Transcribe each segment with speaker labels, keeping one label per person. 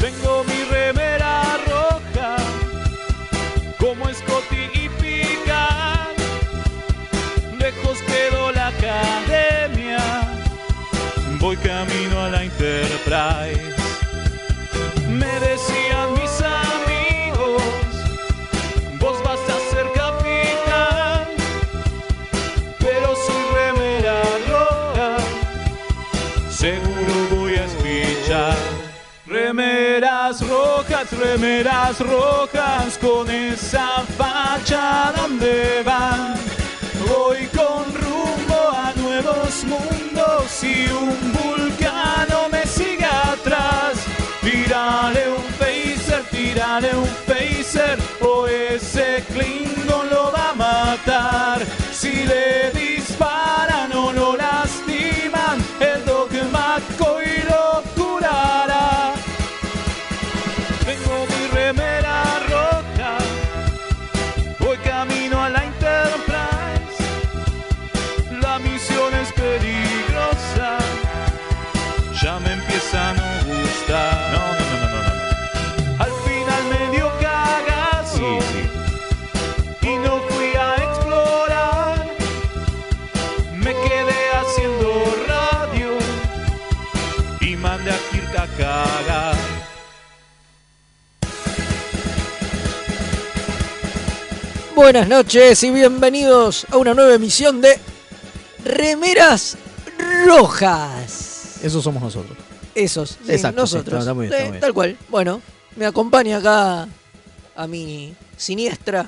Speaker 1: Tengo mi remera roja, como Scotty y Pican. Lejos quedó la academia, voy camino a la Enterprise. Me decían mis amigos, vos vas a ser capitán, pero soy remera roja, seguro voy a escuchar. Remeras rojas, remeras rojas, con esa facha donde van. Voy con rumbo a nuevos mundos y un vulcano me sigue atrás. Tírale un phaser, tírale un phaser, o ese Klingon lo va a matar. Si le disparan o lo lastiman, el dogma y lo curará. Tengo mi remera rota, voy camino a la Enterprise. La misión es peligrosa, ya me empieza a no gustar. No, no, no, no, Al final me dio cagazo y no fui a explorar. Me quedé haciendo radio y mandé a Kirk a cagar.
Speaker 2: Buenas noches y bienvenidos a una nueva emisión de Remeras Rojas.
Speaker 3: Eso somos nosotros.
Speaker 2: Esos, sí,
Speaker 3: Exacto, sí,
Speaker 2: nosotros.
Speaker 3: está- está muy bien, está
Speaker 2: Eh,
Speaker 3: muy bien.
Speaker 2: Tal cual. Bueno, me acompaña acá a mi siniestra.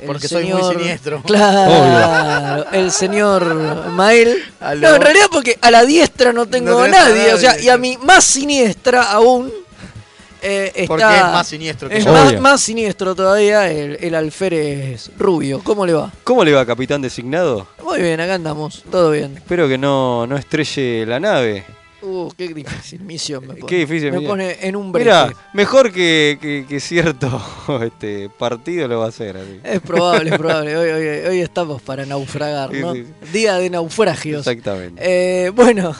Speaker 2: el
Speaker 3: Porque soy muy siniestro.
Speaker 2: Claro, el señor Mael.
Speaker 3: Aló.
Speaker 2: No, en realidad porque a la diestra no tengo a
Speaker 3: tenés a
Speaker 2: nadie, o sea,
Speaker 3: nadie.
Speaker 2: y a mi más siniestra aún eh, está...
Speaker 3: Porque es más siniestro que
Speaker 2: es
Speaker 3: yo.
Speaker 2: más,
Speaker 4: Obvio.
Speaker 2: más siniestro todavía el, el alférez rubio. ¿Cómo le va?
Speaker 4: ¿Cómo le va, capitán designado?
Speaker 2: Muy bien, acá andamos, todo bien.
Speaker 4: Espero que no, no estrelle la nave.
Speaker 2: Uh, qué difícil misión me pone.
Speaker 4: Qué difícil
Speaker 2: Me
Speaker 4: misión.
Speaker 2: pone en un
Speaker 4: Mira,
Speaker 2: brete.
Speaker 4: mejor que, que- que cierto este partido lo va a hacer. así.
Speaker 2: Es probable, es probable. Hoy, hoy, hoy estamos para naufragar,
Speaker 4: Sí,
Speaker 2: ¿no?
Speaker 4: sí,
Speaker 2: Día de naufragios.
Speaker 4: Exactamente.
Speaker 2: Eh, bueno,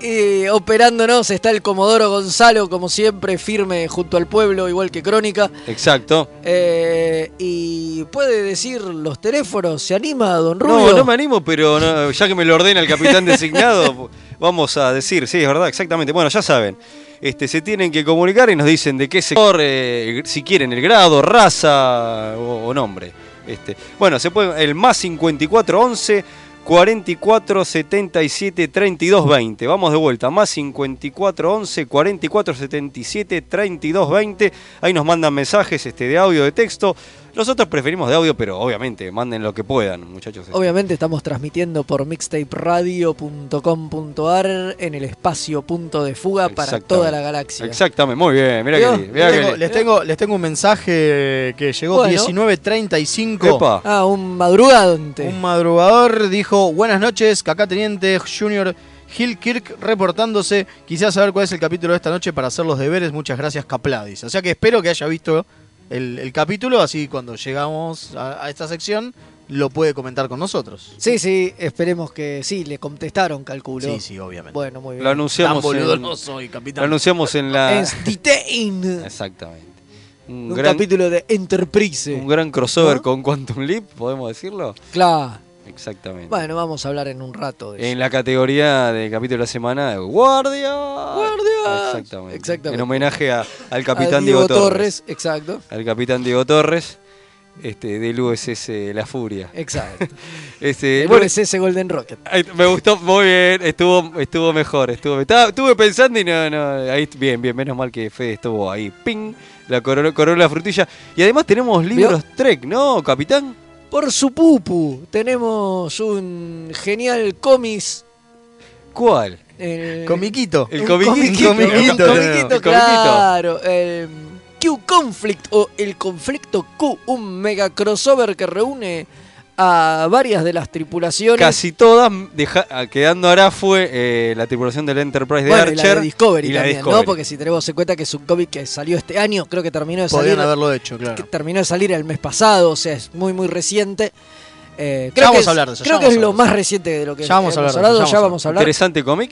Speaker 2: y operándonos está el Comodoro Gonzalo, como siempre, firme junto al pueblo, igual que Crónica.
Speaker 4: Exacto.
Speaker 2: Eh, y puede decir los teléfonos, ¿se anima, don Rubio?
Speaker 4: No, no me animo, pero no- ya que me lo ordena el capitán designado, vamos a decir, sí, es verdad, exactamente. Bueno, ya saben, este, se tienen que comunicar y nos dicen de qué sector, eh, el gr- si quieren el grado, raza o, o nombre. Este, bueno, se puede, el más 5411 44 77 32 20. Vamos de vuelta, más 54 11 44 77 32 20. Ahí nos mandan mensajes este, de audio, de texto. Nosotros preferimos de audio, pero obviamente manden lo que puedan, muchachos. este.
Speaker 2: Obviamente estamos transmitiendo por mixtaperadio.com.ar en el espacio punto de fuga Ah, para
Speaker 4: Exactamente.
Speaker 2: toda la galaxia.
Speaker 4: Exactamente, muy bien. Mirá
Speaker 2: Mirá,
Speaker 4: que lindo, mirá
Speaker 3: Les
Speaker 4: que
Speaker 3: tengo,
Speaker 4: lindo.
Speaker 3: les, tengo, les tengo un mensaje que llegó
Speaker 2: Bueno.
Speaker 3: 19.35.
Speaker 4: Epa.
Speaker 2: Ah, un madrugadante.
Speaker 3: Un madrugador dijo, buenas noches, Cacá Teniente Junior Gil Kirk reportándose. Quisiera saber cuál es el capítulo de esta noche para hacer los deberes. Muchas gracias, Capladis. O sea que espero que haya visto el, el capítulo, así cuando llegamos a, a esta sección lo puede comentar con nosotros.
Speaker 2: Sí, sí, esperemos que sí, le contestaron, calculo.
Speaker 3: Sí, sí, obviamente.
Speaker 2: Bueno, muy bien.
Speaker 4: Lo
Speaker 3: Tan
Speaker 4: anunciamos,
Speaker 3: boludo
Speaker 4: en,
Speaker 3: no soy, capitán.
Speaker 4: lo anunciamos en la.
Speaker 2: Einstein.
Speaker 4: Exactamente. Un,
Speaker 2: Un
Speaker 4: gran,
Speaker 2: capítulo de Enterprise.
Speaker 4: un gran crossover
Speaker 2: ¿No?
Speaker 4: con Quantum Leap, podemos decirlo.
Speaker 2: Claro.
Speaker 4: Exactamente.
Speaker 2: Bueno, pues. vamos a hablar en un rato de
Speaker 4: En
Speaker 2: eso.
Speaker 4: la categoría de capítulo de la semana, de Guardia.
Speaker 2: Guardias.
Speaker 4: Exactamente.
Speaker 2: Exactamente.
Speaker 4: En homenaje a- al
Speaker 2: A
Speaker 4: capitán Diego, Torres.
Speaker 2: Exacto.
Speaker 4: Al capitán Diego Torres, este, del USS La Furia.
Speaker 2: Exacto.
Speaker 4: Este,
Speaker 2: El
Speaker 4: bueno,
Speaker 2: USS Golden Rocket.
Speaker 4: Ahí, Me gustó muy bien, estuvo, estuvo mejor, estuvo, estaba- estuve pensando y no, no, ahí bien, bien, menos mal que Fede estuvo ahí, ping, la coronó, coronó la frutilla. Y además tenemos libros Trek, ¿no, capitán?
Speaker 2: Por su pupu, tenemos un genial cómics.
Speaker 4: ¿Cuál?
Speaker 2: eh,
Speaker 3: Comiquito.
Speaker 4: El
Speaker 2: un
Speaker 4: comiquito.
Speaker 2: comiquito,
Speaker 3: Un comiquito
Speaker 2: un comiquito,
Speaker 4: tenemos.
Speaker 2: claro. eh, Q Conflict o el conflicto Q, un mega crossover que reúne a varias de las tripulaciones.
Speaker 4: Casi todas, deja- ah, quedando ahora fue eh, la tripulación del Enterprise de
Speaker 2: Bueno, y la
Speaker 4: Archer.
Speaker 2: de Discovery
Speaker 4: y la de
Speaker 2: también, ¿no?
Speaker 4: Discovery.
Speaker 2: Porque si tenemos en cuenta que es un cómic que salió este año, creo que terminó de
Speaker 3: Podrían
Speaker 2: salir.
Speaker 3: haberlo hecho,
Speaker 2: que
Speaker 3: claro.
Speaker 2: terminó de salir el mes pasado, o sea, es muy, muy reciente. Eh, creo
Speaker 3: vamos
Speaker 2: que es,
Speaker 3: a hablar de eso, ya
Speaker 2: Creo que
Speaker 3: vamos
Speaker 2: es
Speaker 3: a
Speaker 2: lo
Speaker 3: hablar de
Speaker 2: más reciente de lo que
Speaker 3: Ya vamos a
Speaker 2: hemos
Speaker 3: hablar de eso,
Speaker 2: hablado,
Speaker 3: ya
Speaker 2: ya
Speaker 3: vamos
Speaker 2: vamos a hablar.
Speaker 4: Interesante cómic.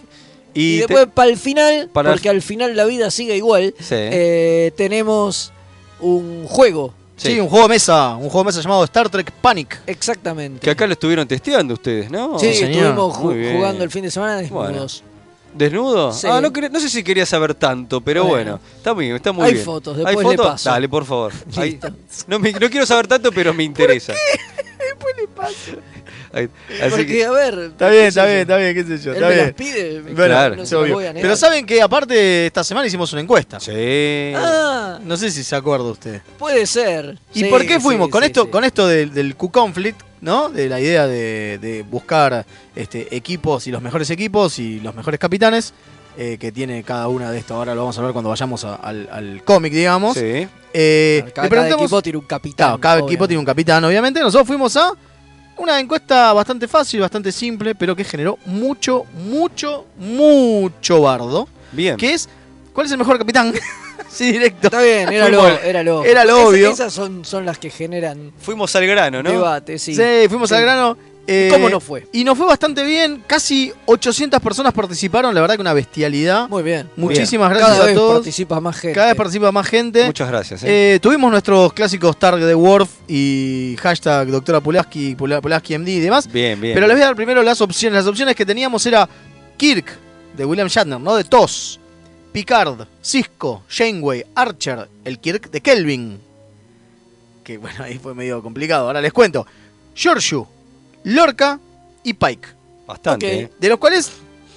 Speaker 2: Y,
Speaker 4: Y, te-
Speaker 2: después, para el final,
Speaker 4: Para-
Speaker 2: porque al final la vida sigue igual,
Speaker 4: Sí.
Speaker 2: eh, tenemos un juego,
Speaker 3: Sí. un juego de mesa, un juego de mesa llamado Star Trek Panic.
Speaker 2: exactamente.
Speaker 4: que acá lo estuvieron testeando ustedes, ¿no?
Speaker 2: sí,
Speaker 3: señor.
Speaker 2: estuvimos ju-
Speaker 4: Muy bien.
Speaker 2: jugando el fin de semana desnudos.
Speaker 4: ¿Desnudo?
Speaker 2: Sí.
Speaker 4: Ah, no, quer- no sé si quería saber tanto, pero bueno,
Speaker 2: Bueno.
Speaker 4: está muy bien, está muy
Speaker 2: Hay
Speaker 4: bien.
Speaker 2: fotos, después le paso.
Speaker 4: Dale, por favor. Ahí-
Speaker 2: Listo.
Speaker 4: no, me- no quiero saber tanto, pero me interesa. Ahí- así
Speaker 2: Porque,
Speaker 4: que-
Speaker 2: a ver.
Speaker 3: Está bien, está bien, está bien, qué sé yo,
Speaker 2: Él
Speaker 3: está
Speaker 2: me
Speaker 3: bien.
Speaker 2: las pide, me-
Speaker 3: Bueno,
Speaker 4: Claro.
Speaker 2: no
Speaker 3: es
Speaker 2: se las
Speaker 3: obvio.
Speaker 2: voy a negar.
Speaker 3: Pero saben que aparte esta semana hicimos una encuesta.
Speaker 4: Sí.
Speaker 2: Ah,
Speaker 3: No sé si se acuerda usted.
Speaker 2: puede ser.
Speaker 3: ¿Y
Speaker 2: Sí,
Speaker 3: por qué fuimos?
Speaker 2: sí,
Speaker 3: con
Speaker 2: sí,
Speaker 3: esto,
Speaker 2: sí.
Speaker 3: con esto del, del Q-Conflict, ¿no? De la idea de, de buscar este, equipos y los mejores equipos y los mejores capitanes eh, que tiene cada una de estas. Ahora lo vamos a ver cuando vayamos a- al, al cómic, digamos.
Speaker 4: Sí.
Speaker 3: Eh,
Speaker 2: Claro,
Speaker 3: le
Speaker 2: Cada, cada
Speaker 3: preguntamos-
Speaker 2: equipo tiene un capitán.
Speaker 3: Claro, cada equipo
Speaker 2: obviamente.
Speaker 3: tiene un capitán, obviamente. Nosotros fuimos a una encuesta bastante fácil, bastante simple, pero que generó mucho, mucho, mucho bardo.
Speaker 4: Bien.
Speaker 3: Que es, ¿cuál es el mejor capitán? sí, directo.
Speaker 2: Está bien, era lo,
Speaker 3: Fuimos-
Speaker 2: era lo,
Speaker 3: era lo
Speaker 2: Esa-
Speaker 3: obvio.
Speaker 2: Esas son, son las que generan
Speaker 4: Fuimos al grano, ¿no?
Speaker 2: debate, sí.
Speaker 3: Sí, fuimos
Speaker 2: Sí.
Speaker 3: al grano. eh,
Speaker 2: ¿Cómo no fue?
Speaker 3: Y nos fue bastante bien. Casi 800 personas participaron. La verdad que una bestialidad.
Speaker 2: Muy bien.
Speaker 3: Muchísimas gracias
Speaker 2: Cada
Speaker 3: a
Speaker 2: vez
Speaker 3: todos.
Speaker 2: participa más gente.
Speaker 3: Cada vez participa más gente.
Speaker 4: Muchas gracias. ¿eh?
Speaker 3: Eh, tuvimos nuestros clásicos tag de Worf y hashtag doctora Pulaski, Pula- Pulaski MD y demás.
Speaker 4: bien, bien.
Speaker 3: Pero les voy a dar primero las opciones. Las opciones que teníamos era Kirk, de William Shatner, ¿no? De TOS. Picard, Cisco, Janeway, Archer, el Kirk de Kelvin. Que bueno, ahí fue medio complicado. Ahora les cuento. Giorgio, Lorca y Pike.
Speaker 4: Bastante.
Speaker 2: ok.
Speaker 4: ¿eh?
Speaker 3: De los cuales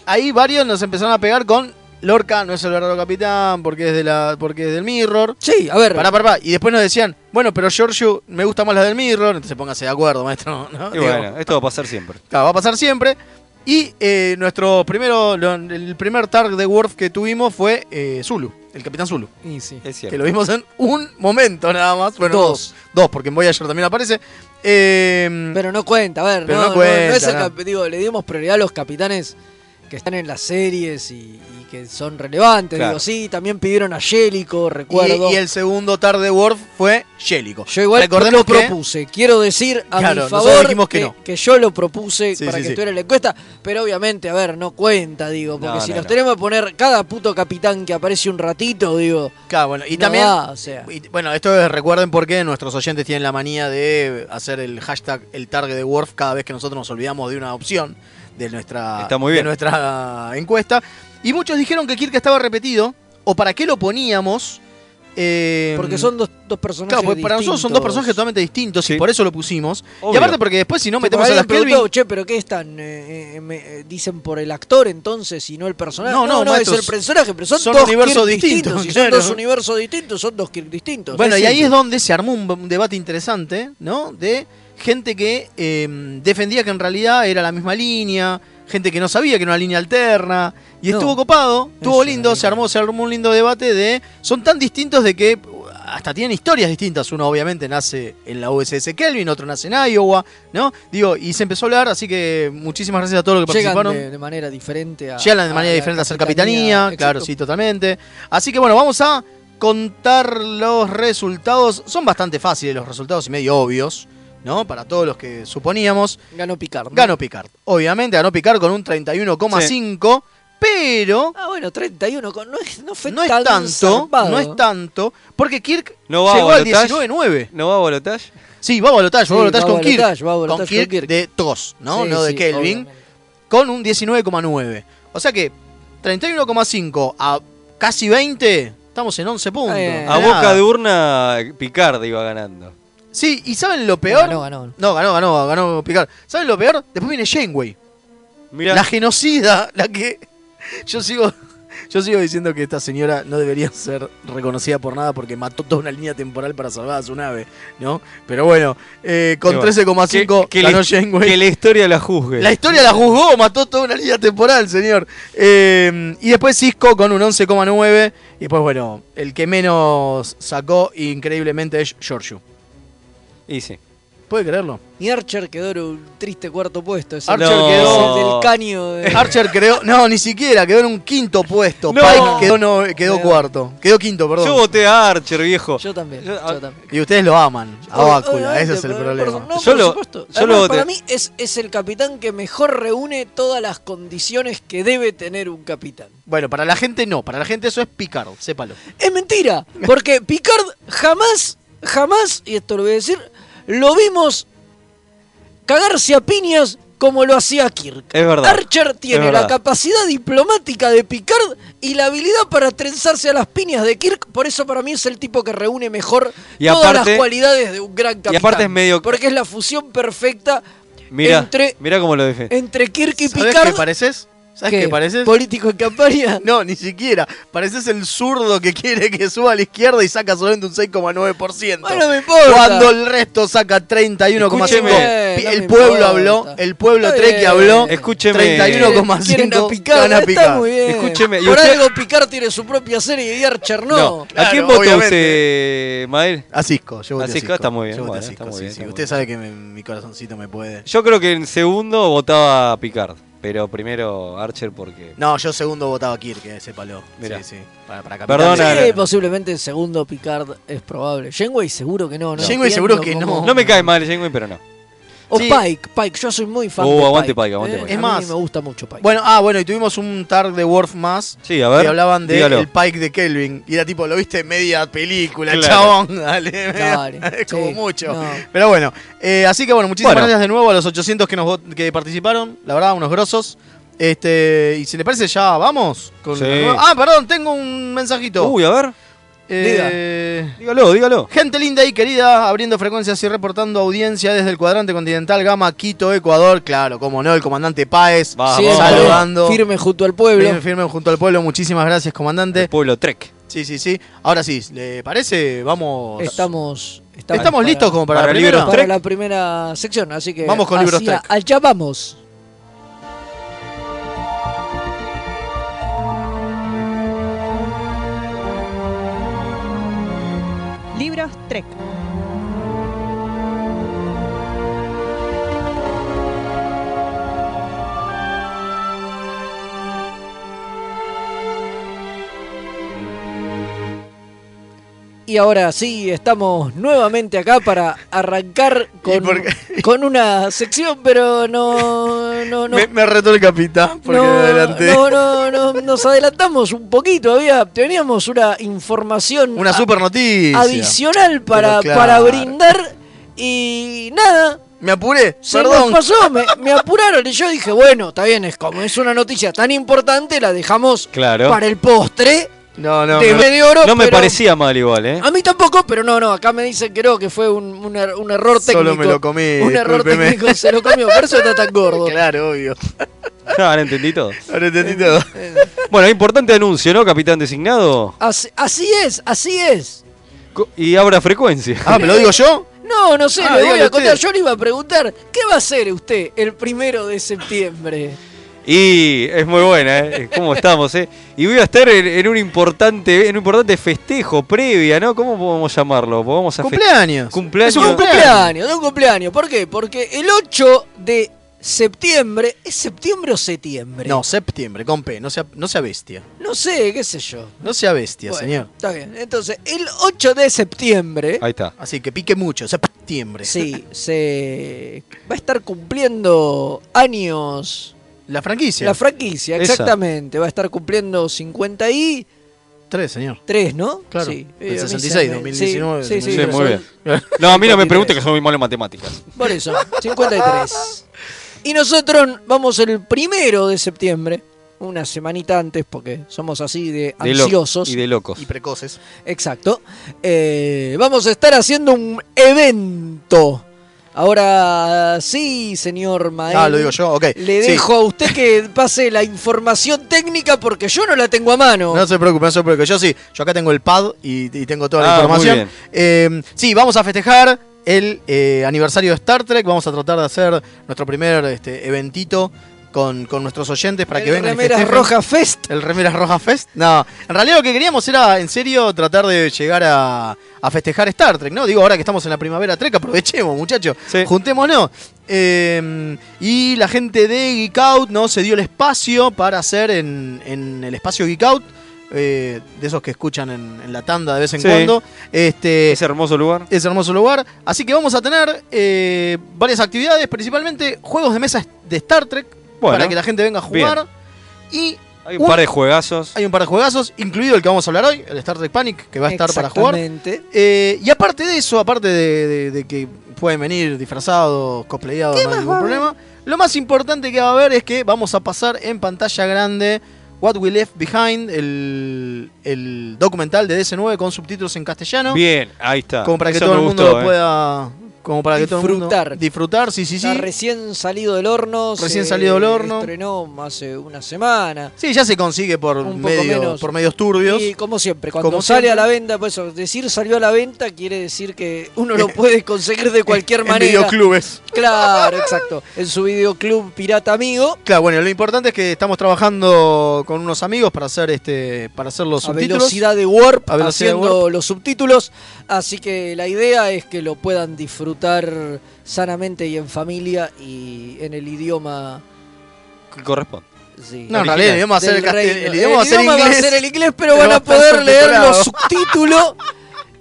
Speaker 3: ahí varios nos empezaron a pegar con Lorca, no es el verdadero capitán, porque es, de la, porque es del Mirror.
Speaker 2: Sí, a ver.
Speaker 3: Pará, pará, pará. Y después nos decían, bueno, pero Giorgio me gusta más la del Mirror. Entonces póngase de acuerdo, maestro. ¿no?
Speaker 4: Y
Speaker 3: Digo,
Speaker 4: bueno, esto va a pasar siempre.
Speaker 3: Claro, va a pasar siempre. Y eh, nuestro primero, lo- el primer target de Worf que tuvimos fue eh, Zulu, el Capitán Zulu.
Speaker 2: Y sí.
Speaker 4: Es
Speaker 3: Que
Speaker 4: cierto.
Speaker 3: lo vimos en un momento nada más. Bueno,
Speaker 2: Dos.
Speaker 3: dos. Dos, porque en Voyager también aparece. Eh,
Speaker 2: Pero no cuenta, a ver.
Speaker 3: Pero
Speaker 2: no,
Speaker 3: no cuenta,
Speaker 2: es el
Speaker 3: no.
Speaker 2: cap- digo, le dimos prioridad a los capitanes que están en las series y, y que son relevantes.
Speaker 4: Claro.
Speaker 2: Digo, sí, también pidieron a Yélico, recuerdo.
Speaker 3: y, y el segundo target de Worf fue Yélico.
Speaker 2: Yo igual
Speaker 3: Recordemos
Speaker 2: lo
Speaker 3: que-
Speaker 2: propuse. Quiero decir
Speaker 3: Claro,
Speaker 2: a mi
Speaker 3: nosotros
Speaker 2: favor
Speaker 3: dijimos que no.
Speaker 2: yo lo propuse
Speaker 3: Sí, sí,
Speaker 2: para que
Speaker 3: sí.
Speaker 2: estuviera en la encuesta, pero obviamente, a ver, no cuenta, digo, porque
Speaker 4: No,
Speaker 2: si
Speaker 4: no,
Speaker 2: nos
Speaker 4: no.
Speaker 2: tenemos que poner cada puto capitán que aparece un ratito, digo,
Speaker 3: Claro, bueno, y
Speaker 2: no
Speaker 3: también.
Speaker 2: da, o sea.
Speaker 3: y- bueno, esto es- recuerden porque nuestros oyentes tienen la manía de hacer el hashtag el target de Worf cada vez que nosotros nos olvidamos de una opción de nuestra,
Speaker 4: Está muy
Speaker 3: de
Speaker 4: bien.
Speaker 3: nuestra encuesta. Y muchos dijeron que Kirk estaba repetido o para qué lo poníamos. eh,
Speaker 2: porque son dos, dos personajes.
Speaker 3: Claro, porque para nosotros son dos personajes
Speaker 2: distintos.
Speaker 3: totalmente distintos
Speaker 4: Sí.
Speaker 3: y por eso lo pusimos. Y
Speaker 4: Obvio.
Speaker 3: aparte porque después si no
Speaker 2: Sí,
Speaker 3: metemos
Speaker 2: porque
Speaker 3: a las
Speaker 2: alguien
Speaker 3: Kelvin...
Speaker 2: preguntó, che, pero ¿qué están? eh, eh, me- eh, dicen por el actor entonces y no el personaje.
Speaker 3: No,
Speaker 2: No,
Speaker 3: no,
Speaker 2: no,
Speaker 3: maestro,
Speaker 2: es el personaje, pero son,
Speaker 3: son
Speaker 2: dos
Speaker 3: universos
Speaker 2: Kirk
Speaker 3: distintos,
Speaker 2: y
Speaker 3: claro.
Speaker 2: Son dos universos distintos, son dos Kirk distintos.
Speaker 3: Bueno, y ahí
Speaker 2: simple.
Speaker 3: es donde se armó un, un debate interesante, ¿no? De gente que eh, defendía que en realidad era la misma línea, gente que no sabía que era una línea alterna, y
Speaker 2: No.
Speaker 3: estuvo copado, estuvo
Speaker 2: una
Speaker 3: lindo, se
Speaker 2: línea.
Speaker 3: armó, se armó un lindo debate de. Son tan distintos de que uh, hasta tienen historias distintas. Uno, obviamente, nace en la USS Kelvin, otro nace en Iowa, ¿no? Digo, y se empezó a hablar, así que muchísimas gracias a todos los que
Speaker 2: Llegan
Speaker 3: participaron.
Speaker 2: de, de manera diferente a.
Speaker 3: Llegan de manera
Speaker 2: la
Speaker 3: diferente a hacer capitanía, claro,
Speaker 2: exacto.
Speaker 3: sí, totalmente. Así que bueno, vamos a contar los resultados. Son bastante fáciles los resultados y medio obvios, ¿no? Para todos los que suponíamos.
Speaker 2: Ganó Picard. ¿no?
Speaker 3: Ganó Picard. Obviamente ganó Picard con un 31,5, pero
Speaker 2: Ah, bueno, 31. con- No, es, no fue
Speaker 3: no es
Speaker 2: tan
Speaker 3: tanto,
Speaker 2: zarpado.
Speaker 3: no es tanto, porque Kirk
Speaker 4: No va a
Speaker 3: llegó al
Speaker 4: balotaje.
Speaker 3: 19,9.
Speaker 4: ¿No va a balotaje?
Speaker 3: Sí, va a balotaje,
Speaker 2: Sí,
Speaker 3: va a balotaje
Speaker 2: va a
Speaker 3: con Kirk.
Speaker 2: balotaje, va a
Speaker 3: con
Speaker 2: balotaje
Speaker 3: Kirk,
Speaker 2: con Kirk.
Speaker 3: de TOS, ¿no?
Speaker 2: Sí,
Speaker 3: no de
Speaker 2: sí,
Speaker 3: Kelvin.
Speaker 2: obviamente.
Speaker 3: con un 19,9. O sea que 31,5 a casi 20, estamos en 11 puntos.
Speaker 2: Eh,
Speaker 4: A
Speaker 3: Nada.
Speaker 4: boca de urna, Picard iba ganando.
Speaker 3: Sí, y ¿saben lo peor?
Speaker 2: Ganó, ganó.
Speaker 3: No, ganó, ganó, ganó Picard. ¿Saben lo peor? Después viene Janeway.
Speaker 4: Mira,
Speaker 3: La genocida, la que. Yo sigo. Yo sigo diciendo que esta señora no debería ser reconocida por nada porque mató toda una línea temporal para salvar a su nave, ¿no? Pero bueno, eh, con
Speaker 4: Pero bueno,
Speaker 3: 13,5
Speaker 4: que,
Speaker 3: ganó
Speaker 4: la,
Speaker 3: Janeway.
Speaker 4: que la historia la juzgue.
Speaker 3: La historia la juzgó, mató toda una línea temporal, señor. Eh, y después Cisco con un 11,9. Y después, bueno, el que menos sacó increíblemente es Giorgio.
Speaker 4: Y sí.
Speaker 3: ¿Puede creerlo?
Speaker 2: Y Archer quedó en un triste cuarto puesto. Es el-
Speaker 3: Archer
Speaker 2: es
Speaker 4: quedó-
Speaker 2: el del caño. de-
Speaker 3: Archer quedó, no, ni siquiera, quedó en un quinto puesto.
Speaker 4: No.
Speaker 3: Pike quedó, no,
Speaker 2: Eh.
Speaker 3: quedó cuarto, quedó quinto,
Speaker 4: Yo
Speaker 3: perdón.
Speaker 4: voté a Archer, viejo.
Speaker 2: Yo también.
Speaker 4: Yo-
Speaker 2: Yo,
Speaker 4: ah,
Speaker 2: también.
Speaker 3: Y ustedes lo aman, a Ah, Bácula,
Speaker 2: Obviamente,
Speaker 3: ese es el
Speaker 2: por-
Speaker 3: problema.
Speaker 2: por- no,
Speaker 4: Yo
Speaker 2: por
Speaker 4: lo-
Speaker 2: supuesto.
Speaker 4: yo
Speaker 2: Además,
Speaker 4: lo-
Speaker 2: para mí es, es el capitán que mejor reúne todas las condiciones que debe tener un capitán.
Speaker 3: Bueno, para la gente no, para la gente eso es Picard, sépalo.
Speaker 2: Es mentira, porque Picard jamás, jamás, y esto lo voy a decir, lo vimos cagarse a piñas como lo hacía Kirk.
Speaker 4: Es verdad.
Speaker 2: Archer tiene
Speaker 4: Es
Speaker 2: la
Speaker 4: verdad.
Speaker 2: capacidad diplomática de Picard y la habilidad para trenzarse a las piñas de Kirk. Por eso para mí es el tipo que reúne mejor
Speaker 4: Y
Speaker 2: todas
Speaker 4: aparte-
Speaker 2: las cualidades de un gran capitán.
Speaker 4: aparte es medio-
Speaker 2: Porque es la fusión perfecta
Speaker 4: Mirá,
Speaker 2: entre, Eh,
Speaker 4: mirá cómo lo defiende.
Speaker 2: entre Kirk y
Speaker 3: ¿Sabes
Speaker 2: Picard.
Speaker 3: qué pareces? ¿Sabes
Speaker 2: ¿Qué?
Speaker 3: qué pareces?
Speaker 2: ¿Político en campaña?
Speaker 3: No, ni siquiera. Pareces el zurdo que quiere que suba a la izquierda y saca solamente un 6,9%.
Speaker 2: Bueno, me importa.
Speaker 3: Cuando el resto saca 31,5.
Speaker 4: Escúcheme.
Speaker 3: Pi-
Speaker 2: No
Speaker 3: el
Speaker 2: me
Speaker 3: pueblo
Speaker 2: importa.
Speaker 3: habló, el pueblo
Speaker 2: Está
Speaker 3: Treki
Speaker 2: bien.
Speaker 3: habló.
Speaker 4: Escúcheme.
Speaker 2: Quieren
Speaker 3: 31,5
Speaker 2: a Picard,
Speaker 3: van a
Speaker 2: Está
Speaker 3: picar.
Speaker 2: muy bien.
Speaker 4: Escúcheme, y
Speaker 2: Por
Speaker 4: usted-
Speaker 2: algo Picard tiene su propia serie y Archer no.
Speaker 4: ¿A
Speaker 3: claro,
Speaker 4: quién votó
Speaker 3: obviamente.
Speaker 4: usted, Mael?
Speaker 3: A Cisco, yo voté
Speaker 4: A Cisco está muy bien,
Speaker 3: Yo voté a
Speaker 4: bueno, está
Speaker 3: Cisco,
Speaker 4: muy
Speaker 3: sí, sí.
Speaker 4: bien, está muy
Speaker 3: Usted
Speaker 4: bien.
Speaker 3: sabe que me- mi corazoncito me puede.
Speaker 4: Yo creo que en segundo votaba a Picard, pero primero Archer porque...
Speaker 3: No, yo segundo votaba a Kirk, eh, ese palo.
Speaker 4: Mirá.
Speaker 3: Sí, sí. Para, para capitán.
Speaker 4: Perdona,
Speaker 3: Sí,
Speaker 4: no,
Speaker 2: Sí,
Speaker 4: no.
Speaker 2: posiblemente el segundo Picard es probable. Jenway seguro que no, ¿no?
Speaker 3: Janeway
Speaker 2: Entiendo
Speaker 3: seguro que
Speaker 2: cómo-
Speaker 3: no.
Speaker 4: No me cae mal Janeway, pero no.
Speaker 2: O
Speaker 3: Sí.
Speaker 2: Pike, Pike, yo soy muy fan
Speaker 4: Oh,
Speaker 2: de
Speaker 4: aguante
Speaker 2: Pike.
Speaker 4: Pike, aguante
Speaker 2: eh.
Speaker 4: Pike.
Speaker 2: A
Speaker 3: Es
Speaker 2: mí
Speaker 3: más-
Speaker 2: me gusta mucho Pike.
Speaker 3: Bueno, ah, bueno, y tuvimos un tag de Worf más.
Speaker 4: Sí, a ver.
Speaker 3: Que hablaban de
Speaker 4: dígalo.
Speaker 3: el Pike de Kelvin. Y era tipo, lo viste en media película,
Speaker 4: Claro.
Speaker 3: chabón. Dale,
Speaker 2: Dale,
Speaker 3: es como
Speaker 2: sí,
Speaker 3: mucho.
Speaker 2: no.
Speaker 3: Pero bueno, eh, así que bueno, muchísimas
Speaker 4: Bueno.
Speaker 3: gracias de nuevo a los 800 que, nos, vot- que participaron. La verdad, unos grosos. Este, y si les parece, ya vamos. con
Speaker 4: Sí.
Speaker 3: la nueva- Ah, perdón, tengo un mensajito.
Speaker 4: Uy, a ver.
Speaker 3: Eh,
Speaker 4: Dígalo, dígalo.
Speaker 3: Gente linda y querida, abriendo frecuencias y reportando audiencia desde el cuadrante continental Gama Quito, Ecuador. Claro, como no, el comandante Páez.
Speaker 4: Va,
Speaker 2: Sí,
Speaker 4: Ah, vamos.
Speaker 3: saludando.
Speaker 2: Firme junto al pueblo.
Speaker 3: Firme, firme junto al pueblo. Muchísimas gracias, comandante.
Speaker 4: El pueblo Trek.
Speaker 3: Sí, sí, sí. Ahora sí, ¿le parece? Vamos.
Speaker 2: Estamos,
Speaker 3: Estamos
Speaker 2: para-
Speaker 3: listos como para,
Speaker 4: para
Speaker 3: la
Speaker 4: libros
Speaker 3: primera?
Speaker 2: para
Speaker 4: Trek.
Speaker 2: la primera sección, así que
Speaker 3: Vamos con libros
Speaker 2: hacia-
Speaker 3: Trek.
Speaker 2: Allá vamos.
Speaker 5: Libros Trek.
Speaker 2: Y ahora sí, estamos nuevamente acá para arrancar con,
Speaker 3: por
Speaker 2: con una sección, pero no, no, no,
Speaker 3: Me, me retó el capitán porque me adelanté.
Speaker 2: no, no, no, nos adelantamos un poquito, había, teníamos una información
Speaker 3: Una
Speaker 2: a-
Speaker 3: super noticia.
Speaker 2: adicional para,
Speaker 3: claro.
Speaker 2: para brindar y nada,
Speaker 3: Me apuré,
Speaker 2: se
Speaker 3: perdón.
Speaker 2: nos pasó, me, me apuraron y yo dije, bueno, está bien, es como es una noticia tan importante, la dejamos
Speaker 4: Claro.
Speaker 2: para el postre
Speaker 3: No, no.
Speaker 2: de
Speaker 3: me-
Speaker 2: medio oro.
Speaker 4: No me
Speaker 2: pero- Ah.
Speaker 4: parecía mal igual, ¿eh?
Speaker 2: a mí tampoco, pero no, no, acá me dicen que no, que fue un, un er- un error técnico.
Speaker 3: Solo me lo comí,
Speaker 2: Un error
Speaker 3: discúlpeme.
Speaker 2: técnico se lo comió, por eso está tan gordo.
Speaker 3: Claro, obvio.
Speaker 4: Ahora entendí todo.
Speaker 3: Ahora entendí todo.
Speaker 4: Bueno, importante anuncio, ¿no, capitán designado?
Speaker 2: Eh, Así, así es, así es.
Speaker 4: Co- Y abra frecuencia.
Speaker 3: Ah, ¿me lo digo yo?
Speaker 2: No, no sé,
Speaker 3: Ah,
Speaker 2: le voy
Speaker 3: dígale
Speaker 2: a contar.
Speaker 3: usted.
Speaker 2: Yo le iba a preguntar, ¿qué va a hacer usted el primero de septiembre?
Speaker 4: Y es muy buena, ¿eh? ¿Cómo estamos, eh? Y voy a estar en, en un importante en un importante festejo previa, ¿no? ¿Cómo podemos llamarlo? Vamos a fe-
Speaker 3: Cumpleaños.
Speaker 4: Cumpleaños.
Speaker 3: Es un cumpleaños.
Speaker 2: Cumpleaños, un cumpleaños. ¿Por qué? Porque el 8 de septiembre, ¿es septiembre o septiembre?
Speaker 3: No, septiembre, con P. No sea, no sea bestia.
Speaker 2: No sé, qué sé yo.
Speaker 3: No sea bestia,
Speaker 2: Bueno,
Speaker 3: señor.
Speaker 2: Está bien. Entonces, el 8 de septiembre.
Speaker 4: Ahí está.
Speaker 3: Así que pique mucho, septiembre.
Speaker 2: Sí, se va a estar cumpliendo años
Speaker 3: La franquicia.
Speaker 2: la franquicia,
Speaker 4: Esa.
Speaker 2: exactamente. Va a estar cumpliendo 53,
Speaker 3: Tres, señor.
Speaker 2: ¿no?
Speaker 3: Claro,
Speaker 2: Sí.
Speaker 3: del
Speaker 2: Eh, a mí
Speaker 3: 66,
Speaker 2: se me-
Speaker 3: 2019,
Speaker 2: Sí, sí,
Speaker 4: Sí,
Speaker 2: sí,
Speaker 4: muy
Speaker 2: son-
Speaker 4: bien. No, a mí no me pregunte que soy muy malo en matemáticas.
Speaker 2: Por eso, 53. Y nosotros vamos el primero de septiembre, una semanita antes, porque somos así de
Speaker 4: De lo-
Speaker 2: ansiosos.
Speaker 4: y de locos.
Speaker 3: Y precoces.
Speaker 2: Exacto. Eh, vamos a estar haciendo un evento. Ahora sí, señor maestro.
Speaker 3: Ah, lo digo yo, ok.
Speaker 2: Le
Speaker 3: Sí.
Speaker 2: dejo a usted que pase la información técnica porque yo no la tengo a mano.
Speaker 3: No se preocupe, no se preocupe. Yo sí, yo acá tengo el pad y, y tengo toda la
Speaker 4: Ah, muy
Speaker 3: información. Eh, sí, vamos a festejar el eh, aniversario de Star Trek. Vamos a tratar de hacer nuestro primer este, eventito con, con nuestros oyentes para que
Speaker 2: El
Speaker 3: vengan. y
Speaker 2: Remeras
Speaker 3: festejen.
Speaker 2: Roja Fest.
Speaker 3: El Remeras Roja Fest. No, en realidad lo que queríamos era, en serio, tratar de llegar a, a festejar Star Trek, ¿no? Digo, ahora que estamos en la primavera Trek, aprovechemos, muchachos.
Speaker 4: Sí.
Speaker 3: Juntémonos. Eh, y la gente de Geek Out, ¿no? Se dio el espacio para hacer en, en el espacio Geek Out. eh, de esos que escuchan en, en la tanda de vez en
Speaker 4: Sí.
Speaker 3: cuando. Este,
Speaker 4: Ese hermoso lugar.
Speaker 3: es hermoso lugar. Así que vamos a tener eh, varias actividades, principalmente juegos de mesa de Star Trek,
Speaker 4: Bueno.
Speaker 3: para que la gente venga a jugar. Y
Speaker 4: Hay un par de juegazos.
Speaker 3: hay un par de juegazos, incluido el que vamos a hablar hoy, el Star Trek Panic, que va a estar para jugar.
Speaker 2: Exactamente.
Speaker 3: Eh, y aparte de eso, aparte de, de- de que pueden venir disfrazados, cosplayados, no hay ningún problema. Lo más importante que va a haber es que vamos a pasar en pantalla grande What We Left Behind, el, el documental de DC9 con subtítulos en castellano.
Speaker 4: Bien, ahí está.
Speaker 3: Como para que
Speaker 4: Eso
Speaker 3: todo
Speaker 4: me
Speaker 3: el mundo
Speaker 4: gustó,
Speaker 3: lo
Speaker 4: eh.
Speaker 3: pueda. Como para que todo el mundo-
Speaker 2: Disfrutar.
Speaker 3: Disfrutar, sí, sí, sí.
Speaker 2: Está recién salido del horno.
Speaker 3: Recién
Speaker 2: se
Speaker 3: salido del horno.
Speaker 2: Estrenó hace una semana.
Speaker 3: Sí, ya se consigue por,
Speaker 2: Un poco
Speaker 3: medio,
Speaker 2: menos.
Speaker 3: por medios turbios.
Speaker 2: Y como siempre, cuando
Speaker 3: Como
Speaker 2: sale
Speaker 3: siempre.
Speaker 2: a la venta, por eso, decir salió a la venta quiere decir que uno lo puede conseguir de cualquier
Speaker 3: en
Speaker 2: manera.
Speaker 3: videoclubes.
Speaker 2: Claro, exacto. En su videoclub Pirata Amigo.
Speaker 3: Claro, bueno, lo importante es que estamos trabajando con unos amigos para hacer este para hacer los
Speaker 2: a
Speaker 3: subtítulos.
Speaker 2: velocidad de warp,
Speaker 3: A velocidad de
Speaker 2: haciendo los subtítulos. Así que la idea es que lo puedan disfrutar sanamente y en familia y en el idioma.
Speaker 4: ¿eh? Que Corresponde.
Speaker 2: sí,
Speaker 3: No, en
Speaker 2: del
Speaker 3: realidad el idioma va a ser el, castell-
Speaker 2: reino.
Speaker 3: el idioma va a ser
Speaker 2: va a
Speaker 3: inglés.
Speaker 2: ser el inglés, pero
Speaker 3: pero
Speaker 2: van
Speaker 3: va a
Speaker 2: a
Speaker 3: estar
Speaker 2: poder leer los
Speaker 3: subtitulado.
Speaker 2: subtítulos.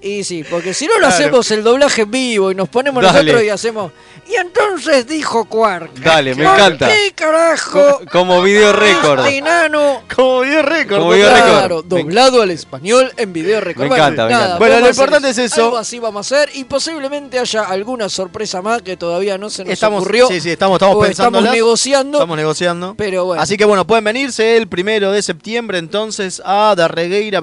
Speaker 2: Y sí, porque si no lo
Speaker 3: Claro.
Speaker 2: hacemos el doblaje en vivo y nos ponemos
Speaker 4: Dale.
Speaker 2: nosotros y hacemos. Y entonces dijo Quark.
Speaker 4: Dale, me
Speaker 2: ¿por
Speaker 4: encanta.
Speaker 2: ¿Qué carajo?
Speaker 4: Co- Como video récord.
Speaker 2: Este enano
Speaker 3: Como video récord.
Speaker 4: Como video
Speaker 3: total.
Speaker 4: récord.
Speaker 2: Claro, doblado al español en video récord.
Speaker 4: Me
Speaker 2: Bueno,
Speaker 4: encanta, me
Speaker 2: nada,
Speaker 4: encanta.
Speaker 3: Bueno, lo
Speaker 2: vamos a hacer
Speaker 3: importante es eso.
Speaker 2: Algo así vamos a hacer y posiblemente haya alguna sorpresa más que todavía no se nos
Speaker 3: Estamos,
Speaker 2: ocurrió.
Speaker 3: sí, sí, estamos, estamos
Speaker 2: o
Speaker 3: pensando.
Speaker 2: estamos negociando.
Speaker 3: Estamos negociando.
Speaker 2: Pero bueno,
Speaker 3: Así que bueno, pueden venirse el primero de septiembre entonces a Darregueira
Speaker 2: eso le iba a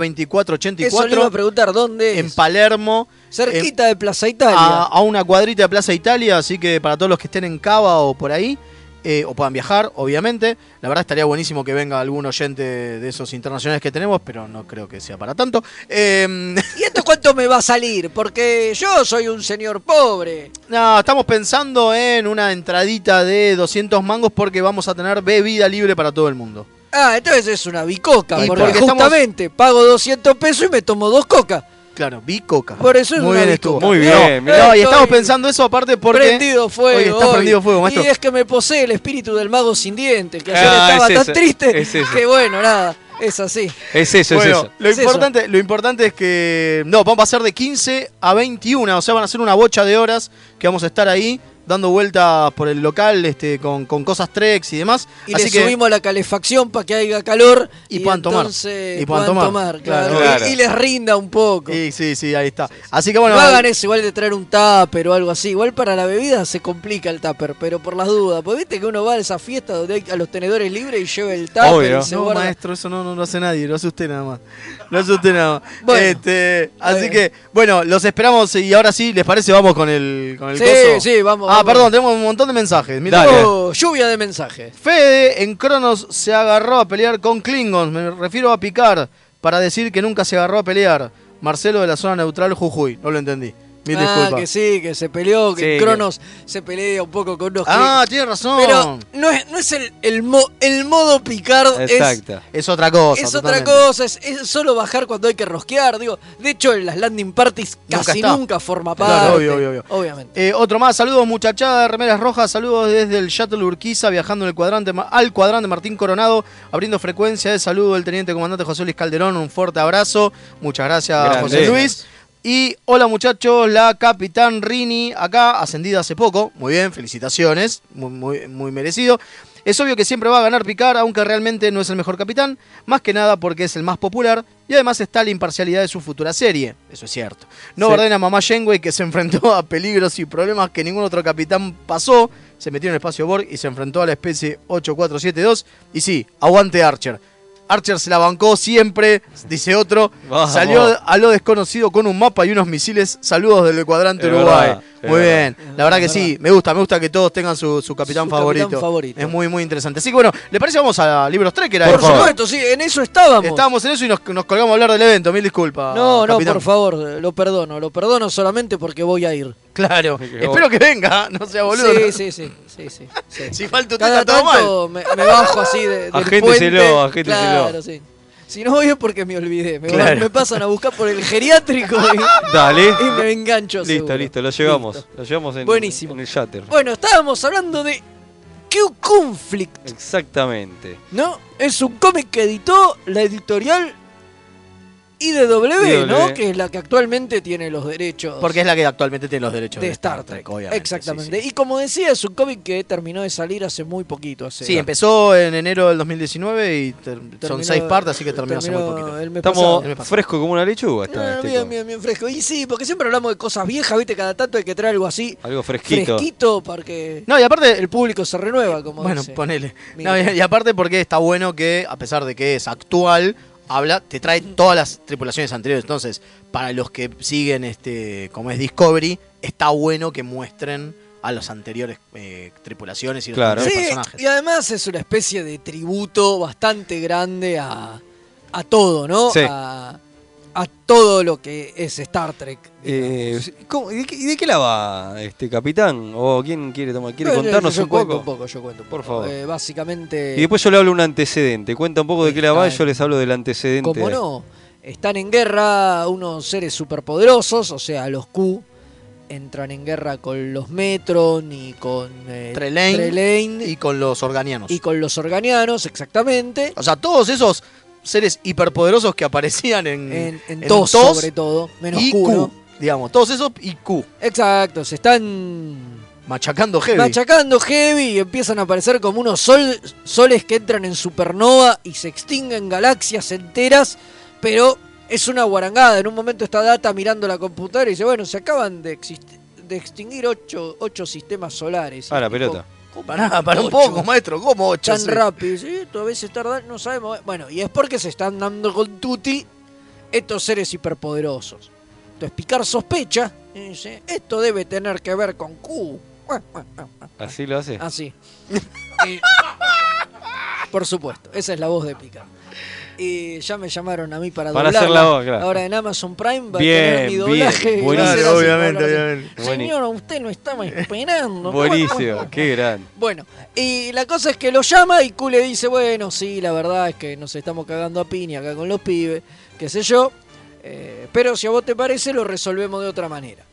Speaker 3: 2484
Speaker 2: preguntar, ¿dónde
Speaker 3: en
Speaker 2: es?
Speaker 3: Palermo. en-
Speaker 2: Cerquita de Plaza Italia.
Speaker 3: a, a una cuadrita de Plaza Italia, así que para todos los que estén en Cava o por ahí, eh, o puedan viajar, obviamente. La verdad estaría buenísimo que venga algún oyente de esos internacionales que tenemos, pero no creo que sea para tanto. Eh,
Speaker 2: ¿Y esto cuánto me va a salir? Porque yo soy un señor pobre.
Speaker 3: no, estamos pensando en una entradita de 200 mangos porque vamos a tener bebida libre para todo el mundo.
Speaker 2: Ah, entonces es una bicoca,
Speaker 3: Y
Speaker 2: porque,
Speaker 3: porque estamos-
Speaker 2: justamente pago 200 pesos y me tomo dos cocas.
Speaker 3: Claro, bicoca.
Speaker 2: Por eso es
Speaker 3: Muy
Speaker 2: una
Speaker 3: bien
Speaker 2: bicoca.
Speaker 3: estuvo.
Speaker 4: Muy bien,
Speaker 3: No,
Speaker 4: mirá.
Speaker 3: no, y estamos
Speaker 2: Estoy
Speaker 3: pensando eso aparte porque...
Speaker 2: prendido fuego.
Speaker 3: Oye, está
Speaker 2: hoy.
Speaker 3: prendido fuego, maestro.
Speaker 2: Y es que me posee el espíritu del mago sin dientes, que ayer
Speaker 4: Ah,
Speaker 2: estaba
Speaker 4: es
Speaker 2: tan
Speaker 4: ese,
Speaker 2: triste
Speaker 4: es ese.
Speaker 2: que bueno, nada, es así.
Speaker 4: Es eso,
Speaker 3: Bueno,
Speaker 4: es eso.
Speaker 3: Lo,
Speaker 2: Es eso.
Speaker 3: importante, lo importante es que. No, vamos a ser de 15 a 21, o sea, van a ser una bocha de horas que vamos a estar ahí dando vueltas por el local este, con, con cosas treks y demás.
Speaker 2: Y
Speaker 3: Así
Speaker 2: le
Speaker 3: que
Speaker 2: subimos la calefacción para que haya calor
Speaker 3: Y puedan tomar.
Speaker 2: entonces
Speaker 3: Y puedan tomar,
Speaker 2: claro.
Speaker 4: claro.
Speaker 2: Y- Y, les rinda un poco.
Speaker 3: Sí, sí, sí, ahí está. Así que bueno.
Speaker 2: no hagan eso, igual de traer un tupper o algo así. Igual para la bebida se complica el tupper, pero por las dudas. Porque viste que uno va a esa fiesta donde hay a los tenedores libres y lleva el tupper
Speaker 4: Obvio.
Speaker 2: y se
Speaker 3: No,
Speaker 2: guarda.
Speaker 3: maestro, eso no, no lo hace nadie, lo hace usted nada más. Lo hace usted nada más.
Speaker 2: Bueno.
Speaker 3: Este, así
Speaker 2: bien.
Speaker 3: que, bueno, los esperamos y ahora sí, ¿les parece? Vamos con el, con el
Speaker 2: Sí,
Speaker 3: coso.
Speaker 2: sí, vamos,
Speaker 3: Ah,
Speaker 2: vamos.
Speaker 3: perdón, tenemos un montón de mensajes. Mirá.
Speaker 4: Dale.
Speaker 2: Oh, lluvia de mensajes.
Speaker 3: Fede en Cronos se agarró a pelear con Klingons, me refiero a picar, para decir que nunca se agarró a pelear. Marcelo de la zona neutral Jujuy, no lo entendí. Mil
Speaker 2: Ah,
Speaker 3: disculpas.
Speaker 2: que sí, que se peleó,
Speaker 4: Sí,
Speaker 2: que
Speaker 4: que-
Speaker 2: Cronos se pelea un poco con unos
Speaker 3: Ah,
Speaker 2: que-
Speaker 3: tiene razón.
Speaker 2: Pero no es, no es el, el, mo- el modo Picard es-
Speaker 4: Exacto.
Speaker 3: es otra cosa.
Speaker 2: Es otra
Speaker 3: totalmente.
Speaker 2: cosa, es, es solo bajar cuando hay que rosquear, digo. De hecho, en las landing parties
Speaker 3: Nunca
Speaker 2: casi
Speaker 3: está.
Speaker 2: nunca forma
Speaker 3: Claro,
Speaker 2: parte.
Speaker 3: obvio, obvio, obvio.
Speaker 2: Obviamente.
Speaker 3: Eh, otro más, saludos muchachada de Remeras Rojas, saludos desde el Shuttle Urquiza, viajando en el cuadrante, ma- al cuadrante Martín Coronado, abriendo frecuencia de saludo del Teniente Comandante José Luis Calderón, un fuerte abrazo, muchas gracias
Speaker 4: Grande.
Speaker 3: José Luis. Y hola muchachos, la Capitán Rini, acá, ascendida hace poco, muy bien, felicitaciones, muy, muy, muy merecido. Es obvio que siempre va a ganar Picard, aunque realmente no es el mejor capitán, más que nada porque es el más popular y además está la imparcialidad de su futura serie, eso es cierto. No
Speaker 4: Sí.
Speaker 3: verdad a mamá Janeway que se enfrentó a peligros y problemas que ningún otro capitán pasó, se metió en el espacio Borg y se enfrentó a la especie 8472 y sí, aguante Archer. Archer se la bancó siempre, dice otro.
Speaker 4: Vamos.
Speaker 3: Salió a lo desconocido con un mapa y unos misiles. Saludos del cuadrante
Speaker 4: Es
Speaker 3: Uruguay.
Speaker 4: verdad, es
Speaker 3: muy
Speaker 4: verdad.
Speaker 3: bien. La verdad que sí, me gusta, me gusta que todos tengan su, su capitán
Speaker 2: Su capitán
Speaker 3: favorito.
Speaker 2: favorito.
Speaker 3: Es muy, muy interesante. Así que bueno, ¿le parece? Vamos a Libros Trekker. ahí,
Speaker 2: Por
Speaker 3: favor.
Speaker 2: supuesto, sí, en eso estábamos.
Speaker 3: Estábamos en eso y nos, nos colgamos a hablar del evento. Mil disculpas.
Speaker 2: no, no,
Speaker 3: capitán.
Speaker 2: por favor, lo perdono. Lo perdono solamente porque voy a ir.
Speaker 3: Claro.
Speaker 4: Que
Speaker 3: Espero que venga, no sea boludo.
Speaker 2: Sí, sí, sí. sí, sí, sí.
Speaker 3: Si falta usted
Speaker 2: Cada
Speaker 3: está todo mal.
Speaker 2: tanto me, me bajo así de, del
Speaker 4: Agénteselo,
Speaker 2: puente.
Speaker 4: agénteselo.
Speaker 2: Claro, sí. Si no voy es porque me olvidé. Me,
Speaker 4: Claro.
Speaker 2: me pasan a buscar por el geriátrico y,
Speaker 4: Dale.
Speaker 2: y me engancho.
Speaker 4: listo,
Speaker 2: seguro.
Speaker 4: listo, lo llevamos.
Speaker 2: Listo.
Speaker 4: Lo llevamos en,
Speaker 2: Buenísimo.
Speaker 4: en el shatter.
Speaker 2: Bueno, estábamos hablando de Q Conflict.
Speaker 4: Exactamente.
Speaker 2: ¿No? Es un cómic que editó la editorial IDW, ¿no?
Speaker 4: IDW.
Speaker 2: Que es la que actualmente tiene los derechos
Speaker 3: Porque es la que actualmente tiene los derechos
Speaker 2: de Star Trek.
Speaker 3: obviamente, sí,
Speaker 2: Exactamente.
Speaker 3: sí.
Speaker 2: Y como decía, es un cómic que terminó de salir hace muy poquito. Hace
Speaker 3: Sí, empezó en enero del 2019 y ter- son
Speaker 2: terminó-
Speaker 3: seis partes, así que terminó hace muy poquito.
Speaker 2: el mes
Speaker 4: Estamos
Speaker 2: pasado.
Speaker 3: me pasa.
Speaker 4: fresco como una lechuga. está
Speaker 2: Ah,
Speaker 4: este
Speaker 2: bien,
Speaker 4: co-
Speaker 2: bien, bien fresco. Y sí, porque siempre hablamos de cosas viejas, ¿viste? Cada tanto hay que traer algo así
Speaker 4: Algo
Speaker 2: fresquito,
Speaker 4: fresquito.
Speaker 2: para que
Speaker 3: No, y aparte,
Speaker 2: el público se renueva, como
Speaker 3: bueno,
Speaker 2: dice.
Speaker 3: ponele.
Speaker 2: Mira.
Speaker 3: No, y, y aparte porque está bueno que, a pesar de que es actual, habla, te trae todas las tripulaciones anteriores. Entonces, para los que siguen este, como es Discovery, está bueno que muestren a las anteriores eh, tripulaciones y los
Speaker 4: Claro.
Speaker 3: anteriores
Speaker 2: Sí,
Speaker 3: personajes.
Speaker 2: y además es una especie de tributo bastante grande a, a todo, ¿no?
Speaker 4: Sí.
Speaker 2: A, a todo lo que es Star Trek.
Speaker 4: Eh, ¿cómo- y, de qué, y de qué la va este capitán? ¿O quién quiere tomar? ¿Quiere
Speaker 2: Yo- yo-
Speaker 4: contarnos
Speaker 2: yo
Speaker 4: un
Speaker 2: cuento
Speaker 4: poco?
Speaker 2: un poco? Yo cuento un
Speaker 4: Por
Speaker 2: poco.
Speaker 4: favor.
Speaker 2: Eh, básicamente...
Speaker 4: Y después yo le hablo un antecedente. Cuenta un poco de qué la va y yo les hablo del antecedente.
Speaker 2: Como no, están en guerra unos seres superpoderosos, o sea, los Q entran en guerra con los Metron y con eh,
Speaker 3: Trelane
Speaker 2: Trelane
Speaker 3: Y
Speaker 2: y,
Speaker 3: con los organianos.
Speaker 2: con los Organianos, exactamente.
Speaker 3: O sea, todos esos seres hiperpoderosos que aparecían en,
Speaker 2: En, en
Speaker 3: en
Speaker 2: TOS,
Speaker 3: TOS
Speaker 2: sobre todo, menos
Speaker 3: y
Speaker 2: Q,
Speaker 3: Q,
Speaker 2: ¿no?
Speaker 3: digamos, todos esos y Q,
Speaker 2: Exacto, se están
Speaker 3: machacando heavy.
Speaker 2: machacando heavy y empiezan a aparecer como unos sol- soles que entran en supernova y se extinguen galaxias enteras, pero es una guarangada. En un momento está Data mirando la computadora y dice, bueno, se acaban de, exist- de extinguir ocho, ocho sistemas solares. Y
Speaker 4: Ah, la
Speaker 2: es tipo,
Speaker 4: pelota.
Speaker 2: ¿cómo
Speaker 3: Pará, pará un
Speaker 2: ocho?
Speaker 3: poco, maestro, ¿cómo ocho?
Speaker 2: Tan
Speaker 3: Sí.
Speaker 2: rápido, sí, a veces tardan, no sabemos. Bueno, y es porque se están dando con Tutti estos seres hiperpoderosos. Entonces Picard sospecha y dice, esto debe tener que ver con Q. Bueno, bueno, bueno.
Speaker 4: Así lo hace.
Speaker 2: Así. Y- Ah, Eh, por supuesto, esa es la voz de Picard. Y ya me llamaron a mí para,
Speaker 4: Para
Speaker 2: doblarla.
Speaker 4: hacer la voz, claro.
Speaker 2: Ahora en Amazon Prime va
Speaker 4: Bien,
Speaker 2: a tener mi
Speaker 4: bien,
Speaker 2: doblaje. Va a ser
Speaker 4: buenísimo.
Speaker 2: así,
Speaker 4: Claro,
Speaker 2: va a hablar así.
Speaker 3: obviamente.
Speaker 4: Buenísimo.
Speaker 2: Señora, usted no estaba esperando.
Speaker 4: Buenísimo, qué gran.
Speaker 2: Bueno, y la cosa es que lo llama y Q le dice, bueno, sí, la verdad es que nos estamos cagando a piña acá con los pibes, qué sé yo, eh, pero si a vos te parece lo resolvemos de otra manera.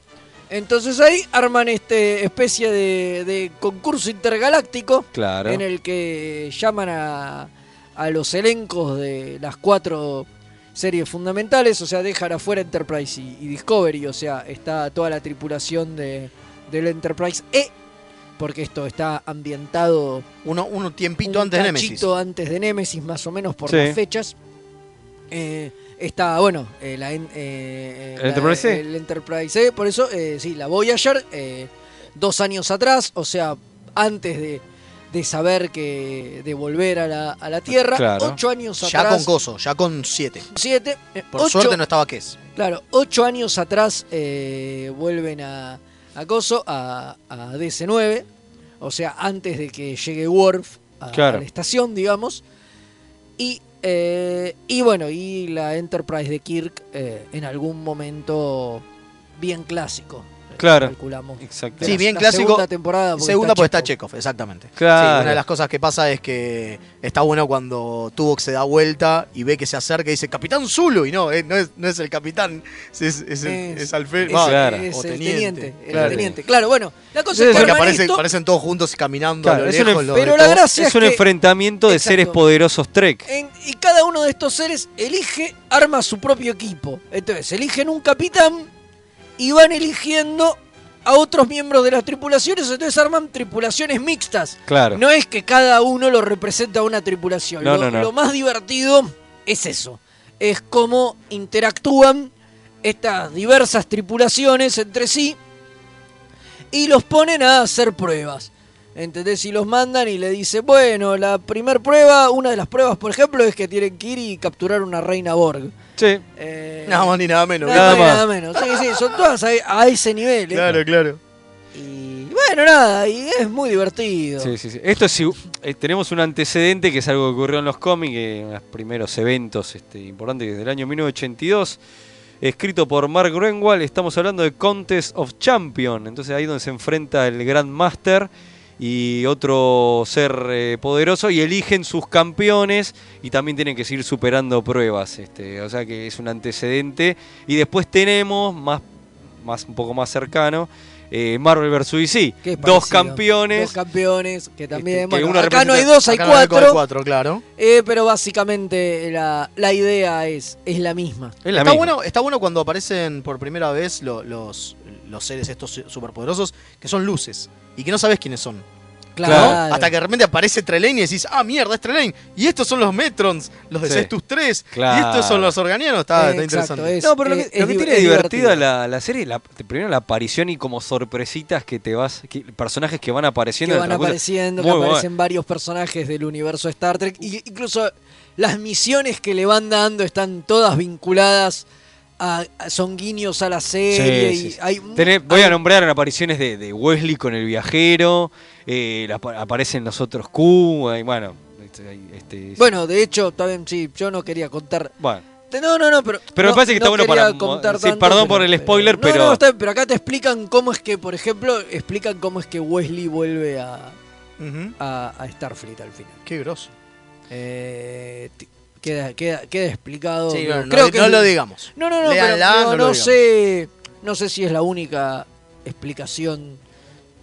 Speaker 2: Entonces ahí arman este especie de, de concurso intergaláctico
Speaker 4: Claro.
Speaker 2: en el que llaman a, a los elencos de las cuatro series fundamentales, o sea, dejan afuera Enterprise y, y Discovery, o sea, está toda la tripulación de, del Enterprise E, porque esto está ambientado
Speaker 3: Uno, uno tiempito
Speaker 2: un
Speaker 3: antes de Nemesis.
Speaker 2: cachito antes de Nemesis, más o menos por
Speaker 4: Sí.
Speaker 2: las fechas. Eh, está, bueno, eh, la, en- eh, eh,
Speaker 4: ¿El
Speaker 2: la-
Speaker 4: Enterprise E?
Speaker 2: el Enterprise E, por eso, eh, sí, la Voyager, eh, dos años atrás, o sea, antes de, de saber que de volver a la, a la Tierra,
Speaker 4: Claro.
Speaker 2: ocho años
Speaker 3: Ya con
Speaker 2: atrás,
Speaker 3: coso, ya con siete.
Speaker 2: siete, eh,
Speaker 3: Por
Speaker 2: ocho- Ah,
Speaker 3: suerte no estaba Kess.
Speaker 2: Claro, ocho años atrás eh, vuelven a, a Coso, a, a DC9, o sea, antes de que llegue Worf a,
Speaker 4: Claro.
Speaker 2: a la estación, digamos. Y, eh, y bueno, y la Enterprise de Kirk eh, en algún momento bien clásico. eh,
Speaker 4: Claro.
Speaker 2: Calculamos.
Speaker 4: Exacto.
Speaker 3: Sí,
Speaker 2: La-
Speaker 3: bien
Speaker 2: la
Speaker 3: clásico.
Speaker 2: Segunda temporada. porque
Speaker 3: Segunda pues está
Speaker 2: Chekhov.
Speaker 3: Chekhov, exactamente.
Speaker 4: Claro.
Speaker 3: Sí, una de las cosas que pasa es que está bueno cuando Tuvok se da vuelta y ve que se acerca y dice, Capitán Zulu. Y no, eh, no, es, no es el capitán, es, es, es el,
Speaker 2: Es-
Speaker 3: es Alfe-
Speaker 2: es-
Speaker 3: va,
Speaker 4: claro.
Speaker 2: es
Speaker 3: o
Speaker 2: el
Speaker 3: teniente.
Speaker 2: teniente. el
Speaker 4: claro.
Speaker 2: teniente. Claro, bueno, la cosa
Speaker 4: Ese
Speaker 2: es
Speaker 4: es
Speaker 2: que
Speaker 4: el
Speaker 3: Porque
Speaker 2: arman
Speaker 3: aparece-
Speaker 2: esto,
Speaker 3: aparecen todos juntos caminando
Speaker 4: Claro,
Speaker 3: a lo
Speaker 4: es un
Speaker 3: lejos.
Speaker 4: enf-
Speaker 3: los
Speaker 2: pero
Speaker 3: de
Speaker 2: la
Speaker 3: todos.
Speaker 2: gracia es
Speaker 4: es un
Speaker 2: que-
Speaker 4: enfrentamiento de
Speaker 2: Exacto. Eh,
Speaker 4: seres poderosos Trek.
Speaker 2: En- y cada uno de estos seres elige, arma su propio equipo. Entonces, eligen un capitán y van eligiendo a otros miembros de las tripulaciones. Entonces, arman tripulaciones mixtas.
Speaker 4: Claro.
Speaker 2: No es que cada uno lo representa a una tripulación.
Speaker 4: No,
Speaker 2: lo,
Speaker 4: no, no.
Speaker 2: lo más divertido es eso. Es cómo interactúan estas diversas tripulaciones entre sí y los ponen a hacer pruebas. ¿Entendés? Y los mandan y le dicen, bueno, la primer prueba, una de las pruebas, por ejemplo, es que tienen que ir y capturar una reina Borg.
Speaker 4: Sí.
Speaker 2: Eh,
Speaker 3: Nada más ni nada menos.
Speaker 2: nada
Speaker 4: nada
Speaker 2: más,
Speaker 4: más.
Speaker 2: nada menos. Sí, sí, son todas a, a ese nivel. ¿eh?
Speaker 3: Claro, claro.
Speaker 2: Y bueno, nada, y es muy divertido.
Speaker 4: Sí, sí, sí. Esto es, si- eh, tenemos un antecedente que es algo que ocurrió en los cómics, eh, en los primeros eventos este, importantes desde el año 1982, escrito por Mark Greenwald, estamos hablando de Contest of Champion, entonces ahí donde se enfrenta el Grand Master y otro ser eh, poderoso y eligen sus campeones y también tienen que seguir superando pruebas. Este, o sea que es un antecedente. Y después tenemos, más, más un poco más cercano, eh, Marvel vs. DC.
Speaker 2: que es
Speaker 4: Dos
Speaker 2: parecido.
Speaker 4: campeones.
Speaker 2: Dos campeones, que también.
Speaker 4: Este, que
Speaker 2: bueno,
Speaker 4: uno
Speaker 2: acá no hay
Speaker 4: representa-
Speaker 2: dos, hay
Speaker 3: Acá no hay
Speaker 2: cuatro.
Speaker 3: cuatro, claro.
Speaker 2: eh, pero básicamente la, la idea es, es la misma.
Speaker 4: Es la
Speaker 3: Está
Speaker 4: misma.
Speaker 3: bueno, está bueno cuando aparecen por primera vez lo- los, los seres estos su- superpoderosos que son luces y que no sabes quiénes son.
Speaker 2: Claro.
Speaker 3: Hasta que de repente aparece Trelane y decís, ah, mierda, es Trelane. Y estos son los Metrons, los de
Speaker 4: Sí.
Speaker 3: Cestus 3. Y
Speaker 4: Claro.
Speaker 3: estos son los organianos. Está,
Speaker 2: Eh,
Speaker 3: está
Speaker 2: exacto,
Speaker 3: interesante.
Speaker 2: es- eh,
Speaker 4: no, pero lo que,
Speaker 2: es-
Speaker 4: lo que
Speaker 2: es
Speaker 4: tiene
Speaker 2: div- es
Speaker 4: divertida
Speaker 2: divertido.
Speaker 4: la, la serie es la, primero la aparición y como sorpresitas que te vas, que- personajes que van apareciendo.
Speaker 2: que
Speaker 4: en
Speaker 2: van
Speaker 4: el transcurso.
Speaker 2: apareciendo,
Speaker 4: Muy
Speaker 2: que
Speaker 4: bueno.
Speaker 2: aparecen varios personajes del universo Star Trek. Y incluso las misiones que le van dando están todas vinculadas a. a- son guiños a la serie.
Speaker 4: Sí,
Speaker 2: y
Speaker 4: sí, sí.
Speaker 2: Hay,
Speaker 4: Tené- voy
Speaker 2: hay-
Speaker 4: a nombrar apariciones de, de Wesley con el viajero, eh, la- aparecen los otros Q, eh, bueno, este, hay- este,
Speaker 2: Bueno, de hecho, también sí, yo no quería contar.
Speaker 4: bueno,
Speaker 2: Te- No, no, no, pero.
Speaker 4: Pero me
Speaker 2: no-
Speaker 4: parece que está
Speaker 2: no
Speaker 4: bueno
Speaker 2: quería
Speaker 4: para mo-
Speaker 2: contar
Speaker 4: sí,
Speaker 2: tanto,
Speaker 4: perdón por el spoiler,
Speaker 2: no,
Speaker 4: pero-
Speaker 2: No, está bien, pero acá te explican cómo es que, por ejemplo, explican cómo es que Wesley vuelve a,
Speaker 3: Ujú.
Speaker 2: a- a Starfleet al final.
Speaker 3: Qué groso.
Speaker 2: Eh, ti- queda, queda, queda explicado.
Speaker 3: Sí,
Speaker 2: digo,
Speaker 3: no,
Speaker 2: creo
Speaker 3: no-
Speaker 2: que
Speaker 3: no
Speaker 2: es-
Speaker 3: lo digamos.
Speaker 2: No, no, no, pero,
Speaker 3: Léanla,
Speaker 2: digo,
Speaker 3: no lo
Speaker 2: no,
Speaker 3: digamos.
Speaker 2: sé, no sé si es la única explicación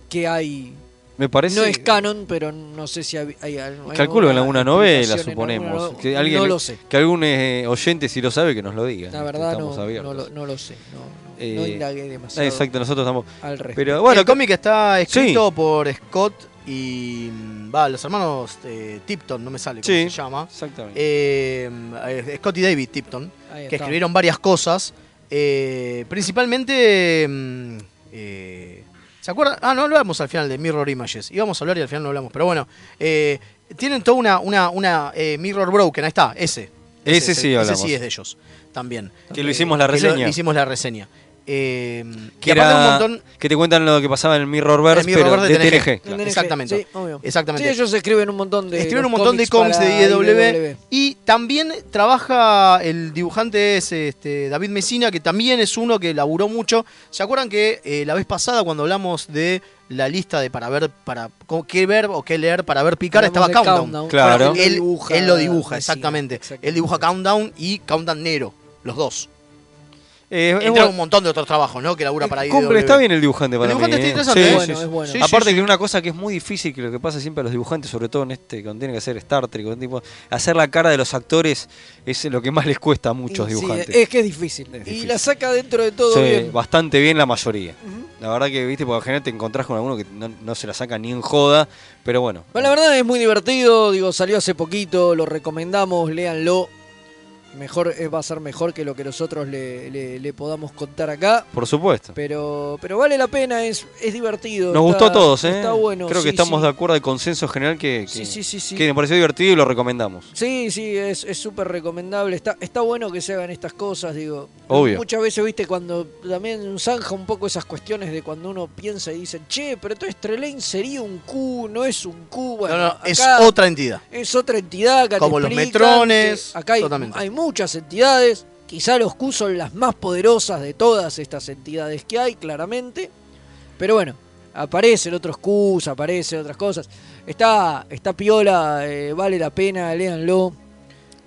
Speaker 2: que hay.
Speaker 4: me parece...
Speaker 2: No es canon, pero no sé si hay, hay algo-
Speaker 4: Calculo en alguna novela,
Speaker 2: explicación, en alguna
Speaker 4: suponemos.
Speaker 2: no-
Speaker 4: que alguien,
Speaker 2: no lo sé.
Speaker 4: Que algún eh, oyente, si lo sabe, que nos lo diga.
Speaker 2: La verdad no,
Speaker 4: Estamos
Speaker 2: no,
Speaker 4: abiertos.
Speaker 2: lo, no lo sé. No, no-
Speaker 4: Eh,
Speaker 2: no indagué demasiado
Speaker 4: Exacto, nosotros estamos...
Speaker 2: al respecto.
Speaker 4: Pero bueno,
Speaker 3: el cómic está escrito
Speaker 4: Sí.
Speaker 3: por Scott y. mm, Va, los hermanos eh, Tipton, no me sale cómo
Speaker 4: Sí.
Speaker 3: se llama.
Speaker 4: Exactamente.
Speaker 3: Eh, eh, Scott y David Tipton,
Speaker 2: Ahí
Speaker 3: que
Speaker 2: está.
Speaker 3: escribieron varias cosas. eh, principalmente. mm, eh, ¿Se acuerdan? Ah, no hablamos al final de Mirror Images. Íbamos a hablar y al final no hablamos. Pero bueno, eh, tienen toda una, una, una eh, Mirror Broken. Ahí está, ese.
Speaker 4: Ese sí
Speaker 3: ese,
Speaker 4: hablamos.
Speaker 3: sí es de ellos también.
Speaker 4: Que lo hicimos la
Speaker 3: que lo-
Speaker 4: reseña.
Speaker 3: hicimos la reseña. Eh,
Speaker 4: que,
Speaker 3: y aparte
Speaker 4: era-
Speaker 3: un montón.
Speaker 4: que te cuentan lo que pasaba en el Mirrorverse,
Speaker 3: El Mirrorverse
Speaker 4: pero
Speaker 3: de
Speaker 4: de TNG.
Speaker 3: TNG.
Speaker 2: En
Speaker 4: claro.
Speaker 2: NG,
Speaker 3: exactamente.
Speaker 2: Sí, obvio.
Speaker 3: Exactamente.
Speaker 2: Sí, ellos escriben un montón de.
Speaker 3: Escriben un
Speaker 2: los
Speaker 3: montón de cómics de
Speaker 2: para
Speaker 3: IDW. Y también trabaja el dibujante es este, David Messina, que también es uno que laburó mucho. ¿Se acuerdan que eh, la vez pasada cuando hablamos de la lista de para ver, para co- qué ver o qué leer para ver picar,
Speaker 2: Hablamos de
Speaker 3: estaba Countdown?
Speaker 4: Claro.
Speaker 2: Bueno,
Speaker 3: Él, él lo dibuja,
Speaker 2: Messina,
Speaker 3: exactamente. Él dibuja Countdown y Countdown Nero, los dos.
Speaker 4: Eh, es
Speaker 3: Entra
Speaker 4: bueno.
Speaker 3: un montón de otros trabajos, ¿no? Que labura para IDW.
Speaker 4: Cumple, está bien el dibujante para
Speaker 3: El dibujante
Speaker 4: mí,
Speaker 3: está
Speaker 4: ¿eh?
Speaker 3: interesante,
Speaker 4: Sí,
Speaker 3: ¿eh?
Speaker 2: Bueno,
Speaker 4: sí, sí.
Speaker 2: es bueno.
Speaker 3: Sí,
Speaker 4: Aparte que una cosa que es muy difícil, que lo que pasa siempre a los dibujantes, sobre todo en este, cuando tienen que hacer Star Trek, cuando tipo, hacer la cara de los actores es lo que más les cuesta a muchos
Speaker 2: Y sí,
Speaker 4: dibujantes.
Speaker 3: eh,
Speaker 2: es que es difícil. Y
Speaker 4: difícil.
Speaker 2: la saca dentro de todo
Speaker 4: Sí,
Speaker 2: bien.
Speaker 4: Bastante bien la mayoría.
Speaker 2: Ujú.
Speaker 4: La verdad que, viste, porque al general te encontrás con alguno que no, no se la saca ni en joda, pero bueno.
Speaker 2: Bueno, la verdad es muy divertido, digo, salió hace poquito, lo recomendamos, léanlo. Mejor, eh, va a ser mejor que lo que nosotros le, le- le podamos contar acá.
Speaker 4: Por supuesto.
Speaker 2: Pero, pero vale la pena, es, es divertido.
Speaker 4: Nos
Speaker 2: está-
Speaker 4: gustó a todos, ¿eh?
Speaker 2: Está bueno.
Speaker 4: Creo
Speaker 2: sí,
Speaker 4: que estamos
Speaker 2: sí.
Speaker 4: de acuerdo, de consenso general que, que,
Speaker 2: Sí, sí, sí, sí.
Speaker 4: que me pareció divertido y lo recomendamos.
Speaker 2: Sí, sí, es es súper recomendable. Está, está bueno que se hagan estas cosas, digo.
Speaker 4: Obvio.
Speaker 2: Muchas veces, viste, cuando también zanja un poco esas cuestiones de cuando uno piensa y dice, che, pero entonces Trelane sería un Q, no es un Q.
Speaker 3: No,
Speaker 2: Bueno,
Speaker 3: no, es
Speaker 2: acá
Speaker 3: otra entidad.
Speaker 2: es otra entidad. Acá te
Speaker 3: Como los
Speaker 2: explican
Speaker 3: metrones,
Speaker 2: que Acá hay,
Speaker 3: totalmente.
Speaker 2: hay muchas entidades. Quizá los Q son las más poderosas de todas estas entidades que hay, claramente. Pero bueno, aparecen otros Qs, aparecen otras cosas. Está, está piola, eh, vale la pena, léanlo.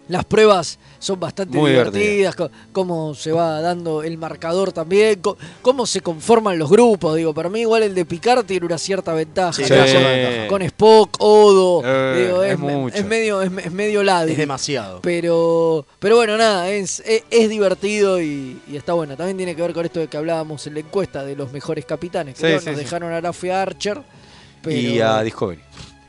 Speaker 2: Las pruebas son bastante
Speaker 4: Muy
Speaker 2: divertidas, co- cómo se va dando el marcador también, co- cómo se conforman los grupos. Digo, para mí igual el de Picard tiene una cierta ventaja.
Speaker 3: Sí,
Speaker 2: ¿no?
Speaker 3: tiene una cierta
Speaker 2: Con-
Speaker 3: ventaja.
Speaker 2: Con Spock, Odo,
Speaker 4: Eh,
Speaker 2: digo, es,
Speaker 4: es mucho.
Speaker 2: es medio, es, es medio labio.
Speaker 3: Es demasiado.
Speaker 2: Pero, pero bueno, nada, es, es, es divertido y, y está bueno. También tiene que ver con esto de que hablábamos en la encuesta de los mejores capitanes.
Speaker 4: Sí,
Speaker 2: Creo
Speaker 4: sí,
Speaker 2: nos
Speaker 4: sí.
Speaker 2: dejaron a Rafi Archer pero-
Speaker 4: Y a Discovery.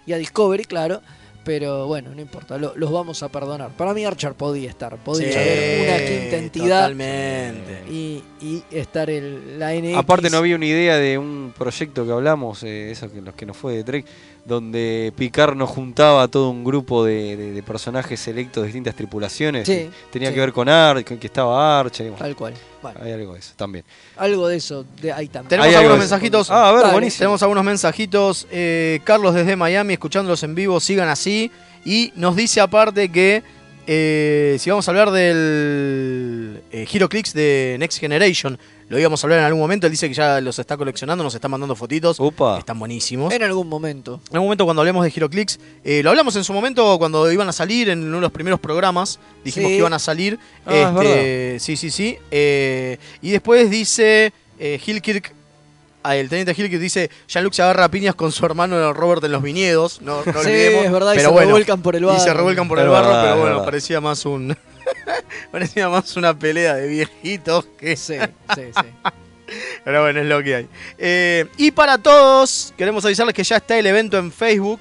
Speaker 2: y a Discovery, claro. Pero bueno, no importa, lo- los vamos a perdonar. Para mí Archer podía estar, podía
Speaker 3: Sí,
Speaker 2: haber una quinta entidad
Speaker 3: Totalmente.
Speaker 2: y, y estar el, la NX.
Speaker 4: Aparte no había una idea de un proyecto que hablamos, eh, eso que los que nos fue de Trek, donde Picard nos juntaba a todo un grupo de, de- de personajes selectos de distintas tripulaciones.
Speaker 2: Sí,
Speaker 4: Tenía
Speaker 2: sí.
Speaker 4: que ver con Archer, que estaba Archer, y bueno,
Speaker 2: Tal cual. Bueno,
Speaker 4: hay algo de eso también.
Speaker 2: algo de eso de ahí también.
Speaker 3: Tenemos
Speaker 4: Hay algo
Speaker 3: algunos
Speaker 4: de eso.
Speaker 3: mensajitos.
Speaker 4: Ah, a ver,
Speaker 2: Dale.
Speaker 4: buenísimo.
Speaker 3: Tenemos algunos mensajitos. Eh, Carlos desde Miami, escuchándolos en vivo, sigan así. Y nos dice aparte que eh, si vamos a hablar del eh, Hero Clicks de Next Generation, lo íbamos a hablar en algún momento. Él dice que ya los está coleccionando, nos está mandando fotitos.
Speaker 4: Upa.
Speaker 3: Están buenísimos.
Speaker 2: En algún momento.
Speaker 3: En algún momento cuando hablemos de Giroclix, eh, lo hablamos en su momento cuando iban a salir en uno de los primeros programas, dijimos
Speaker 2: Sí.
Speaker 3: que iban a salir.
Speaker 4: Ah, es
Speaker 3: Este, sí, sí, sí. Eh, y después dice eh, Hilkirk, ah, el teniente Hilkirk dice, Jean-Luc se agarra a piñas con su hermano Robert en los viñedos, no, no
Speaker 2: Sí,
Speaker 3: olvidemos.
Speaker 2: es verdad, y
Speaker 3: pero
Speaker 2: se
Speaker 3: bueno,
Speaker 2: revuelcan por el
Speaker 3: Y se
Speaker 2: barro.
Speaker 3: revuelcan por
Speaker 4: Es
Speaker 3: el barro,
Speaker 4: verdad, es
Speaker 3: pero bueno,
Speaker 4: verdad.
Speaker 3: parecía más un... parecía más una pelea de viejitos que...
Speaker 2: Sí, sí, sí.
Speaker 3: Pero bueno, es lo que hay. Eh, y para todos, queremos avisarles que ya está el evento en Facebook.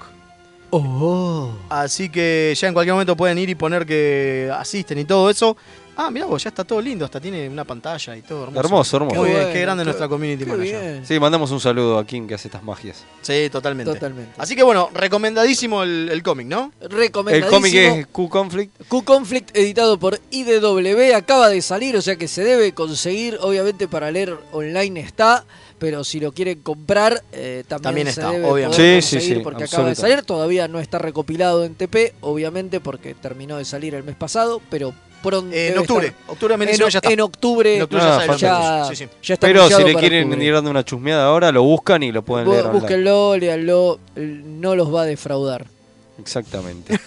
Speaker 2: Oh.
Speaker 3: Así que ya en cualquier momento pueden ir y poner que asisten y todo eso. Ah, mirá vos, ya está todo lindo, hasta tiene una pantalla y todo hermoso.
Speaker 4: Hermoso,
Speaker 3: Muy
Speaker 4: hermoso.
Speaker 3: bien, qué grande nuestra community
Speaker 2: qué
Speaker 3: manager.
Speaker 2: bien.
Speaker 4: Sí, mandamos un saludo a Kim que hace estas magias.
Speaker 3: Sí, totalmente.
Speaker 2: Totalmente.
Speaker 3: Así que bueno, recomendadísimo el, el cómic, ¿no?
Speaker 4: El
Speaker 2: Recomendadísimo.
Speaker 4: cómic es Q-Conflict.
Speaker 2: Q-Conflict, editado por IDW, acaba de salir, o sea que se debe conseguir. Obviamente, para leer online está, pero si lo quieren comprar, eh, también,
Speaker 3: También
Speaker 2: se
Speaker 3: está,
Speaker 2: debe
Speaker 3: obviamente.
Speaker 2: poder
Speaker 4: Sí, sí,
Speaker 2: conseguir
Speaker 4: sí,
Speaker 2: porque acaba de
Speaker 4: absoluta.
Speaker 2: salir. Todavía no está recopilado en TP, obviamente, porque terminó de salir el mes pasado, pero pronto.
Speaker 3: Eh, en
Speaker 2: debe
Speaker 3: octubre.
Speaker 2: estar-
Speaker 3: Octubre de
Speaker 2: En,
Speaker 3: 2019 ya está.
Speaker 2: en octubre,
Speaker 3: En octubre
Speaker 4: ya
Speaker 2: ya,
Speaker 4: sale.
Speaker 2: ya-
Speaker 3: Sí, sí.
Speaker 2: ya está
Speaker 4: Pero si
Speaker 2: anunciado
Speaker 4: le
Speaker 2: para
Speaker 4: quieren
Speaker 2: octubre.
Speaker 4: ir dando una chusmeada ahora, lo buscan y lo pueden
Speaker 2: Bu-
Speaker 4: leer online.
Speaker 2: Búsquenlo, léanlo, l- no los va a defraudar.
Speaker 4: Exactamente.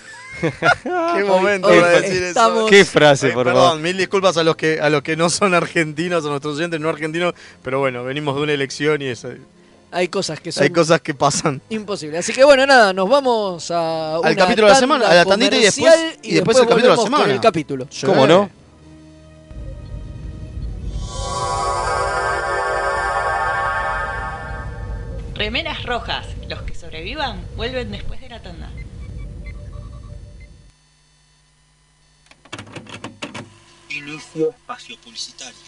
Speaker 3: Qué
Speaker 2: hoy
Speaker 3: para decir eso.
Speaker 2: estamos-
Speaker 4: Qué frase,
Speaker 3: Ay,
Speaker 4: por
Speaker 3: perdón,
Speaker 4: favor.
Speaker 3: mil disculpas a los que a los que no son argentinos, a nuestros oyentes no argentinos, pero bueno, venimos de una elección y es-
Speaker 2: Hay cosas que son
Speaker 3: hay cosas que pasan.
Speaker 2: Imposible. Así que bueno, nada, nos vamos a una
Speaker 3: Al capítulo de la semana, a la
Speaker 2: tanda
Speaker 3: tandita y después-
Speaker 2: comercial
Speaker 3: y después el capítulo de la
Speaker 2: volvemos con
Speaker 3: semana.
Speaker 2: el capítulo.
Speaker 4: ¿Cómo no?
Speaker 5: Remeras rojas. Los que sobrevivan vuelven después de la tanda.
Speaker 6: Inicio espacio publicitario.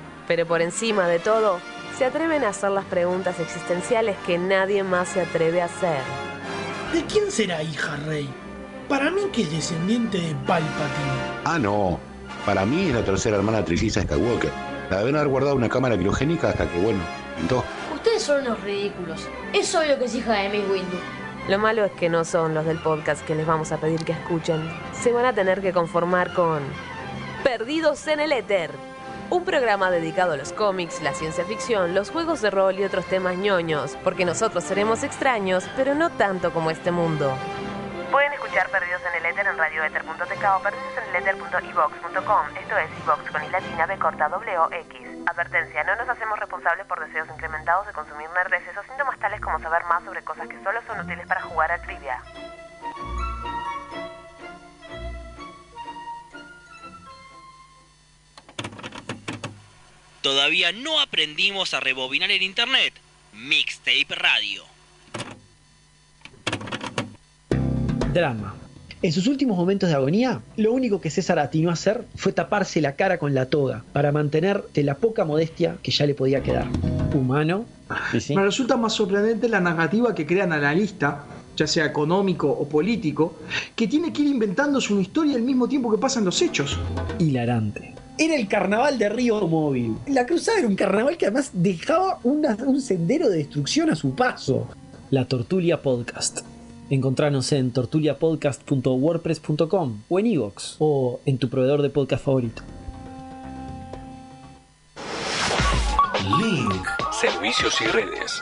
Speaker 7: Pero por encima de todo, se atreven a hacer las preguntas existenciales que nadie más se atreve a hacer.
Speaker 8: ¿De quién será hija Rey? Para mí que es descendiente de Palpatine.
Speaker 9: Ah, no. Para mí es la tercera hermana trilliza Skywalker. La deben haber guardado en una cámara criogénica hasta que, bueno, pintó.
Speaker 10: Ustedes son unos ridículos. Es obvio que es hija de Miss Windu.
Speaker 7: Lo malo es que no son los del podcast que les vamos a pedir que escuchen. Se van a tener que conformar con Perdidos en el Éter. Un programa dedicado a los cómics, la ciencia ficción, los juegos de rol y otros temas ñoños, porque nosotros seremos extraños, pero no tanto como este mundo. Pueden escuchar Perdidos en el Éter en radioether.tk o perdidoseneleter.evox.com, esto es iVox con i latina b corta w o x. Advertencia, no nos hacemos responsables por deseos incrementados de consumir nerdeces o síntomas tales como saber más sobre cosas que solo son útiles para jugar a trivia.
Speaker 6: Todavía no aprendimos a rebobinar el internet. Mixtape Radio.
Speaker 8: Drama. En sus últimos momentos de agonía, lo único que César atinó a hacer fue taparse la cara con la toga para mantener de la poca modestia que ya le podía quedar. Humano.
Speaker 11: Me resulta más sorprendente la narrativa que crean analista, ya sea económico o político, que tiene que ir inventándose una historia al mismo tiempo que pasan los hechos.
Speaker 8: hilarante. Era el carnaval de Río Móvil. La cruzada era un carnaval que además dejaba un sendero de destrucción a su paso. La Tortulia Podcast. Encontranos en tortuliapodcast.wordpress.com o en iVoox o en tu proveedor de podcast favorito.
Speaker 6: Link. Servicios y redes.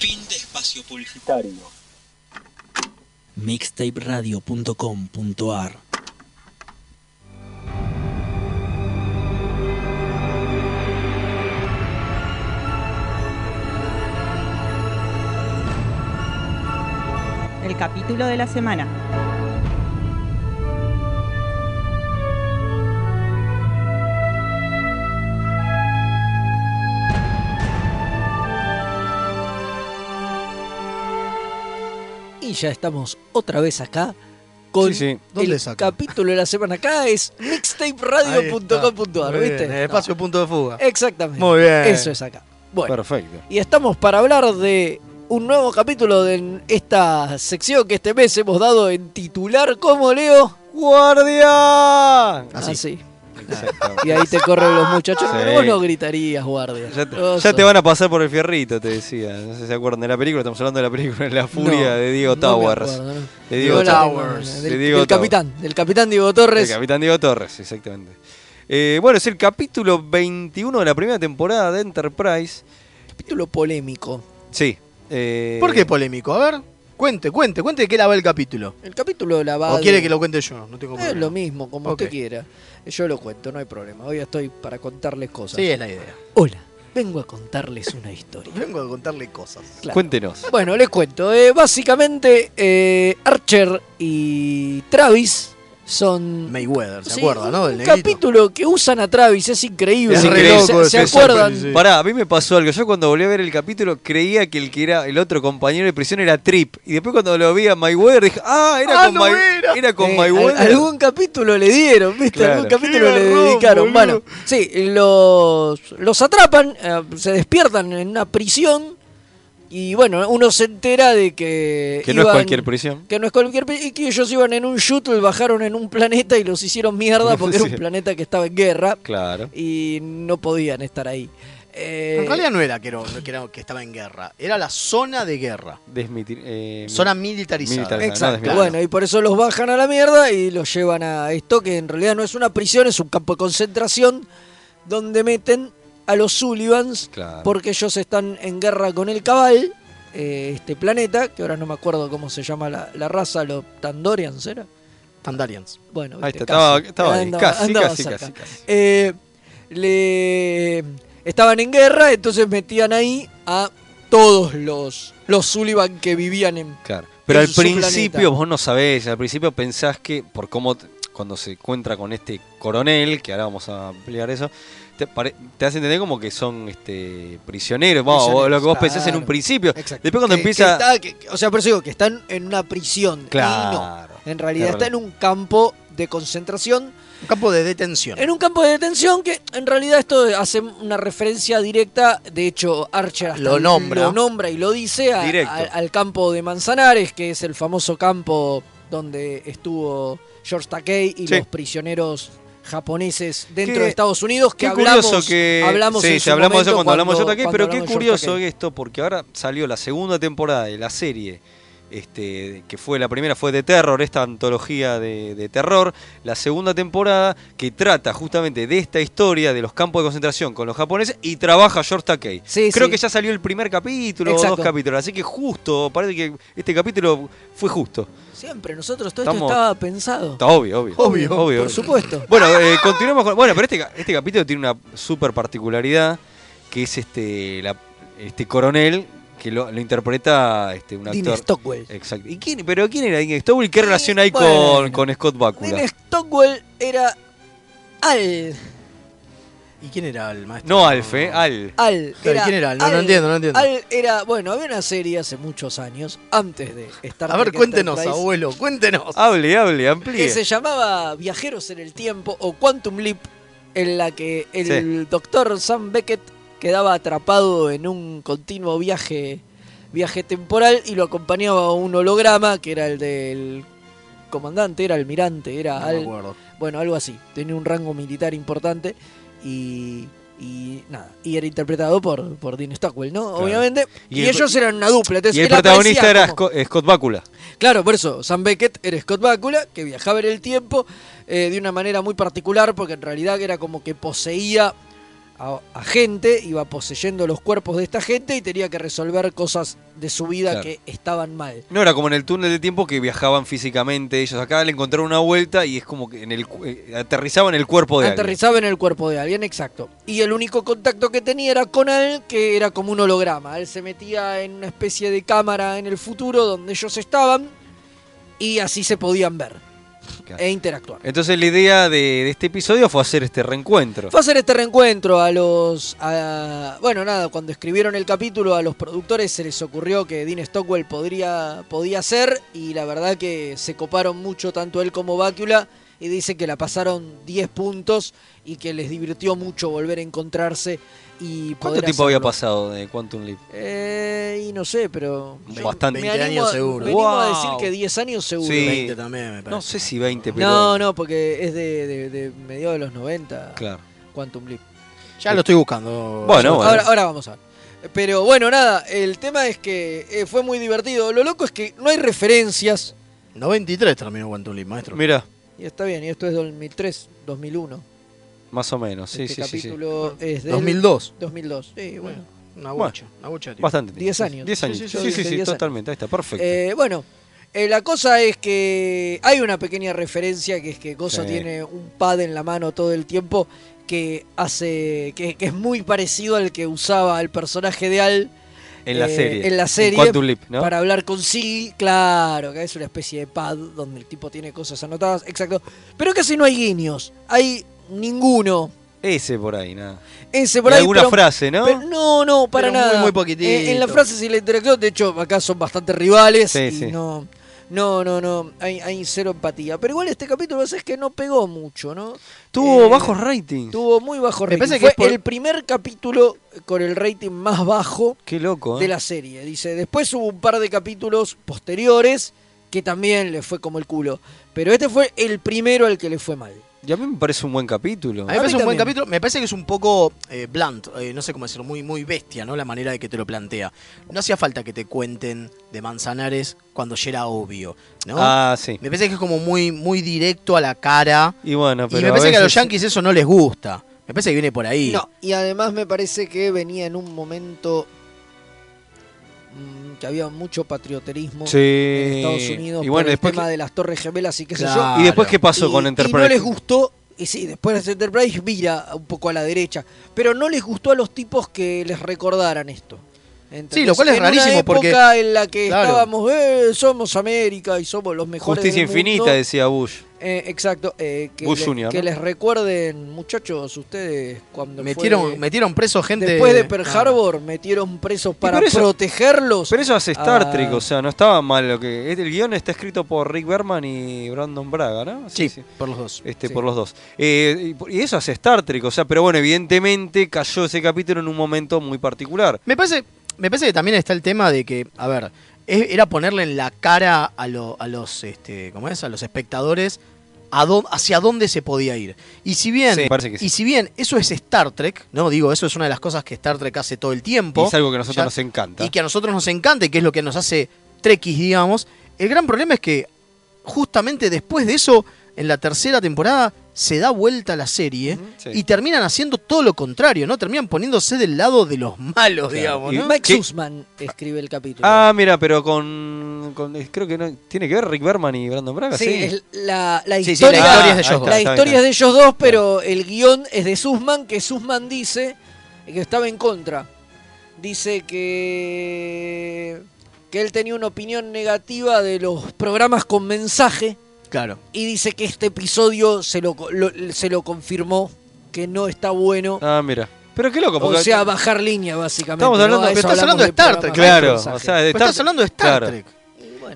Speaker 12: Fin de espacio publicitario.
Speaker 13: mixtaperadio.com.ar
Speaker 14: El capítulo de la semana.
Speaker 2: Y ya estamos otra vez acá con
Speaker 3: Sí, sí. ¿Dónde
Speaker 2: el
Speaker 3: saca?
Speaker 2: capítulo de la semana. Acá es mixtaperadio.com.ar,
Speaker 3: Muy bien,
Speaker 2: ¿viste?
Speaker 3: en
Speaker 2: No. Eh,
Speaker 3: el espacio punto de fuga.
Speaker 2: Exactamente.
Speaker 3: Muy bien.
Speaker 2: Eso es acá. Bueno.
Speaker 4: Perfecto.
Speaker 2: Y estamos para hablar de un nuevo capítulo de esta sección que este mes hemos dado en titular como Leo.
Speaker 4: ¡Guardia!
Speaker 2: Así.
Speaker 4: Exactamente.
Speaker 2: Y ahí te corren los muchachos.
Speaker 4: Sí.
Speaker 2: Pero vos no gritarías, guardia.
Speaker 4: Ya te,
Speaker 2: Vos
Speaker 4: ya
Speaker 2: sos-
Speaker 4: te van a pasar por el fierrito, te decía. No sé si se acuerdan de la película, estamos hablando de la película La Furia
Speaker 2: No,
Speaker 4: de Diego
Speaker 2: no me
Speaker 4: Towers.
Speaker 2: acuerdo, no.
Speaker 4: De Diego
Speaker 2: Hola,
Speaker 4: Towers.
Speaker 2: Del,
Speaker 4: de Diego
Speaker 2: del
Speaker 4: Towers.
Speaker 2: capitán, del capitán Diego Torres.
Speaker 4: El capitán Diego Torres, exactamente. Eh, bueno, es el capítulo 21 de la primera temporada de Enterprise.
Speaker 2: Capítulo polémico.
Speaker 4: Sí. eh,
Speaker 3: ¿Por qué polémico? A ver, cuente, cuente, cuente de qué la va el capítulo.
Speaker 2: El capítulo la va
Speaker 3: ¿O quiere
Speaker 2: de-
Speaker 3: que lo cuente yo? No tengo
Speaker 2: Es
Speaker 3: problema.
Speaker 2: Eh, lo mismo, como
Speaker 3: Ok.
Speaker 2: usted quiera. Yo lo cuento, no hay problema. Hoy estoy para contarles cosas.
Speaker 3: Sí, es la idea.
Speaker 2: Hola, vengo a contarles una historia.
Speaker 3: Vengo a contarle cosas.
Speaker 2: Claro.
Speaker 4: Cuéntenos.
Speaker 2: Bueno, les cuento. Eh, básicamente, eh, Archer y Travis son.
Speaker 3: Mayweather, ¿se
Speaker 2: Sí,
Speaker 3: acuerda,
Speaker 2: un-
Speaker 3: no? Del
Speaker 2: Un
Speaker 3: negrito.
Speaker 2: capítulo que usan a Travis es increíble.
Speaker 4: Es
Speaker 2: Se-
Speaker 4: increíble.
Speaker 2: ¿Se, se acuerdan?
Speaker 4: Pará, a mí me pasó algo. Yo cuando volví a ver el capítulo creía que el que era el otro compañero de prisión era Trip. Y después cuando lo vi a Mayweather dije, ah, era
Speaker 2: Ah,
Speaker 4: con,
Speaker 2: no
Speaker 4: My-
Speaker 2: era.
Speaker 4: era con
Speaker 2: Eh,
Speaker 4: Mayweather.
Speaker 2: al- algún capítulo le dieron, ¿viste?
Speaker 4: Claro.
Speaker 2: Algún
Speaker 4: Qué
Speaker 2: capítulo le
Speaker 4: garrón,
Speaker 2: dedicaron.
Speaker 4: boludo.
Speaker 2: Bueno, sí, los, los atrapan, eh, se despiertan en una prisión. Y bueno, uno se entera de que.
Speaker 4: Que no es
Speaker 2: iban-
Speaker 4: cualquier prisión.
Speaker 2: Que no es cualquier. pe- Y que ellos iban en un shuttle, bajaron en un planeta y los hicieron mierda porque era
Speaker 4: Sí.
Speaker 2: un planeta que estaba en guerra.
Speaker 4: Claro.
Speaker 2: Y no podían estar ahí. Eh,
Speaker 3: En realidad no era que, era, que, era- que estaba en guerra, era la zona de guerra.
Speaker 4: Desmitir- eh,
Speaker 3: Zona militarizada.
Speaker 4: militarizada, no
Speaker 2: Exacto,
Speaker 4: desmitir-
Speaker 2: bueno, y por eso los bajan a la mierda y los llevan a esto, que en realidad no es una prisión, es un campo de concentración donde meten a los Sullivans,
Speaker 4: Claro.
Speaker 2: porque ellos están en guerra con el Cabal, eh, este planeta, que ahora no me acuerdo cómo se llama la, la raza, los Tandorians, ¿era?
Speaker 3: Tandarians.
Speaker 2: Bueno,
Speaker 4: Ahí
Speaker 2: viste,
Speaker 4: está, estaba-
Speaker 2: casi.
Speaker 4: estaba ahí,
Speaker 2: Andaba-
Speaker 4: casi,
Speaker 2: andaba
Speaker 4: casi,
Speaker 2: cerca.
Speaker 4: casi, casi.
Speaker 2: Eh, le- Estaban en guerra, entonces metían ahí a todos los, los Sullivan que vivían en
Speaker 4: Claro. Pero
Speaker 2: en
Speaker 4: al
Speaker 2: su
Speaker 4: principio
Speaker 2: planeta.
Speaker 4: vos no sabés, al principio pensás que, por cómo, t- cuando se encuentra con este coronel, que ahora vamos a ampliar eso, te, pare- te hace entender como que son este prisioneros, vos-
Speaker 2: Prisioneros,
Speaker 4: lo que vos pensás en un
Speaker 2: claro.
Speaker 4: principio.
Speaker 2: Exacto.
Speaker 4: Después cuando
Speaker 2: Que-
Speaker 4: empieza...
Speaker 2: que está- que- que- o sea, por eso digo que están en una prisión. Y no.
Speaker 4: Claro.
Speaker 2: En realidad
Speaker 4: Claro.
Speaker 2: está en un campo de concentración.
Speaker 3: Un campo de detención.
Speaker 2: En un campo de detención que en realidad esto hace una referencia directa. De hecho, Archer hasta
Speaker 3: Lo nombra.
Speaker 2: lo nombra y lo dice a-
Speaker 3: Directo.
Speaker 2: a- al campo de Manzanares, que es el famoso campo donde estuvo George Takei y
Speaker 4: Sí.
Speaker 2: los prisioneros japoneses dentro
Speaker 4: Qué-
Speaker 2: de Estados Unidos que
Speaker 4: Qué
Speaker 2: hablamos
Speaker 4: curioso que.
Speaker 2: hablamos
Speaker 4: sí,
Speaker 2: en
Speaker 4: sí,
Speaker 2: su
Speaker 4: hablamos de eso
Speaker 2: momento
Speaker 4: cuando, hablamos de Yota Key,
Speaker 2: cuando
Speaker 4: pero qué
Speaker 2: hablamos de George
Speaker 4: curioso
Speaker 2: Takei.
Speaker 4: esto, porque ahora salió la segunda temporada de la serie. Este, que fue la primera fue de terror, esta antología de, de terror, la segunda temporada que trata justamente de esta historia de los campos de concentración con los japoneses y trabaja George Takei.
Speaker 2: Sí,
Speaker 4: Creo
Speaker 2: sí.
Speaker 4: que ya salió el primer capítulo o
Speaker 2: Exacto.
Speaker 4: dos capítulos, así que justo, parece que este capítulo fue justo.
Speaker 2: Siempre, nosotros todo
Speaker 4: Estamos-
Speaker 2: esto estaba pensado.
Speaker 4: Está obvio, obvio.
Speaker 2: Obvio, por supuesto.
Speaker 4: Bueno, eh, continuamos con. Bueno, pero este, ca- este capítulo tiene una super particularidad que es este la- este coronel que lo, lo interpreta este, un
Speaker 2: Dean
Speaker 4: actor.
Speaker 2: Stockwell.
Speaker 4: Exacto. ¿Y quién, pero quién era Dean Stockwell? ¿Qué relación hay
Speaker 2: bueno.
Speaker 4: con, con Scott Bakula?
Speaker 2: Dean Stockwell era Al.
Speaker 3: ¿Y quién era el maestro?
Speaker 4: No Alf, eh, Al.
Speaker 2: Al.
Speaker 3: Claro, ¿quién era? No, no entiendo, no entiendo.
Speaker 2: Al era. Bueno, había una serie hace muchos años, antes de estar.
Speaker 3: A ver, cuéntenos, abuelo, cuéntenos.
Speaker 4: Hable, hable,
Speaker 2: Que
Speaker 4: amplíe.
Speaker 2: se llamaba Viajeros en el Tiempo o Quantum Leap, en la que el
Speaker 4: Sí.
Speaker 2: doctor Sam Beckett quedaba atrapado en un continuo viaje, viaje temporal y lo acompañaba un holograma que era el del comandante, era almirante, era
Speaker 3: No me
Speaker 2: al-
Speaker 3: acuerdo.
Speaker 2: bueno, algo así. Tenía un rango militar importante y, y nada. Y era interpretado por, por Dean Stockwell, ¿no? Obviamente.
Speaker 4: Y
Speaker 2: Y,
Speaker 4: el-
Speaker 2: ellos eran una dupla. entonces
Speaker 4: y el
Speaker 2: era-
Speaker 4: protagonista
Speaker 2: parecía
Speaker 4: era
Speaker 2: como-
Speaker 4: Sco- Scott, Bakula.
Speaker 2: Claro, por eso, Sam Beckett era Scott Bakula, que viajaba en el tiempo eh, de una manera muy particular, porque en realidad era como que poseía a, a gente, iba poseyendo los cuerpos de esta gente y tenía que resolver cosas de su vida
Speaker 4: Claro.
Speaker 2: que estaban mal.
Speaker 4: No era como en el túnel de tiempo que viajaban físicamente ellos. Acá le encontraron una vuelta y es como que en el, cu- eh, aterrizaba en el cuerpo de alguien.
Speaker 2: Aterrizaba en el cuerpo de alguien, exacto. Y el único contacto que tenía era con él, que era como un holograma. Él se metía en una especie de cámara en el futuro donde ellos estaban y así se podían ver
Speaker 4: Claro.
Speaker 2: e interactuar.
Speaker 4: Entonces la idea de, de este episodio fue hacer este reencuentro.
Speaker 2: Fue a hacer este reencuentro a los... a- bueno, nada, cuando escribieron el capítulo a los productores se les ocurrió que Dean Stockwell podría, podía ser y la verdad que se coparon mucho tanto él como Bácula y dicen que la pasaron 10 puntos y que les divirtió mucho volver a encontrarse y
Speaker 4: ¿Cuánto
Speaker 2: poder
Speaker 4: tiempo había
Speaker 2: hacerlo.
Speaker 4: pasado de Quantum Leap?
Speaker 2: Eh, y no sé, pero... yo
Speaker 4: Bastante.
Speaker 2: me
Speaker 4: 20
Speaker 2: animo
Speaker 4: años
Speaker 2: a-
Speaker 4: seguro.
Speaker 2: Me animo a
Speaker 4: Wow.
Speaker 2: decir que 10 años seguro.
Speaker 4: Sí.
Speaker 3: también, me
Speaker 4: No sé si 20, pero...
Speaker 2: No, no, porque es de, de, de mediados de los 90.
Speaker 4: Claro.
Speaker 2: Quantum Leap.
Speaker 3: Ya lo estoy buscando.
Speaker 4: Bueno, Ah, bueno.
Speaker 2: Ahora, ahora vamos a ver. Pero bueno, nada, el tema es que eh, fue muy divertido. Lo loco es que no hay referencias.
Speaker 3: 93 terminó Quantum Leap, maestro.
Speaker 4: Mira,
Speaker 2: Y está bien, y esto es 2003, 2001.
Speaker 4: más o menos, sí,
Speaker 2: este
Speaker 4: sí, sí, sí.
Speaker 2: capítulo es del
Speaker 3: 2002.
Speaker 2: 2002, sí, bueno.
Speaker 3: Una bocha, una bocha, tío.
Speaker 4: Bastante.
Speaker 2: 10 años.
Speaker 4: 10 años. Sí, sí, sí,
Speaker 2: Yo dije 10 años.
Speaker 4: totalmente. Ahí está, perfecto.
Speaker 2: Eh, bueno, eh, la cosa es que hay una pequeña referencia que es que Gozo
Speaker 4: Sí.
Speaker 2: tiene un pad en la mano todo el tiempo que hace que, que es muy parecido al que usaba el personaje de Al
Speaker 4: En la serie.
Speaker 2: eh, en la
Speaker 4: En
Speaker 2: serie
Speaker 4: Quantum Leap, ¿no?
Speaker 2: para hablar con Sig, claro, que es una especie de pad donde el tipo tiene cosas anotadas, exacto, pero casi no hay guiños, hay ninguno.
Speaker 4: Ese por ahí, nada.
Speaker 2: Ese por
Speaker 4: Y
Speaker 2: ahí,
Speaker 4: alguna
Speaker 2: pero-
Speaker 4: frase, ¿no?
Speaker 2: pero no, no, para
Speaker 3: Pero muy,
Speaker 2: nada.
Speaker 3: muy poquitito.
Speaker 2: Eh, en la frase si la interacción, de hecho, acá son bastante rivales
Speaker 4: Sí,
Speaker 2: y
Speaker 4: sí.
Speaker 2: no. No, no, no, hay, hay cero empatía. Pero igual este capítulo es que no pegó mucho, ¿no?
Speaker 4: Tuvo
Speaker 2: Eh,
Speaker 4: bajos ratings.
Speaker 2: Tuvo muy bajo
Speaker 3: Me
Speaker 2: rating.
Speaker 3: parece que
Speaker 2: Fue
Speaker 3: es por-
Speaker 2: el primer capítulo con el rating más bajo
Speaker 4: Qué loco, ¿eh?
Speaker 2: de la serie. Dice, después hubo un par de capítulos posteriores que también le fue como el culo. Pero este fue el primero al que le fue mal.
Speaker 4: Y a mí me parece un buen capítulo.
Speaker 3: A mí me parece un buen
Speaker 2: también.
Speaker 3: capítulo. Me parece que es un poco eh, blunt, eh, no sé cómo decirlo, muy, muy bestia, ¿no? La manera de que te lo plantea. No hacía falta que te cuenten de Manzanares cuando ya era obvio, ¿no?
Speaker 4: Ah, sí.
Speaker 3: Me parece que es como muy, muy directo a la cara.
Speaker 4: Y bueno, pero
Speaker 3: y me parece que a los
Speaker 4: veces-
Speaker 3: yankees eso no les gusta. Me parece que viene por ahí.
Speaker 2: No, y además me parece que venía en un momento mm, que había mucho patrioterismo
Speaker 4: Sí.
Speaker 2: en Estados Unidos
Speaker 4: Y bueno,
Speaker 2: por el
Speaker 4: después
Speaker 2: tema
Speaker 4: que-
Speaker 2: de las Torres Gemelas y qué sé yo.
Speaker 4: Claro. ¿Y después qué pasó con
Speaker 2: Y- Y no
Speaker 4: Enterprise?
Speaker 2: les gustó, y sí, después de Enterprise vira un poco a la derecha, pero no les gustó a los tipos que les recordaran esto. ¿Entendés?
Speaker 3: Sí, lo cual es
Speaker 2: En una
Speaker 3: rarísimo, porque-
Speaker 2: época en la que
Speaker 3: Claro.
Speaker 2: estábamos, eh, somos América y somos los mejores.
Speaker 4: Justicia
Speaker 2: del mundo.
Speaker 4: infinita, decía Bush.
Speaker 2: Eh, exacto, eh, que,
Speaker 4: Bush
Speaker 2: le-
Speaker 4: Junior,
Speaker 2: que
Speaker 4: ¿no?
Speaker 2: les recuerden, muchachos, ustedes cuando
Speaker 3: Metieron,
Speaker 2: fue-
Speaker 3: metieron preso gente.
Speaker 2: Después de Pearl
Speaker 3: Ah.
Speaker 2: Harbor metieron presos para
Speaker 4: pero eso-
Speaker 2: protegerlos.
Speaker 4: Pero eso hace Star
Speaker 2: Ah.
Speaker 4: Trek, o sea, no estaba mal lo que. El guión está escrito por Rick Berman y Brandon Braga, ¿no?
Speaker 3: Sí, por los dos.
Speaker 4: Este,
Speaker 3: Sí.
Speaker 4: Por los dos. Eh, y por- y eso hace Star Trek, o sea, pero bueno, evidentemente cayó ese capítulo en un momento muy particular.
Speaker 3: Me parece, me parece que también está el tema de que, a ver, es- era ponerle en la cara a, lo- a los, este, ¿cómo es? A los espectadores a dó- hacia dónde se podía ir. Y si bien,
Speaker 4: Sí, me parece que sí.
Speaker 3: y si bien eso es Star Trek, no digo, eso es una de las cosas que Star Trek hace todo el tiempo.
Speaker 4: Y es algo que a nosotros
Speaker 3: ya-
Speaker 4: nos encanta.
Speaker 3: y que a nosotros nos encanta y que es lo que nos hace trekkies, digamos. El gran problema es que justamente después de eso, en la tercera temporada, se da vuelta la serie
Speaker 4: Sí.
Speaker 3: y terminan haciendo todo lo contrario, ¿no? Terminan poniéndose del lado de los malos, digamos,
Speaker 4: Y-
Speaker 3: ¿no?
Speaker 2: Mike
Speaker 4: ¿Qué?
Speaker 2: Sussman escribe el capítulo.
Speaker 4: Ah, mira, pero con, con- eh, Creo que no. ¿Tiene que ver Rick Berman y Brandon Braga?
Speaker 2: sí,
Speaker 4: Sí.
Speaker 2: es la, la
Speaker 3: Sí, sí, la historia
Speaker 2: historia,
Speaker 3: es de
Speaker 4: ahí
Speaker 3: ellos dos.
Speaker 2: la
Speaker 4: está
Speaker 2: historia
Speaker 4: bien.
Speaker 2: es de ellos dos, pero el guión es de Sussman, que Sussman dice que estaba en contra. Dice que, que él tenía una opinión negativa de los programas con mensaje
Speaker 3: Claro.
Speaker 2: y dice que este episodio se lo, co- lo- se lo confirmó, que no está bueno.
Speaker 4: Ah, mira. Pero qué loco, porque.
Speaker 2: O sea, bajar línea, básicamente.
Speaker 4: Estamos
Speaker 2: ¿no?
Speaker 4: hablando-
Speaker 2: A
Speaker 4: pero
Speaker 2: eso
Speaker 3: estás
Speaker 2: hablamos
Speaker 3: hablando de
Speaker 2: del
Speaker 3: Star
Speaker 2: programa.
Speaker 3: Trek,
Speaker 4: claro.
Speaker 2: Mensaje.
Speaker 4: O sea, de
Speaker 3: Pero estás hablando de Star
Speaker 4: claro.
Speaker 3: Trek.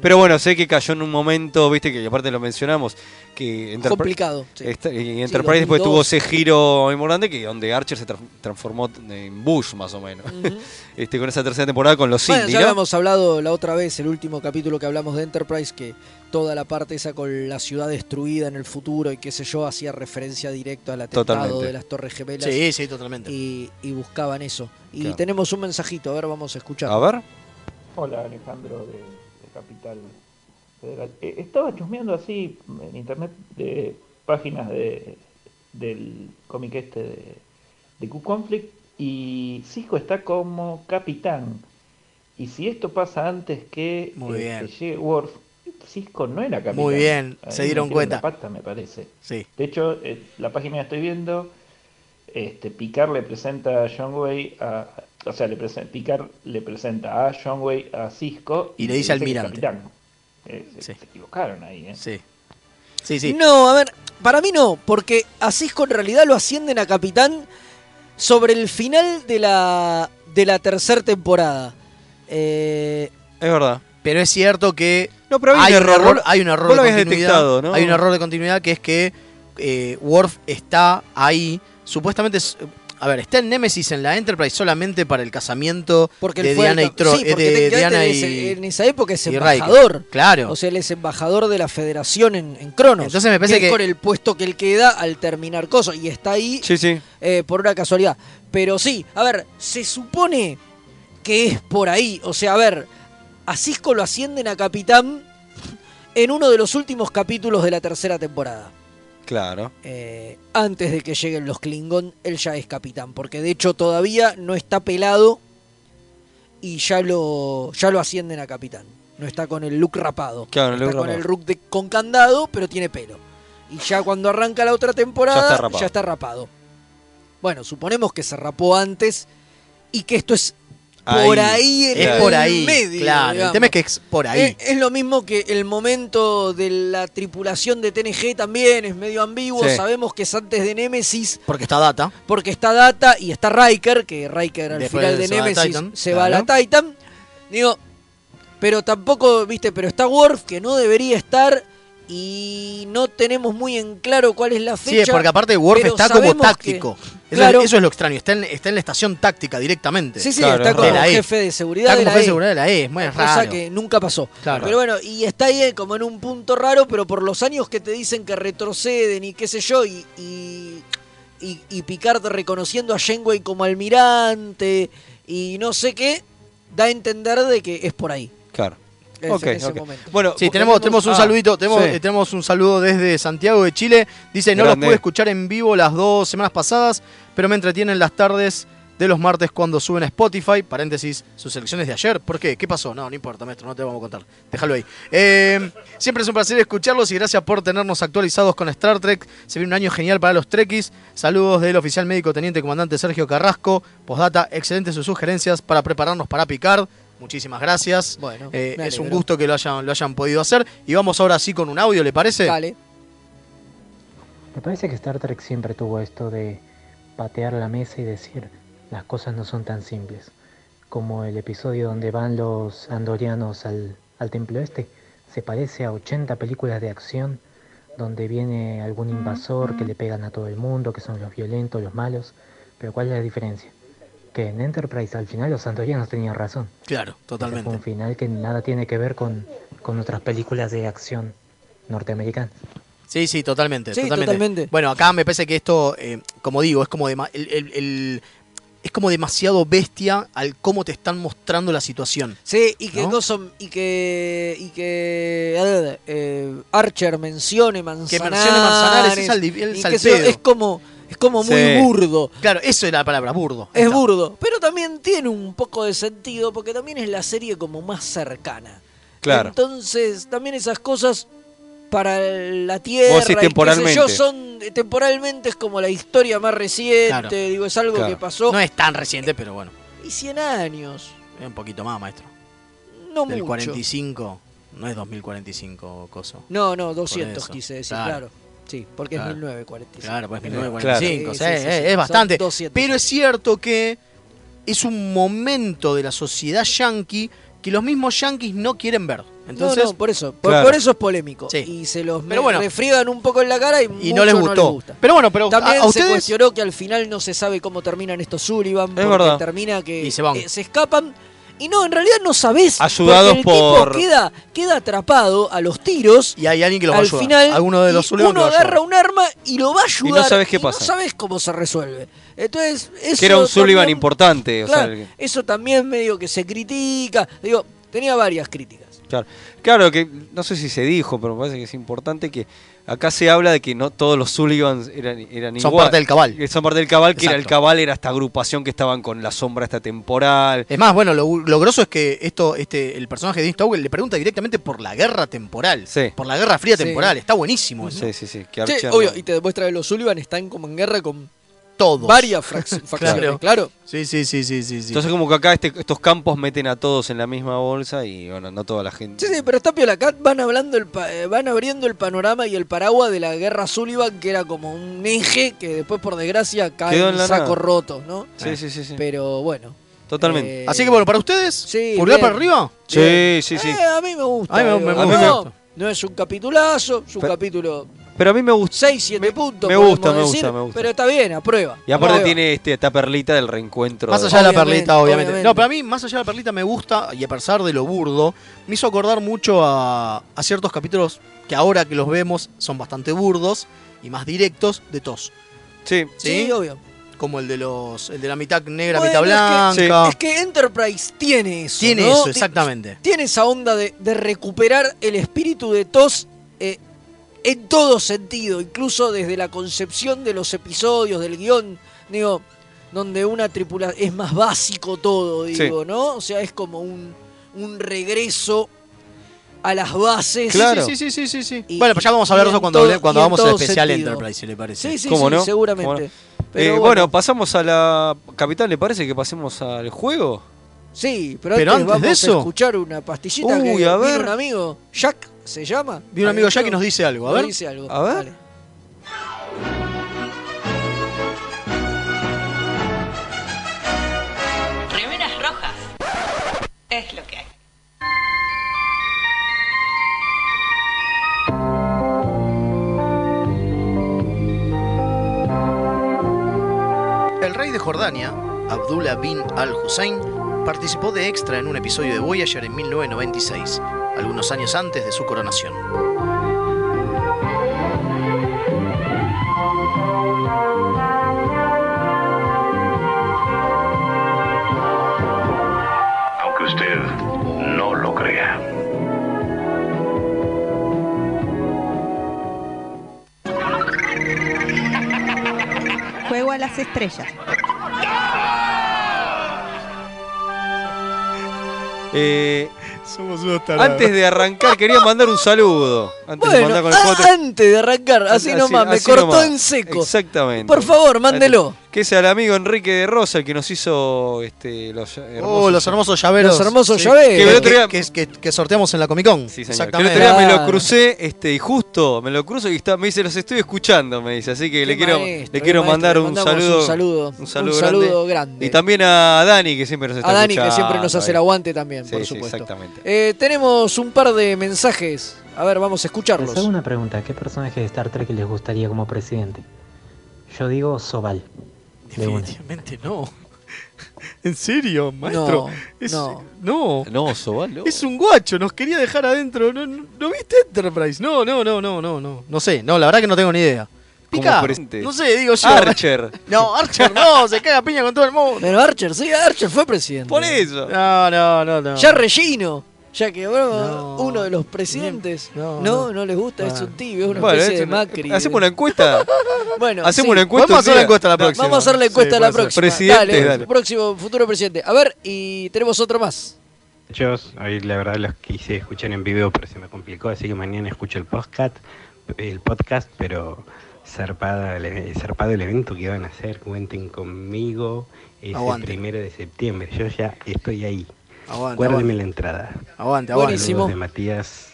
Speaker 4: Pero bueno, sé que cayó en un momento, viste, que aparte lo mencionamos, que Enterpri-
Speaker 2: Complicado. sí.
Speaker 4: Esta- y Enterprise
Speaker 2: 2002.
Speaker 4: después tuvo ese giro muy grande que donde Archer se tra- transformó en Bush más o menos.
Speaker 2: Ujú.
Speaker 4: este con esa tercera temporada con los
Speaker 2: Bueno,
Speaker 4: Cindy,
Speaker 2: ya
Speaker 4: ¿no?
Speaker 2: habíamos hablado la otra vez, el último capítulo que hablamos de Enterprise, que toda la parte esa con la ciudad destruida en el futuro y qué sé yo, hacía referencia directa al atentado
Speaker 4: Totalmente.
Speaker 2: de las Torres Gemelas
Speaker 3: Sí, sí, totalmente.
Speaker 2: y, y buscaban eso. Y
Speaker 4: Claro.
Speaker 2: tenemos un mensajito, a ver, vamos a escuchar.
Speaker 4: A ver.
Speaker 12: Hola Alejandro de, de Capital Federal. Eh, estaba chusmeando así en internet de páginas de, del cómic este de de Q-Conflict y Cisco está como capitán. Y si esto pasa antes que,
Speaker 3: Muy
Speaker 12: eh,
Speaker 3: bien.
Speaker 1: este
Speaker 12: que llegue Worf, Cisco no era capitán.
Speaker 3: Muy bien,
Speaker 12: Ahí
Speaker 3: se dieron
Speaker 12: metieron
Speaker 3: cuenta.
Speaker 12: la pata, me parece.
Speaker 3: Sí.
Speaker 12: De hecho, eh, la página que estoy viendo, este, Picard le presenta a John Way a... Ah, O sea, le presen- Picard le presenta a John Way a Cisco
Speaker 3: Y le dice
Speaker 12: que es
Speaker 3: almirante.
Speaker 12: capitán. Eh, se, se equivocaron ahí, ¿eh?
Speaker 3: Sí. Sí, sí.
Speaker 2: No, a ver, para mí no, porque a Cisco en realidad lo ascienden a capitán sobre el final de la, de la tercera temporada. Eh,
Speaker 4: Es verdad.
Speaker 3: Pero es cierto que
Speaker 4: No, pero había
Speaker 3: hay, un
Speaker 4: un error.
Speaker 3: error, hay un error
Speaker 4: Vos lo
Speaker 3: de
Speaker 4: habías
Speaker 3: continuidad.
Speaker 4: detectado, ¿no?
Speaker 3: Hay un error de continuidad que es que eh, Worf está ahí. Supuestamente. es- A ver, está en Nemesis en la Enterprise solamente para el casamiento
Speaker 2: porque
Speaker 3: de
Speaker 2: él fue
Speaker 3: Diana
Speaker 2: el-
Speaker 3: y Tro-
Speaker 2: sí,
Speaker 3: eh,
Speaker 2: porque
Speaker 3: de
Speaker 2: técnicamente
Speaker 3: Diana
Speaker 2: él es-
Speaker 3: y.
Speaker 2: en esa época es
Speaker 3: y
Speaker 2: embajador.
Speaker 3: Riker. Claro.
Speaker 2: O sea, él es embajador de la Federación en, en Cronos.
Speaker 3: Entonces me parece
Speaker 2: es
Speaker 3: que-
Speaker 2: con el puesto que él queda al terminar cosas. Y está ahí
Speaker 4: Sí, sí.
Speaker 2: eh, por una casualidad. Pero sí, a ver, se supone que es por ahí. O sea, a ver, a Cisco lo ascienden a capitán en uno de los últimos capítulos de la tercera temporada.
Speaker 4: Claro.
Speaker 2: Eh, antes de que lleguen los Klingon, él ya es capitán. Porque de hecho todavía no está pelado y ya lo, ya lo ascienden a capitán. No está con el look rapado.
Speaker 4: Claro, el
Speaker 2: está
Speaker 4: look
Speaker 2: con
Speaker 4: rapado.
Speaker 2: el look de- con candado, pero tiene pelo. Y ya cuando arranca la otra temporada,
Speaker 4: Ya está rapado.
Speaker 2: ya está rapado. Bueno, suponemos que se rapó antes y que esto es por ahí en
Speaker 3: Es
Speaker 2: el
Speaker 3: por ahí.
Speaker 2: medio,
Speaker 3: claro. El
Speaker 2: digamos.
Speaker 3: tema es que es por ahí.
Speaker 2: Es, Eh, es lo mismo que el momento de la tripulación de TNG también, es medio ambiguo.
Speaker 3: Sí.
Speaker 2: Sabemos que es antes de Nemesis,
Speaker 3: porque está data.
Speaker 2: porque está Data y está Riker, que Riker al
Speaker 3: Después
Speaker 2: final de
Speaker 3: se va a
Speaker 2: Nemesis
Speaker 3: Titan,
Speaker 2: se va a la Titan. Digo, pero tampoco, viste, pero está Worf, que no debería estar. Y no tenemos muy en claro cuál es la fecha.
Speaker 3: Sí, es porque aparte Worf
Speaker 2: pero
Speaker 3: está como
Speaker 2: sabemos
Speaker 3: táctico.
Speaker 2: que-
Speaker 3: Eso,
Speaker 2: Claro.
Speaker 3: eso es lo extraño. Está en, está en la estación táctica directamente.
Speaker 2: Sí, sí, está como
Speaker 3: De la E.
Speaker 2: jefe de seguridad.
Speaker 3: Está como
Speaker 2: de la
Speaker 3: jefe de
Speaker 2: E.
Speaker 3: seguridad de la E, es muy
Speaker 2: Cosa
Speaker 3: raro.
Speaker 2: que nunca pasó.
Speaker 3: Claro.
Speaker 2: Pero bueno, y está ahí eh, como en un punto raro, pero por los años que te dicen que retroceden y qué sé yo, y, y, y- y Picard reconociendo a Janeway como almirante y no sé qué, da a entender de que es por ahí.
Speaker 4: Claro.
Speaker 2: Es-
Speaker 4: Ok,
Speaker 2: en ese
Speaker 4: ok.
Speaker 2: momento.
Speaker 4: Bueno,
Speaker 3: Sí, tenemos, tenemos un
Speaker 4: ah,
Speaker 3: saludito, tenemos,
Speaker 4: sí.
Speaker 3: eh, tenemos un saludo desde Santiago de Chile. Dice, no
Speaker 4: Grande.
Speaker 3: los pude escuchar en vivo las dos semanas pasadas, pero me entretienen las tardes de los martes cuando suben a Spotify, paréntesis, sus elecciones de ayer. ¿Por qué? ¿Qué pasó? No, no importa, maestro, no te vamos a contar. Déjalo ahí. Eh, siempre es un placer escucharlos y gracias por tenernos actualizados con Star Trek. Se viene un año genial para los Trekkies. Saludos del oficial médico teniente comandante Sergio Carrasco. Postdata, excelentes sus sugerencias para prepararnos para Picard. Muchísimas gracias.
Speaker 2: Bueno,
Speaker 3: Eh,
Speaker 2: me
Speaker 3: es un
Speaker 2: alegro.
Speaker 3: gusto que lo hayan, lo hayan podido hacer. Y vamos ahora sí con un audio, ¿le parece?
Speaker 2: Vale.
Speaker 13: Me parece que Star Trek siempre tuvo esto de patear la mesa y decir las cosas no son tan simples. Como el episodio donde van los andorianos al, al templo este, se parece a 80 películas de acción donde viene algún invasor que le pegan a todo el mundo, que son los violentos, los malos. Pero ¿cuál es la diferencia? Que en Enterprise al final los andorianos tenían razón.
Speaker 3: Claro, totalmente.
Speaker 13: Ese fue un final que nada tiene que ver con, con otras películas de acción norteamericanas.
Speaker 3: Sí, sí, totalmente,
Speaker 13: Sí,
Speaker 3: totalmente.
Speaker 13: totalmente.
Speaker 3: Bueno, acá me parece que esto, eh, como digo, es como dema- el- el- el- es como demasiado bestia al cómo te están mostrando la situación.
Speaker 2: Sí, y que
Speaker 3: ¿No?
Speaker 2: Gossam- y que y que eh, Archer mencione Manzanares,
Speaker 3: Que mencione Manzanares, es al di- el
Speaker 2: y qué sé yo,
Speaker 3: salpedo.
Speaker 2: es como es como muy
Speaker 3: Sí.
Speaker 2: burdo.
Speaker 3: Claro, eso es la palabra, burdo.
Speaker 2: Es burdo, pero también tiene un poco de sentido porque también es la serie como más cercana.
Speaker 4: Claro.
Speaker 2: Entonces, también esas cosas para la Tierra
Speaker 4: Vos decís
Speaker 2: y qué sé
Speaker 4: temporalmente.
Speaker 2: yo, son eh, temporalmente es como la historia más reciente,
Speaker 3: Claro.
Speaker 2: digo, es algo
Speaker 3: Claro.
Speaker 2: que pasó
Speaker 3: No es tan reciente, pero bueno,
Speaker 2: y 100 años,
Speaker 3: es un poquito más, maestro.
Speaker 2: no
Speaker 3: Del
Speaker 2: mucho.
Speaker 3: 45, no es 2045, coso.
Speaker 2: No, no,
Speaker 3: Por
Speaker 2: 200
Speaker 3: eso,
Speaker 2: quise decir, claro. Sí, porque
Speaker 3: Claro.
Speaker 2: es 1945.
Speaker 3: Claro, pues
Speaker 2: Sí,
Speaker 3: 1945, o
Speaker 2: sí,
Speaker 3: sea,
Speaker 2: sí,
Speaker 3: es,
Speaker 2: sí,
Speaker 3: eh, es
Speaker 2: son
Speaker 3: bastante.
Speaker 2: 200.
Speaker 3: Pero es cierto que es un momento de la sociedad yanqui que los mismos yanquis no quieren ver. Entonces,
Speaker 2: no, no, por eso. Por,
Speaker 3: Claro.
Speaker 2: por eso es polémico.
Speaker 3: Sí.
Speaker 2: Y se los
Speaker 3: Pero
Speaker 2: me-
Speaker 3: bueno.
Speaker 2: refriegan un poco en la cara y,
Speaker 3: y no les
Speaker 2: mucho
Speaker 3: gustó. Pero bueno, pero a,
Speaker 2: También
Speaker 3: a
Speaker 2: se
Speaker 3: ustedes
Speaker 2: cuestionó que al final no se sabe cómo terminan estos Sullivan. porque
Speaker 3: verdad.
Speaker 2: termina que
Speaker 3: Y se van.
Speaker 2: eh, se escapan. Y no, en realidad no sabés.
Speaker 3: Ayudados
Speaker 2: porque el
Speaker 3: por-
Speaker 2: Tipo queda, queda atrapado a los tiros.
Speaker 3: y hay alguien que los va a
Speaker 2: al
Speaker 3: ayudar.
Speaker 2: final,
Speaker 3: Alguno de los
Speaker 2: y
Speaker 3: Sullivan que
Speaker 2: uno
Speaker 3: lo va a
Speaker 2: agarra
Speaker 3: ayudar.
Speaker 2: un arma y lo va a ayudar.
Speaker 4: sabés qué pasa.
Speaker 2: No sabes cómo se resuelve. Entonces, eso
Speaker 4: que era un Sullivan
Speaker 2: también-
Speaker 4: importante. o sea,
Speaker 2: Claro,
Speaker 4: el-
Speaker 2: eso también medio que se critica. Digo, tenía varias críticas.
Speaker 4: Claro. Claro que no sé si se dijo, pero me parece que es importante que Acá se habla de que no todos los Sullivans eran, eran
Speaker 3: Son
Speaker 4: igual.
Speaker 3: parte del cabal.
Speaker 4: Eh, Son parte del cabal, que era el
Speaker 3: Exacto.
Speaker 4: cabal, era esta agrupación que estaban con la sombra esta temporal.
Speaker 3: Es más, bueno, lo, lo grosso es que esto, este, el personaje de Dean Stowell le pregunta directamente por la guerra temporal. Por la guerra fría
Speaker 2: Sí.
Speaker 3: temporal. Está buenísimo eso.
Speaker 4: Sí, sí, sí. Que
Speaker 2: Sí,
Speaker 4: Archie
Speaker 2: obvio,
Speaker 4: habla-
Speaker 2: y te demuestra que los Sullivan están como en guerra con
Speaker 3: todos.
Speaker 2: Varias frac- facciones, claro.
Speaker 3: Sí, sí, sí, sí, sí. sí.
Speaker 4: Entonces como que acá este- estos campos meten a todos en la misma bolsa y bueno, no toda la gente.
Speaker 2: Sí, sí, pero está piola. Acá van, hablando el pa- eh, van abriendo el panorama y el paraguas de la guerra Sullivan, que era como un eje que después, por desgracia, cae
Speaker 4: Quedó en
Speaker 2: en
Speaker 4: la
Speaker 2: saco
Speaker 4: nada.
Speaker 2: roto, ¿no?
Speaker 4: Sí, sí, sí, sí.
Speaker 2: Pero bueno.
Speaker 4: Totalmente.
Speaker 2: Eh,
Speaker 3: Así que bueno, para ustedes,
Speaker 2: sí,
Speaker 3: ¿pulgar
Speaker 2: bien.
Speaker 3: para arriba?
Speaker 4: Sí, sí, sí.
Speaker 2: Eh, a mí me gusta.
Speaker 3: A mí me-
Speaker 2: digo,
Speaker 3: me
Speaker 2: no,
Speaker 3: gusta.
Speaker 2: No es un capitulazo, es un
Speaker 4: Pero-
Speaker 2: capítulo
Speaker 4: Pero a mí me gusta.
Speaker 2: 6, 7 puntos.
Speaker 4: me gusta,
Speaker 2: podemos
Speaker 4: me gusta,
Speaker 2: decir,
Speaker 4: me gusta.
Speaker 2: Pero está bien, aprueba.
Speaker 4: Y aparte
Speaker 2: aprueba.
Speaker 4: tiene este, esta perlita del reencuentro.
Speaker 3: Más allá de la perlita, obviamente. No, para mí, más allá de la perlita, me gusta, y a pesar de lo burdo, me hizo acordar mucho a, a ciertos capítulos que ahora que los vemos son bastante burdos y más directos de TOS.
Speaker 4: Sí.
Speaker 2: Sí, obvio.
Speaker 3: Como el de los el de la mitad negra,
Speaker 2: Bueno,
Speaker 3: mitad
Speaker 2: es que-
Speaker 4: Ah.
Speaker 3: blanca.
Speaker 2: Es que, Enterprise tiene eso.
Speaker 3: Tiene
Speaker 2: ¿no?
Speaker 3: eso,
Speaker 2: Ti-
Speaker 3: exactamente.
Speaker 2: Tiene esa onda de, de recuperar el espíritu de TOS eh, en todo sentido, incluso desde la concepción de los episodios, del guión, digo, donde una tripulación es más básico todo,
Speaker 4: Sí.
Speaker 2: digo, ¿no? O sea, es como un, un regreso a las bases.
Speaker 4: Claro.
Speaker 3: Sí, sí, sí, sí, sí.
Speaker 2: Y-
Speaker 3: bueno, pero ya vamos a hablar
Speaker 2: y
Speaker 3: de eso
Speaker 2: en
Speaker 3: cuando,
Speaker 2: todo-
Speaker 3: hable- cuando
Speaker 2: y en
Speaker 3: hagamos el
Speaker 2: todo
Speaker 3: especial
Speaker 2: sentido.
Speaker 3: Enterprise, si le parece.
Speaker 2: Sí, sí,
Speaker 4: ¿Cómo
Speaker 2: sí,
Speaker 4: no?
Speaker 2: seguramente.
Speaker 4: ¿Cómo no?
Speaker 2: Pero
Speaker 4: Eh,
Speaker 2: bueno.
Speaker 4: bueno, pasamos a la... Capitán, ¿le parece que pasemos al juego?
Speaker 2: Sí, pero,
Speaker 4: Pero
Speaker 2: antes,
Speaker 4: antes de
Speaker 2: vamos
Speaker 4: eso.
Speaker 2: a escuchar una pastillita
Speaker 4: Uy,
Speaker 2: que
Speaker 4: a
Speaker 2: vino
Speaker 4: ver.
Speaker 2: un amigo, Jack, ¿se llama?
Speaker 3: Vi un amigo ya que nos dice algo, a
Speaker 2: Nos
Speaker 3: ver.
Speaker 2: dice algo.
Speaker 4: A ver.
Speaker 2: Dale.
Speaker 5: Remeras rojas. Es lo que hay.
Speaker 3: El rey de Jordania, Abdullah bin al-Hussein, participó de extra en un episodio de Voyager en 1996, algunos años antes de su coronación.
Speaker 15: aunque usted no lo crea.
Speaker 14: Juego a las estrellas.
Speaker 4: Eh,
Speaker 3: Somos unos
Speaker 4: antes de arrancar, quería mandar un saludo. Antes de
Speaker 2: Bueno,
Speaker 4: mandar con el
Speaker 2: ah,
Speaker 4: juego te-
Speaker 2: antes de arrancar, así, nomás, me
Speaker 4: así
Speaker 2: cortó
Speaker 4: nomás.
Speaker 2: en seco.
Speaker 4: Exactamente.
Speaker 2: Por favor, mándelo.
Speaker 4: Que es el amigo Enrique de Rosa el que nos hizo este, los hermosos.
Speaker 3: Oh, los hermosos llaveros.
Speaker 2: Los hermosos
Speaker 3: Sí.
Speaker 2: llaveros.
Speaker 4: Que el otro
Speaker 3: Que, que- que- que sorteamos en la Comic Con.
Speaker 4: Sí, señor. Que el otro día me lo crucé este, y justo me lo cruzo y está, me dice, los estoy escuchando, me dice. Así que le quiero,
Speaker 2: maestro,
Speaker 4: le
Speaker 2: qué
Speaker 4: quiero
Speaker 2: maestro,
Speaker 4: mandar
Speaker 2: le
Speaker 4: un
Speaker 2: mandamos
Speaker 4: saludo,
Speaker 2: un saludo,
Speaker 4: un saludo
Speaker 2: un saludo
Speaker 4: grande.
Speaker 2: grande.
Speaker 4: Y también a Dani, que siempre nos está
Speaker 2: A Dani, que
Speaker 4: escuchando.
Speaker 2: siempre nos hace el
Speaker 4: eh.
Speaker 2: aguante también,
Speaker 4: Sí,
Speaker 2: por
Speaker 4: sí,
Speaker 2: supuesto.
Speaker 4: exactamente.
Speaker 2: Eh, tenemos un par de mensajes. A ver, vamos
Speaker 13: Les
Speaker 2: a escucharlos.
Speaker 13: hago una pregunta, ¿qué personaje de Star Trek les gustaría como presidente? Yo digo Sobal. De una.
Speaker 3: Definitivamente no. ¿En serio,
Speaker 13: No,
Speaker 3: maestro? Es-
Speaker 13: no.
Speaker 3: no.
Speaker 4: No, Sobal, no.
Speaker 3: Es un guacho, nos quería dejar adentro. ¿No, no, no viste Enterprise? No, no, no, no, no, no. No sé, no, la verdad que no tengo ni idea.
Speaker 4: Como
Speaker 3: Pica.
Speaker 4: presidente.
Speaker 3: No sé, digo yo.
Speaker 4: Archer.
Speaker 3: No, Archer no, se caga piña con todo el mundo.
Speaker 2: Pero Archer, sí, Archer fue presidente.
Speaker 4: Por eso.
Speaker 3: No, no, no, no.
Speaker 2: Ya Regino, ya que bueno, uno de los presidentes, no,
Speaker 3: no,
Speaker 2: no,
Speaker 3: no.
Speaker 2: les gusta, es un tibio, es una
Speaker 4: Bueno,
Speaker 2: especie de
Speaker 4: esto-
Speaker 2: Macri.
Speaker 4: Hacemos una encuesta.
Speaker 2: Bueno,
Speaker 4: hacemos
Speaker 2: sí.
Speaker 4: una encuesta
Speaker 3: Podemos
Speaker 4: un
Speaker 3: hacer la
Speaker 4: día.
Speaker 3: encuesta la
Speaker 4: Da-
Speaker 3: próxima.
Speaker 2: Vamos a hacer la encuesta
Speaker 3: Sí,
Speaker 2: la
Speaker 3: puede
Speaker 2: próxima.
Speaker 3: ser.
Speaker 4: Presidente,
Speaker 2: Dale,
Speaker 4: dale.
Speaker 2: Próximo futuro presidente. A ver, y tenemos otro más.
Speaker 16: Muchachos, hoy la verdad los quise escuchar en vivo, pero se me complicó, así que mañana escucho el podcast, el podcast, pero zarpada, el e- zarpado el evento que van a hacer, cuenten conmigo ese
Speaker 3: Aguante.
Speaker 16: primero de septiembre, yo ya estoy ahí.
Speaker 3: Aguante,
Speaker 16: Guárdenme
Speaker 3: aguante.
Speaker 16: la entrada.
Speaker 3: Aguante, aguante.
Speaker 16: Saludos de Matías,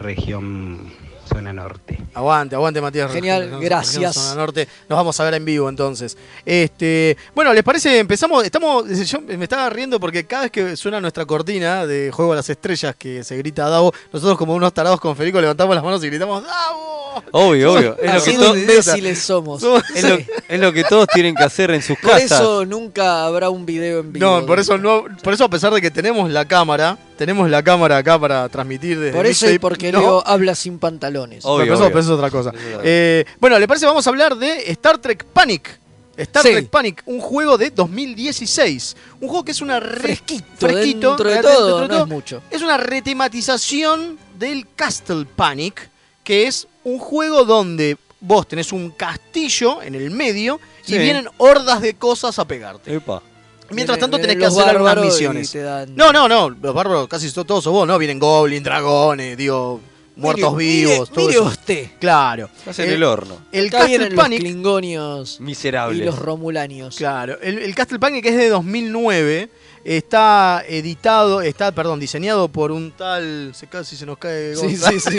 Speaker 16: región zona norte.
Speaker 3: Aguante, aguante, Matías.
Speaker 2: Genial,
Speaker 3: Nos- nos-
Speaker 2: gracias.
Speaker 3: nos- Zona Norte. Nos vamos a ver en vivo entonces. Este, bueno, ¿les parece? Empezamos, estamos, yo me estaba riendo porque cada vez que suena nuestra cortina de Juego a las Estrellas que se grita Davo, nosotros como unos tarados con Federico levantamos las manos y gritamos ¡Davo!
Speaker 4: Obvio, obvio. Es lo
Speaker 2: Así
Speaker 4: que
Speaker 2: de
Speaker 4: todos.
Speaker 2: imbéciles somos.
Speaker 4: Es lo, es lo que todos tienen que hacer en sus
Speaker 2: Por
Speaker 4: casas.
Speaker 2: eso nunca habrá un video en vivo.
Speaker 3: No, por eso no, por eso a pesar de que tenemos la cámara, tenemos la cámara acá para transmitir desde
Speaker 2: Por eso y
Speaker 3: mixtape,
Speaker 2: porque
Speaker 3: no. Oh.
Speaker 2: Leo habla sin pantalones.
Speaker 3: No, pero eso- pero eso es otra cosa. Eh, bueno, ¿le parece? Vamos a hablar de Star Trek Panic. Star
Speaker 2: Sí.
Speaker 3: Trek Panic, un juego de 2016. Un juego que es una re-
Speaker 2: Fresquito,
Speaker 3: fresquito, eh,
Speaker 2: dentro de
Speaker 3: re-
Speaker 2: todo, no es mucho.
Speaker 3: Es una retematización del Castle Panic, que es un juego donde vos tenés un castillo en el medio
Speaker 4: Sí.
Speaker 3: y vienen hordas de cosas a pegarte.
Speaker 4: Epa.
Speaker 3: Mientras
Speaker 2: Vienen-
Speaker 3: tanto tenés
Speaker 2: vienen
Speaker 3: que
Speaker 2: los
Speaker 3: hacer algunas
Speaker 2: bárbaros y
Speaker 3: misiones.
Speaker 2: te dan-
Speaker 3: No, no, no, los bárbaros casi to- todos sos vos, ¿no? Vienen goblins, dragones, digo, muertos
Speaker 2: mire-
Speaker 3: vivos, todo
Speaker 2: mire
Speaker 3: eso.
Speaker 2: usted.
Speaker 3: Claro. Eh,
Speaker 4: Estás en el horno.
Speaker 3: El
Speaker 2: Acá
Speaker 3: Castle
Speaker 2: vienen los
Speaker 3: Panic-
Speaker 2: klingonios
Speaker 4: Miserable.
Speaker 2: y los romulanios.
Speaker 3: Claro, el, el Castle Panic es de 2009, está editado, está, perdón, diseñado por un tal, se casi se nos cae
Speaker 4: Sí,
Speaker 3: Gonzalo.
Speaker 4: sí, sí.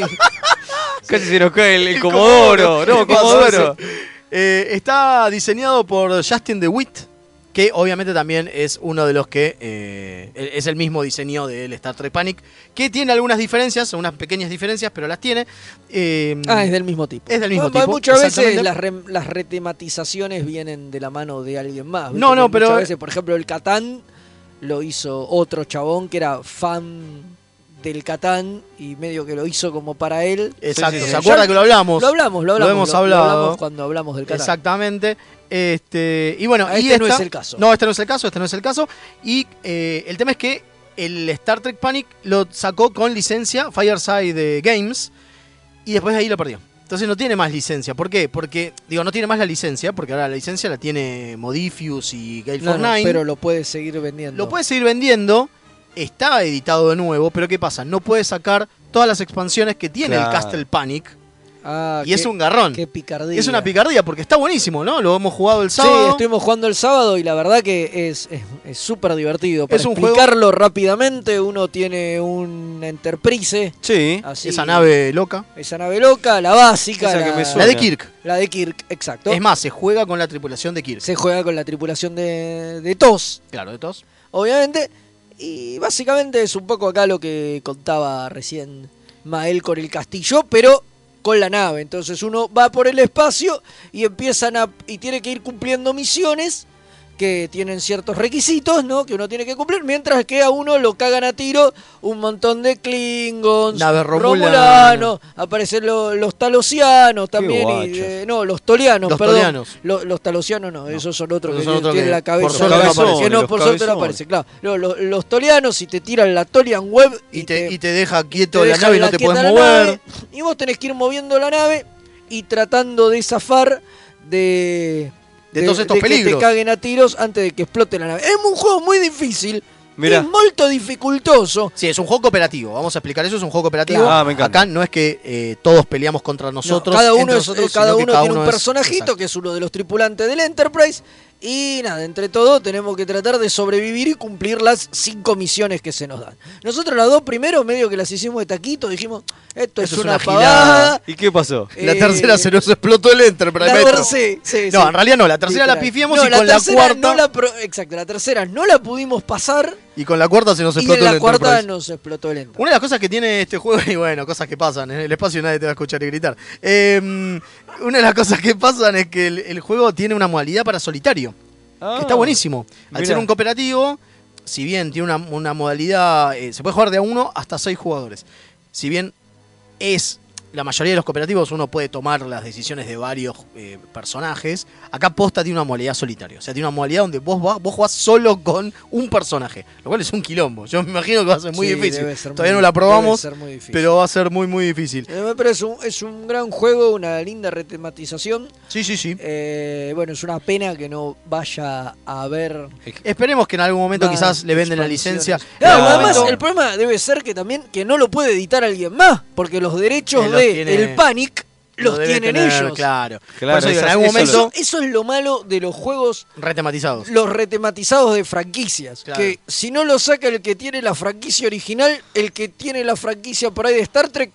Speaker 4: Casi se nos cae el, el Comodoro. No,
Speaker 3: El
Speaker 4: Comodoro.
Speaker 3: Eh, está diseñado por Justin DeWitt, que obviamente también es uno de los que eh, es el mismo diseño del Star Trek Panic, que tiene algunas diferencias, unas pequeñas diferencias, pero las tiene. Eh,
Speaker 2: Ah, es del mismo tipo.
Speaker 3: Es del mismo
Speaker 2: Bueno,
Speaker 3: tipo.
Speaker 2: Muchas veces
Speaker 3: exactamente.
Speaker 2: las, re- las retematizaciones vienen de la mano de alguien más. ¿viste?
Speaker 3: No, no,
Speaker 2: Muchas
Speaker 3: pero- eh
Speaker 2: veces, por ejemplo, el Catán lo hizo otro chabón que era fan del Catán y medio que lo hizo como para él.
Speaker 3: Exacto,
Speaker 2: Eh,
Speaker 3: ¿se acuerda
Speaker 2: ya
Speaker 3: que lo hablamos?
Speaker 2: Lo hablamos, lo hablamos.
Speaker 3: hemos
Speaker 2: lo- lo
Speaker 3: hablado.
Speaker 2: hablamos cuando hablamos del Catán.
Speaker 3: Exactamente. Este, y bueno,
Speaker 2: Ah,
Speaker 3: y
Speaker 2: este no
Speaker 3: esta-
Speaker 2: es el caso.
Speaker 3: No, este no es el caso, este no es el caso. Y eh, el tema es que el Star Trek Panic lo sacó con licencia Fireside eh, Games y después de ahí lo perdió. Entonces no tiene más licencia. ¿Por qué? Porque, digo, no tiene más la licencia, porque ahora la licencia la tiene Modifius y Gale
Speaker 2: No, no,
Speaker 3: Fortnite.
Speaker 2: pero lo puede seguir vendiendo.
Speaker 3: Lo puede seguir vendiendo, está editado de nuevo, pero ¿qué pasa? No puede sacar todas las expansiones que tiene el
Speaker 2: Claro.
Speaker 3: Castle Panic.
Speaker 2: Ah,
Speaker 3: y
Speaker 2: qué-
Speaker 3: es un garrón.
Speaker 2: Qué picardía.
Speaker 3: Es una picardía porque está buenísimo, ¿no? Lo hemos jugado el sábado.
Speaker 2: Sí, estuvimos jugando el sábado y la verdad que es es- es súper divertido. Para
Speaker 3: Es un juego-
Speaker 2: explicarlo rápidamente, uno tiene una Enterprise.
Speaker 4: Sí,
Speaker 2: Así-
Speaker 3: esa nave loca.
Speaker 2: Esa nave loca, la básica.
Speaker 3: Esa
Speaker 2: la,
Speaker 3: que me suena. La de Kirk.
Speaker 2: La de Kirk, exacto.
Speaker 3: Es más, se juega con la tripulación de Kirk.
Speaker 2: se juega con la tripulación de, de TOS,
Speaker 3: Claro, de todos.
Speaker 2: obviamente. Y básicamente es un poco acá lo que contaba recién Mael con el castillo, pero con la nave. Entonces uno va por el espacio y empiezan a. y tiene que ir cumpliendo misiones que tienen ciertos requisitos, ¿no? Que uno tiene que cumplir, mientras que a uno lo cagan a tiro un montón de klingons,
Speaker 3: Naves romulanas.
Speaker 2: romulanos, aparecen lo- los talosianos también, y,
Speaker 3: guachos.
Speaker 2: eh, no, los tolianos,
Speaker 3: Los
Speaker 2: perdón.
Speaker 3: tolianos.
Speaker 2: Lo- los talosianos no, esos son otros que
Speaker 3: Esos son
Speaker 2: tienen
Speaker 3: otros
Speaker 2: tienen
Speaker 3: que
Speaker 2: la cabeza.
Speaker 3: por suerte no
Speaker 2: cabezón,
Speaker 3: aparecen.
Speaker 2: que no,
Speaker 3: Los
Speaker 2: por suerte no
Speaker 3: cabezones.
Speaker 2: aparece, claro. No, lo- los, tolianos, si te tiran la Tolian Web
Speaker 3: Y, te, y te deja quieto
Speaker 2: te
Speaker 3: la
Speaker 2: dejan
Speaker 3: nave y no te
Speaker 2: quieta
Speaker 3: puedes
Speaker 2: la
Speaker 3: mover.
Speaker 2: nave, y vos tenés que ir moviendo la nave y tratando de zafar de.
Speaker 3: De todos estos
Speaker 2: que
Speaker 3: peligros.
Speaker 2: te caguen a tiros antes de que explote la nave. Es un juego muy difícil.
Speaker 3: Mirá.
Speaker 2: Es molto dificultoso.
Speaker 3: Sí, es un juego cooperativo. Vamos a explicar eso. Es un juego cooperativo.
Speaker 4: Claro. Ah, me encanta.
Speaker 3: Acá no es que eh, todos peleamos contra nosotros.
Speaker 2: cada uno,
Speaker 3: entre
Speaker 2: es-
Speaker 3: nosotros,
Speaker 2: eh, cada
Speaker 3: sino que
Speaker 2: uno tiene un
Speaker 3: es-
Speaker 2: personajito
Speaker 3: Exacto.
Speaker 2: que es uno de los tripulantes del Enterprise. Y nada, entre todo tenemos que tratar de sobrevivir y cumplir las cinco misiones que se nos dan. Nosotros las dos primero medio que las hicimos de taquito, dijimos, esto es,
Speaker 3: Eso es
Speaker 2: una,
Speaker 3: una
Speaker 2: pavada.
Speaker 4: ¿Y qué pasó?
Speaker 3: La
Speaker 2: Eh,
Speaker 3: tercera se nos explotó el Enterprise.
Speaker 2: La
Speaker 3: Metro.
Speaker 2: tercera, sí,
Speaker 3: No,
Speaker 2: sí.
Speaker 3: en realidad no. La tercera la
Speaker 2: Literal.
Speaker 3: pifiamos
Speaker 2: No,
Speaker 3: y con la,
Speaker 2: tercera
Speaker 3: cuarta.
Speaker 2: no la pro- exacto, la tercera no la pudimos pasar
Speaker 3: Y con la cuarta se nos
Speaker 2: y
Speaker 3: explotó
Speaker 2: en la
Speaker 3: el
Speaker 2: cuarta
Speaker 3: Enterprise.
Speaker 2: nos explotó el Enterprise.
Speaker 3: Una de las cosas que tiene este juego, y bueno, cosas que pasan, en el espacio nadie te va a escuchar y gritar. Eh, una de las cosas que pasan es que el, el juego tiene una modalidad para solitario.
Speaker 2: Ah.
Speaker 3: que está buenísimo. Al
Speaker 4: mirá.
Speaker 3: ser un cooperativo, si bien tiene una, una modalidad, eh, se puede jugar de a uno hasta seis jugadores. Si bien es la mayoría de los cooperativos, uno puede tomar las decisiones de varios eh, personajes. Acá Posta tiene una modalidad solitaria. O sea, tiene una modalidad donde vos, va- vos jugás solo con un personaje. Lo cual es un quilombo. Yo me imagino que va a ser muy
Speaker 2: Sí,
Speaker 3: difícil.
Speaker 2: debe ser
Speaker 3: Todavía
Speaker 2: muy-
Speaker 3: no la probamos,
Speaker 2: debe ser muy difícil.
Speaker 3: pero va a ser muy, muy difícil.
Speaker 2: Eh, Pero es un, es un gran juego, una linda retematización.
Speaker 3: Sí, sí, sí.
Speaker 2: Eh, bueno, es una pena que no vaya a haber
Speaker 3: Esperemos que en algún momento
Speaker 2: Más
Speaker 3: quizás le venden la
Speaker 2: expansiones.
Speaker 3: licencia.
Speaker 2: Claro,
Speaker 3: En algún
Speaker 2: además
Speaker 3: momento-
Speaker 2: el problema debe ser que también que no lo puede editar alguien más, porque los derechos
Speaker 3: Eh,
Speaker 2: del
Speaker 3: los tiene-
Speaker 2: Panic
Speaker 3: lo
Speaker 2: los
Speaker 3: debe
Speaker 2: tienen
Speaker 3: tener,
Speaker 2: ellos.
Speaker 3: Claro.
Speaker 4: Claro,
Speaker 3: Por eso digo, en
Speaker 4: esas-
Speaker 3: algún
Speaker 4: eso
Speaker 3: momento
Speaker 2: Eso, eso es lo malo de los juegos,
Speaker 3: retematizados.
Speaker 2: los retematizados de franquicias.
Speaker 3: Claro.
Speaker 2: Que si no lo saca el que tiene la franquicia original, el que tiene la franquicia por ahí de Star Trek,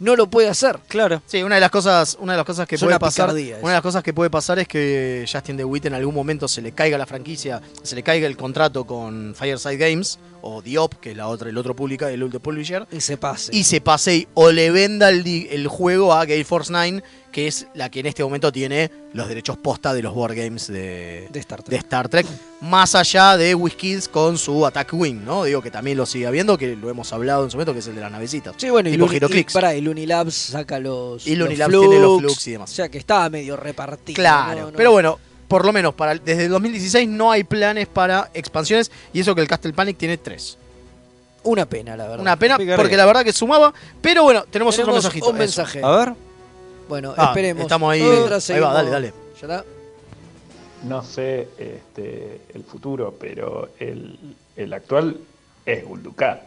Speaker 2: no lo puede hacer.
Speaker 4: Claro.
Speaker 3: Sí, una de las cosas, una de las cosas que
Speaker 2: Es
Speaker 3: puede
Speaker 2: una
Speaker 3: pasar,
Speaker 2: picardía eso.
Speaker 3: una de las cosas que puede pasar es que Justin DeWitt en algún momento se le caiga la franquicia, se le caiga el contrato con Fireside Games o Diop, que es la otra, el otro publica, el otro publisher,
Speaker 2: Y se pase.
Speaker 3: y se pase y- o le venda el, di- el juego a Gale Force 9, que es la que en este momento tiene los derechos posta de los board games de,
Speaker 2: de Star Trek.
Speaker 3: de Star Trek, más allá de WizKids con su Attack Wing, ¿no? Digo que también lo sigue habiendo, que lo hemos hablado en su momento, que es el de las navecitas.
Speaker 2: Sí, bueno, y,
Speaker 3: Tipo
Speaker 2: Luni- y
Speaker 3: Heroclix.
Speaker 2: pará, y Lunilabs saca los,
Speaker 3: Y
Speaker 2: los
Speaker 3: Lunilabs tiene los
Speaker 2: flux,
Speaker 3: flux y demás.
Speaker 2: O sea que estaba medio repartido.
Speaker 3: Claro,
Speaker 2: ¿no? No-
Speaker 3: pero bueno, por lo menos para el- desde el 2016 no hay planes para expansiones y eso que el Castle Panic tiene tres.
Speaker 2: Una pena, la verdad.
Speaker 3: Una pena, porque la verdad que sumaba. Pero bueno, tenemos, otro
Speaker 2: Tenemos
Speaker 3: mensajito.
Speaker 2: un
Speaker 3: eso.
Speaker 2: mensaje.
Speaker 4: Ah, A ver.
Speaker 2: Bueno,
Speaker 3: Ah,
Speaker 2: esperemos.
Speaker 3: Estamos ahí.
Speaker 2: Mientras
Speaker 3: ahí va,
Speaker 2: seguimos-
Speaker 3: dale, dale.
Speaker 2: Ya la-
Speaker 12: No sé este, el futuro, pero el, el actual es Guldukat.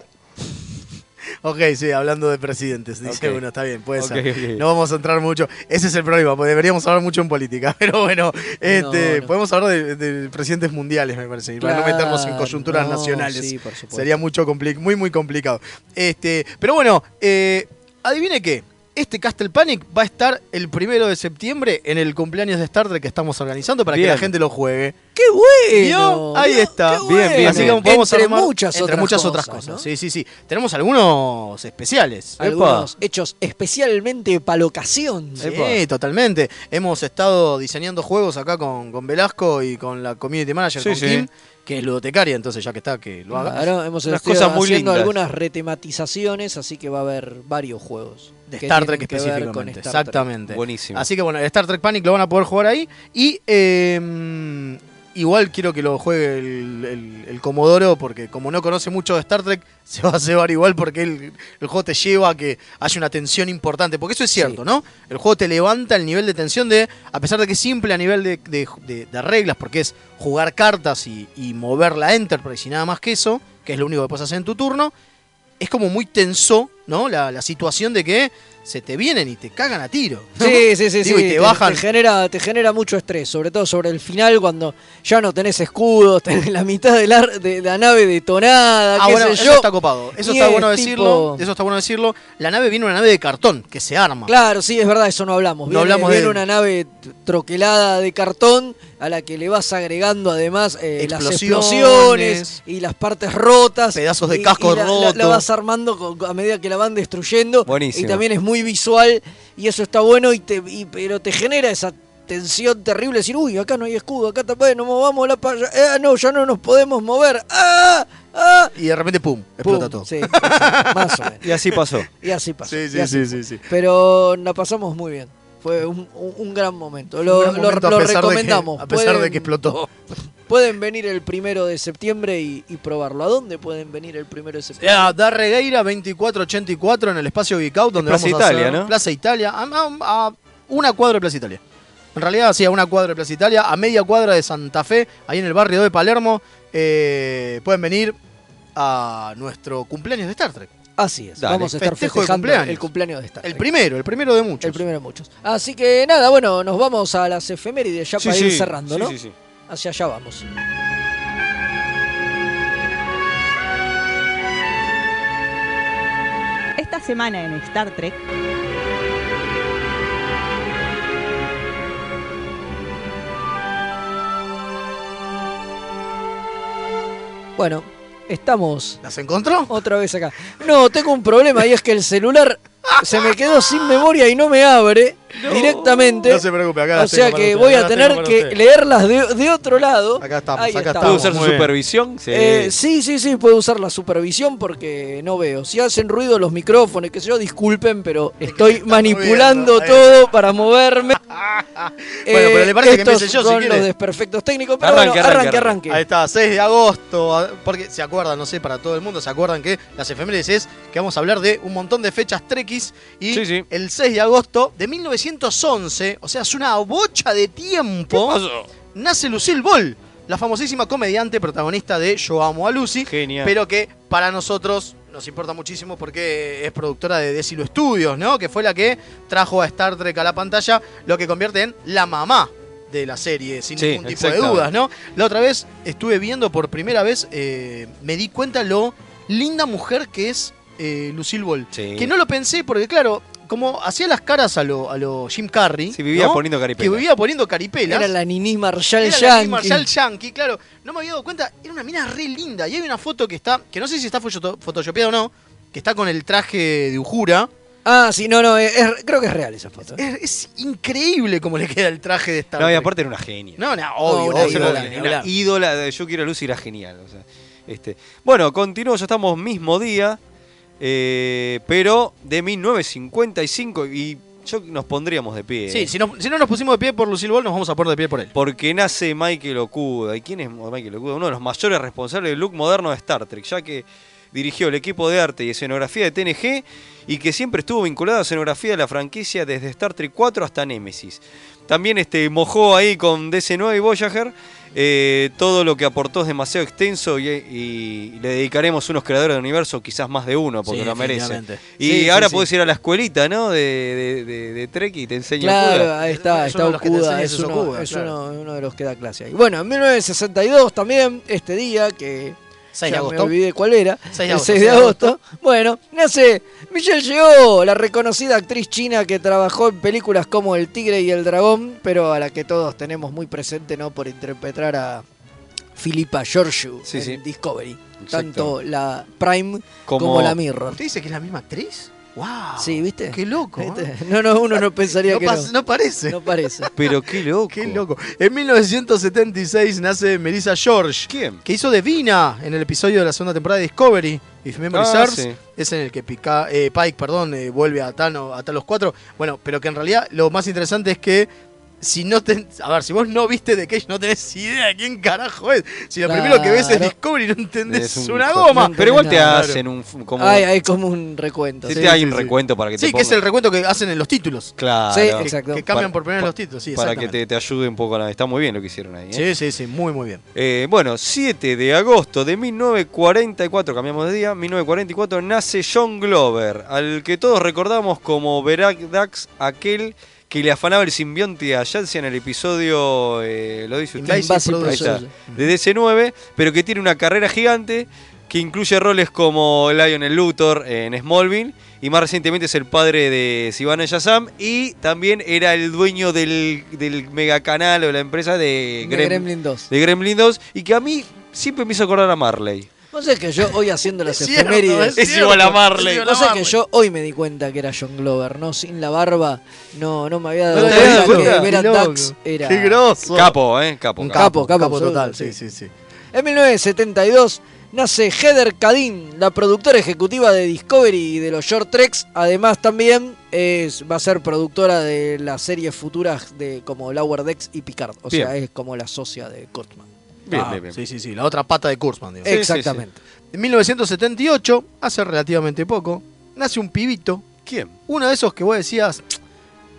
Speaker 3: Ok, sí, hablando de presidentes, dice
Speaker 12: Ok.
Speaker 3: uno, está bien, puede ser.
Speaker 12: Ok, ok.
Speaker 3: No vamos a entrar mucho. Ese es el problema, porque deberíamos hablar mucho en política. Pero bueno, este,
Speaker 2: no.
Speaker 3: podemos hablar de, de presidentes mundiales, me parece, y para no
Speaker 2: Claro,
Speaker 3: meternos en coyunturas
Speaker 2: no,
Speaker 3: nacionales.
Speaker 2: sí, por supuesto.
Speaker 3: Sería mucho compli- muy, muy complicado. Este, pero bueno, eh, adivine qué. Este Castle Panic va a estar el primero de septiembre en el cumpleaños de Star Trek que estamos organizando para que
Speaker 4: Bien.
Speaker 3: la gente lo juegue.
Speaker 2: ¡Qué bueno!
Speaker 3: ¿Vio? Ahí está.
Speaker 4: Bien, bien,
Speaker 3: Así que
Speaker 4: bien.
Speaker 3: vamos
Speaker 2: Entre
Speaker 3: a armar-
Speaker 2: muchas
Speaker 3: entre
Speaker 2: otras
Speaker 3: muchas otras
Speaker 2: cosas,
Speaker 3: cosas.
Speaker 2: ¿no?
Speaker 3: Sí, sí, sí. Tenemos algunos especiales.
Speaker 2: Algunos hechos especialmente ¿eh? para la ocasión.
Speaker 3: Sí, totalmente. Hemos estado diseñando juegos acá con, con Velasco y con la community manager,
Speaker 4: Sí,
Speaker 3: con
Speaker 4: sí.
Speaker 3: Kim, que es ludotecaria, entonces ya que está, que lo haga.
Speaker 2: Claro, hemos
Speaker 4: Unas
Speaker 2: estado
Speaker 4: cosas muy
Speaker 2: haciendo
Speaker 4: lindas.
Speaker 2: algunas retematizaciones, así que va a haber varios juegos.
Speaker 3: De
Speaker 2: que
Speaker 3: Star Trek
Speaker 2: tienen que ver con
Speaker 3: específicamente,
Speaker 2: Star Trek.
Speaker 3: exactamente.
Speaker 4: Buenísimo.
Speaker 3: Así que bueno, el Star Trek Panic lo van a poder jugar ahí. Y eh, igual quiero que lo juegue el, el- el Comodoro, porque como no conoce mucho de Star Trek, se va a llevar igual porque el, el juego te lleva a que haya una tensión importante. Porque eso es cierto, ¿no? El juego te levanta el nivel de tensión de, a pesar de que es simple a nivel de, de- de- de reglas, porque es jugar cartas y, y mover la Enterprise y nada más que eso, que es lo único que puedes hacer en tu turno es como muy tenso, ¿no? La, la situación de que se te vienen y te cagan a tiro. ¿no?
Speaker 2: Sí, sí, sí,
Speaker 3: Digo,
Speaker 2: sí,
Speaker 3: Y te,
Speaker 2: te-
Speaker 3: bajan.
Speaker 2: Te genera, te genera mucho estrés, sobre todo sobre el final cuando ya no tenés escudos, tenés la mitad de la, de la nave detonada,
Speaker 3: Ah,
Speaker 2: qué
Speaker 3: bueno,
Speaker 2: sé
Speaker 3: eso
Speaker 2: yo.
Speaker 3: está copado. Eso
Speaker 2: Y
Speaker 3: está
Speaker 2: es
Speaker 3: bueno
Speaker 2: tipo-
Speaker 3: decirlo. Eso está bueno decirlo. La nave viene una nave de cartón que se arma.
Speaker 2: Claro, sí, es verdad, eso no hablamos.
Speaker 3: No
Speaker 2: viene,
Speaker 3: hablamos de-
Speaker 2: viene una nave t- troquelada de cartón a la que le vas agregando además eh, las explosiones
Speaker 3: Explosiones.
Speaker 2: y las partes rotas.
Speaker 3: Pedazos de
Speaker 2: y-
Speaker 3: casco
Speaker 2: y la, la-
Speaker 3: roto.
Speaker 2: la vas armando con- a medida que la van destruyendo.
Speaker 4: Buenísimo.
Speaker 2: Y también es muy visual y eso está bueno, y te, y- pero te genera esa tensión terrible. Decir, uy, acá no hay escudo, acá tampoco, no movamos la palla. Ah, no, ya no nos podemos mover. ¡Ah! ¡Ah!
Speaker 3: Y de repente, pum, explota todo.
Speaker 2: Sí, exacto, más o menos.
Speaker 4: Y así pasó.
Speaker 2: Y así pasó.
Speaker 3: Sí, sí,
Speaker 2: y así
Speaker 3: sí, sí, sí.
Speaker 2: pero la pasamos muy bien. Fue un, un- un gran momento. Lo,
Speaker 3: Un gran
Speaker 2: lo-
Speaker 3: momento,
Speaker 2: lo
Speaker 3: a pesar de que-
Speaker 2: recomendamos.
Speaker 3: a pesar de
Speaker 2: Pueden-
Speaker 3: que explotó.
Speaker 2: Pueden venir el primero de septiembre y, y probarlo. ¿A dónde pueden venir el primero de septiembre?
Speaker 3: Ya, Eh, ah, da Regueira 2484 en el espacio Vicaut, donde
Speaker 4: Plaza
Speaker 3: vamos a hacer-
Speaker 4: Italia, ¿no?
Speaker 3: Plaza Italia, a, a- a una cuadra de Plaza Italia. En realidad, sí, a una cuadra de Plaza Italia, a media cuadra de Santa Fe, ahí en el barrio de Palermo. Eh, pueden venir a nuestro cumpleaños de Star Trek.
Speaker 2: Así es.
Speaker 3: Dale,
Speaker 2: Vamos a estar
Speaker 3: festejo de
Speaker 2: festejando
Speaker 3: cumpleaños.
Speaker 2: el cumpleaños de Star
Speaker 3: El
Speaker 2: Trek.
Speaker 3: primero, el primero de muchos.
Speaker 2: El primero de muchos. Así que nada, bueno, nos vamos a las efemérides ya
Speaker 4: Sí,
Speaker 2: para ir
Speaker 4: sí,
Speaker 2: cerrando,
Speaker 4: sí,
Speaker 2: ¿no?
Speaker 4: sí, sí.
Speaker 2: Hacia allá vamos.
Speaker 14: Esta semana en Star Trek,
Speaker 2: Bueno, estamos.
Speaker 3: ¿Las encontró?
Speaker 2: Otra vez acá. No, tengo un problema y es que el celular se me quedó sin memoria y no me abre directamente.
Speaker 3: No se preocupe, acá
Speaker 2: O
Speaker 3: las tengo
Speaker 2: sea
Speaker 3: para
Speaker 2: que
Speaker 3: usted,
Speaker 2: voy
Speaker 3: acá
Speaker 2: a
Speaker 3: las
Speaker 2: tener
Speaker 3: tengo para
Speaker 2: que
Speaker 3: usted.
Speaker 2: leerlas de, de otro lado.
Speaker 3: Acá estamos,
Speaker 2: Ahí
Speaker 3: acá
Speaker 2: estamos.
Speaker 4: ¿Puedo usar su
Speaker 3: muy bien.
Speaker 4: supervisión? Sí.
Speaker 2: Eh, sí, sí, sí, puedo usar la supervisión porque no veo. Si hacen ruido los micrófonos, que sé yo, disculpen, pero estoy manipulando
Speaker 3: moviendo, ahí
Speaker 2: todo para moverme.
Speaker 3: Bueno, pero le parece que
Speaker 2: estos
Speaker 3: empiece yo, si
Speaker 2: con
Speaker 3: quiere.
Speaker 2: los desperfectos técnicos, pero
Speaker 4: Arranque,
Speaker 2: bueno,
Speaker 4: arranque,
Speaker 2: arranque, arranque.
Speaker 3: Ahí está, 6 de agosto. a- Porque se acuerdan, no sé, para todo el mundo, se acuerdan que las efemérides es que vamos a hablar de un montón de fechas trequis. Y
Speaker 4: Sí, sí.
Speaker 3: el 6 de agosto de 1911, o sea, es una bocha de tiempo, nace Lucille Ball, la famosísima comediante protagonista de Yo Amo a Lucy.
Speaker 4: Genial.
Speaker 3: Pero que para nosotros nos importa muchísimo porque es productora de Decilo Studios, ¿no? Que fue la que trajo a Star Trek a la pantalla, lo que convierte en la mamá de la serie, sin
Speaker 4: Sí,
Speaker 3: ningún tipo de
Speaker 4: exactamente.
Speaker 3: dudas, ¿no? La otra vez estuve viendo por primera vez, eh, me di cuenta lo linda mujer que es eh, Lucille Ball.
Speaker 4: Sí.
Speaker 3: Que no lo pensé porque, claro, como hacía las caras a lo, a lo Jim Carrey.
Speaker 4: Sí, vivía
Speaker 3: ¿no?
Speaker 4: poniendo
Speaker 3: Que
Speaker 4: caripelas.
Speaker 3: vivía poniendo caripelas.
Speaker 2: Era la Nini Marshall
Speaker 3: Era la
Speaker 2: Yankee.
Speaker 3: Miss Marshall Yankee, claro. No me había dado cuenta, era una mina re linda. Y hay una foto que está, que no sé si está foto- photoshopeada o no, que está con el traje de Ujura.
Speaker 2: Ah, sí, no, no, es- es- creo que es real esa foto.
Speaker 3: Es, es increíble cómo le queda el traje de Star
Speaker 4: No, y
Speaker 3: Trek.
Speaker 4: aparte era una genia.
Speaker 3: No, no, obvio,
Speaker 4: una
Speaker 3: obvio,
Speaker 4: ídola,
Speaker 3: obvio, ni
Speaker 4: una
Speaker 3: hablar.
Speaker 4: ídola de Yo quiero a Lucy era genial. o sea, este. Bueno, continúo, ya estamos mismo día, eh, pero de 1955 y yo nos pondríamos de pie. ¿eh?
Speaker 3: Sí, si no, si no nos pusimos de pie por Lucille Ball, nos vamos a poner de pie por él.
Speaker 4: Porque nace Michael Okuda. ¿Y quién es Michael Okuda? Uno de los mayores responsables del look moderno de Star Trek, ya que dirigió el equipo de arte y escenografía de TNG y que siempre estuvo vinculado a escenografía de la franquicia desde Star Trek 4 hasta Nemesis. También este, mojó ahí con DC9 y Voyager. eh, todo lo que aportó es demasiado extenso y, y le dedicaremos unos creadores de universo, quizás más de uno, porque
Speaker 3: Sí,
Speaker 4: lo merece.
Speaker 3: definitivamente.
Speaker 4: Y
Speaker 3: Sí, sí,
Speaker 4: ahora
Speaker 3: sí.
Speaker 4: podés ir a la escuelita, ¿no? De, de- de- de Trek y te enseña
Speaker 2: Claro,
Speaker 4: Okuda.
Speaker 2: ahí está,
Speaker 3: Es
Speaker 2: está
Speaker 3: uno de los que te
Speaker 2: Okuda,
Speaker 3: enseña
Speaker 2: es,
Speaker 3: es
Speaker 2: uno,
Speaker 3: Okuda,
Speaker 2: es
Speaker 3: claro.
Speaker 2: uno- uno de los que da clase ahí. Bueno, en 1962 también, este día que
Speaker 3: 6 de
Speaker 2: ya
Speaker 3: agosto.
Speaker 2: me olvidé cuál era,
Speaker 3: 6 de
Speaker 2: el
Speaker 3: agosto,
Speaker 2: 6 de agosto, bueno, nace Michelle Yeoh, la reconocida actriz china que trabajó en películas como El Tigre y el Dragón, pero a la que todos tenemos muy presente, ¿no? Por interpretar a Filipa Georgiou en
Speaker 4: sí.
Speaker 2: Discovery.
Speaker 4: Exacto.
Speaker 2: Tanto la Prime como,
Speaker 4: Como-
Speaker 2: la Mirror.
Speaker 3: ¿Usted dice que es la misma actriz? ¡Wow!
Speaker 2: Sí, ¿viste?
Speaker 3: ¡Qué loco! ¿eh?
Speaker 2: ¿Viste? No, no, uno no pensaría
Speaker 3: No
Speaker 2: que
Speaker 3: pas- no parece.
Speaker 2: No parece.
Speaker 4: Pero qué loco.
Speaker 3: Ah, Qué loco. En 1976 nace Melissa George. Que hizo de Vina en el episodio de la segunda temporada de Discovery. If Memory
Speaker 4: Ah,
Speaker 3: Serves.
Speaker 4: sí.
Speaker 3: Es en el que Pica- eh, Pike perdón, eh, vuelve a Tano, a Talos 4. Bueno, pero que en realidad lo más interesante es que. Si no ten- a ver, si vos no viste de Cage, no tenés idea de quién carajo es. Si lo primero que ves es
Speaker 2: Claro.
Speaker 3: Discovery, no entendés
Speaker 4: Es un
Speaker 3: una
Speaker 4: co-
Speaker 3: goma.
Speaker 4: No Pero igual te
Speaker 3: Claro.
Speaker 4: hacen un f- como-
Speaker 2: Hay, hay como un recuento.
Speaker 4: Sí, te hay un recuento para que te
Speaker 3: Sí, que es
Speaker 4: ponga-
Speaker 3: el recuento que hacen en los títulos.
Speaker 4: Claro.
Speaker 2: Sí, exacto.
Speaker 3: Que cambian
Speaker 4: Para-
Speaker 3: por primera vez
Speaker 4: pa-
Speaker 3: los títulos, sí,
Speaker 4: Para
Speaker 3: exactamente.
Speaker 4: que te, te ayude un poco. a la- Está muy bien lo que hicieron ahí. ¿eh?
Speaker 3: Sí, sí, sí, muy, muy bien.
Speaker 4: Eh, bueno, 7 de agosto de 1944, cambiamos de día, 1944 nace John Glover, al que todos recordamos como Dax, aquel que le afanaba el simbionte a Yancy en el episodio, eh, lo dice usted,
Speaker 2: Invasive Invasive
Speaker 4: Ahí está,
Speaker 2: Producer.
Speaker 4: de DC9, pero que tiene una carrera gigante que incluye roles como Lionel Luthor en Smallville y más recientemente es el padre de Sivana Yazam y también era el dueño del, del megacanal o la empresa de,
Speaker 2: De Gremlin 2.
Speaker 4: de Gremlin 2 y que a mí siempre me hizo acordar a Marley.
Speaker 2: Vos sabés que yo hoy haciendo las
Speaker 3: Es cierto,
Speaker 2: efemérides.
Speaker 4: es Es cierto, igual a Marley. es igual a
Speaker 2: Vos sabés que
Speaker 3: Marley.
Speaker 2: yo hoy me di cuenta que era John Glover, ¿no? Sin la barba, no, no me había dado
Speaker 4: ¿No te habías dado
Speaker 2: cuenta que
Speaker 4: cuenta?
Speaker 2: Vera
Speaker 3: Qué loco.
Speaker 2: Dax era.
Speaker 3: Qué grosso.
Speaker 4: Capo, ¿eh? Capo.
Speaker 2: Un capo, capo, absoluto,
Speaker 3: total,
Speaker 2: sí.
Speaker 3: sí, sí, sí.
Speaker 2: En 1972 nace Heather Cadin, la productora ejecutiva de Discovery y de los Short Treks. Además, también es, va a ser productora de las series futuras de como Lower Decks y Picard. O sea,
Speaker 3: Bien.
Speaker 2: es como la socia de Kurtzman.
Speaker 4: Bien,
Speaker 3: Ah,
Speaker 4: bien, bien.
Speaker 3: Sí, sí, sí, la otra pata de Kurzman. digo.
Speaker 2: Sí, Exactamente.
Speaker 3: Eh, En 1978, hace relativamente poco, nace un pibito.
Speaker 4: ¿Quién?
Speaker 3: Uno de esos que vos decías,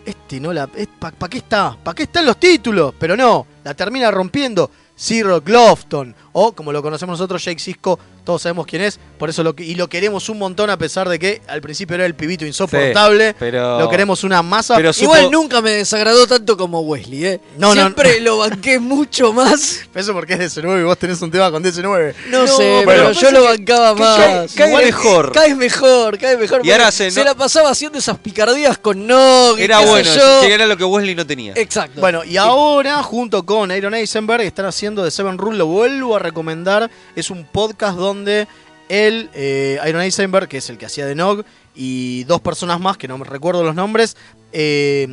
Speaker 3: este no la... ¿Para qué está? ¿Para qué están los títulos? Pero no, la termina rompiendo Cyril Glofton. O como lo conocemos nosotros, Jake Cisco, todos sabemos quién es. por eso lo que- Y lo queremos un montón a pesar de que al principio era el pibito insoportable.
Speaker 4: Sí, pero-
Speaker 3: Ah, Lo queremos una masa.
Speaker 4: Pero supo-
Speaker 2: Igual nunca me desagradó tanto como Wesley, ¿eh?
Speaker 3: No, no,
Speaker 2: Siempre lo banqué mucho más.
Speaker 3: Eso porque es DC9 y vos tenés un tema con DC9.
Speaker 2: No, sé, pero, yo lo bancaba
Speaker 3: que
Speaker 2: más.
Speaker 3: cae- cae
Speaker 2: Igual-
Speaker 4: mejor.
Speaker 2: Cae mejor, cae mejor.
Speaker 4: Y ahora
Speaker 2: porque
Speaker 4: se-
Speaker 2: se
Speaker 4: no-
Speaker 2: la pasaba haciendo esas picardías con Nog. y
Speaker 4: Era
Speaker 2: qué sé
Speaker 4: bueno,
Speaker 2: yo.
Speaker 4: que era lo que Wesley no tenía.
Speaker 2: Exacto.
Speaker 3: Bueno, y ahora, junto con Aaron Eisenberg, están haciendo The Seven Rule, lo vuelvo a recomendar. Es un podcast donde él, eh, Aaron Eisenberg, que es el que hacía de Nog, y dos personas más, que no me recuerdo los nombres, eh,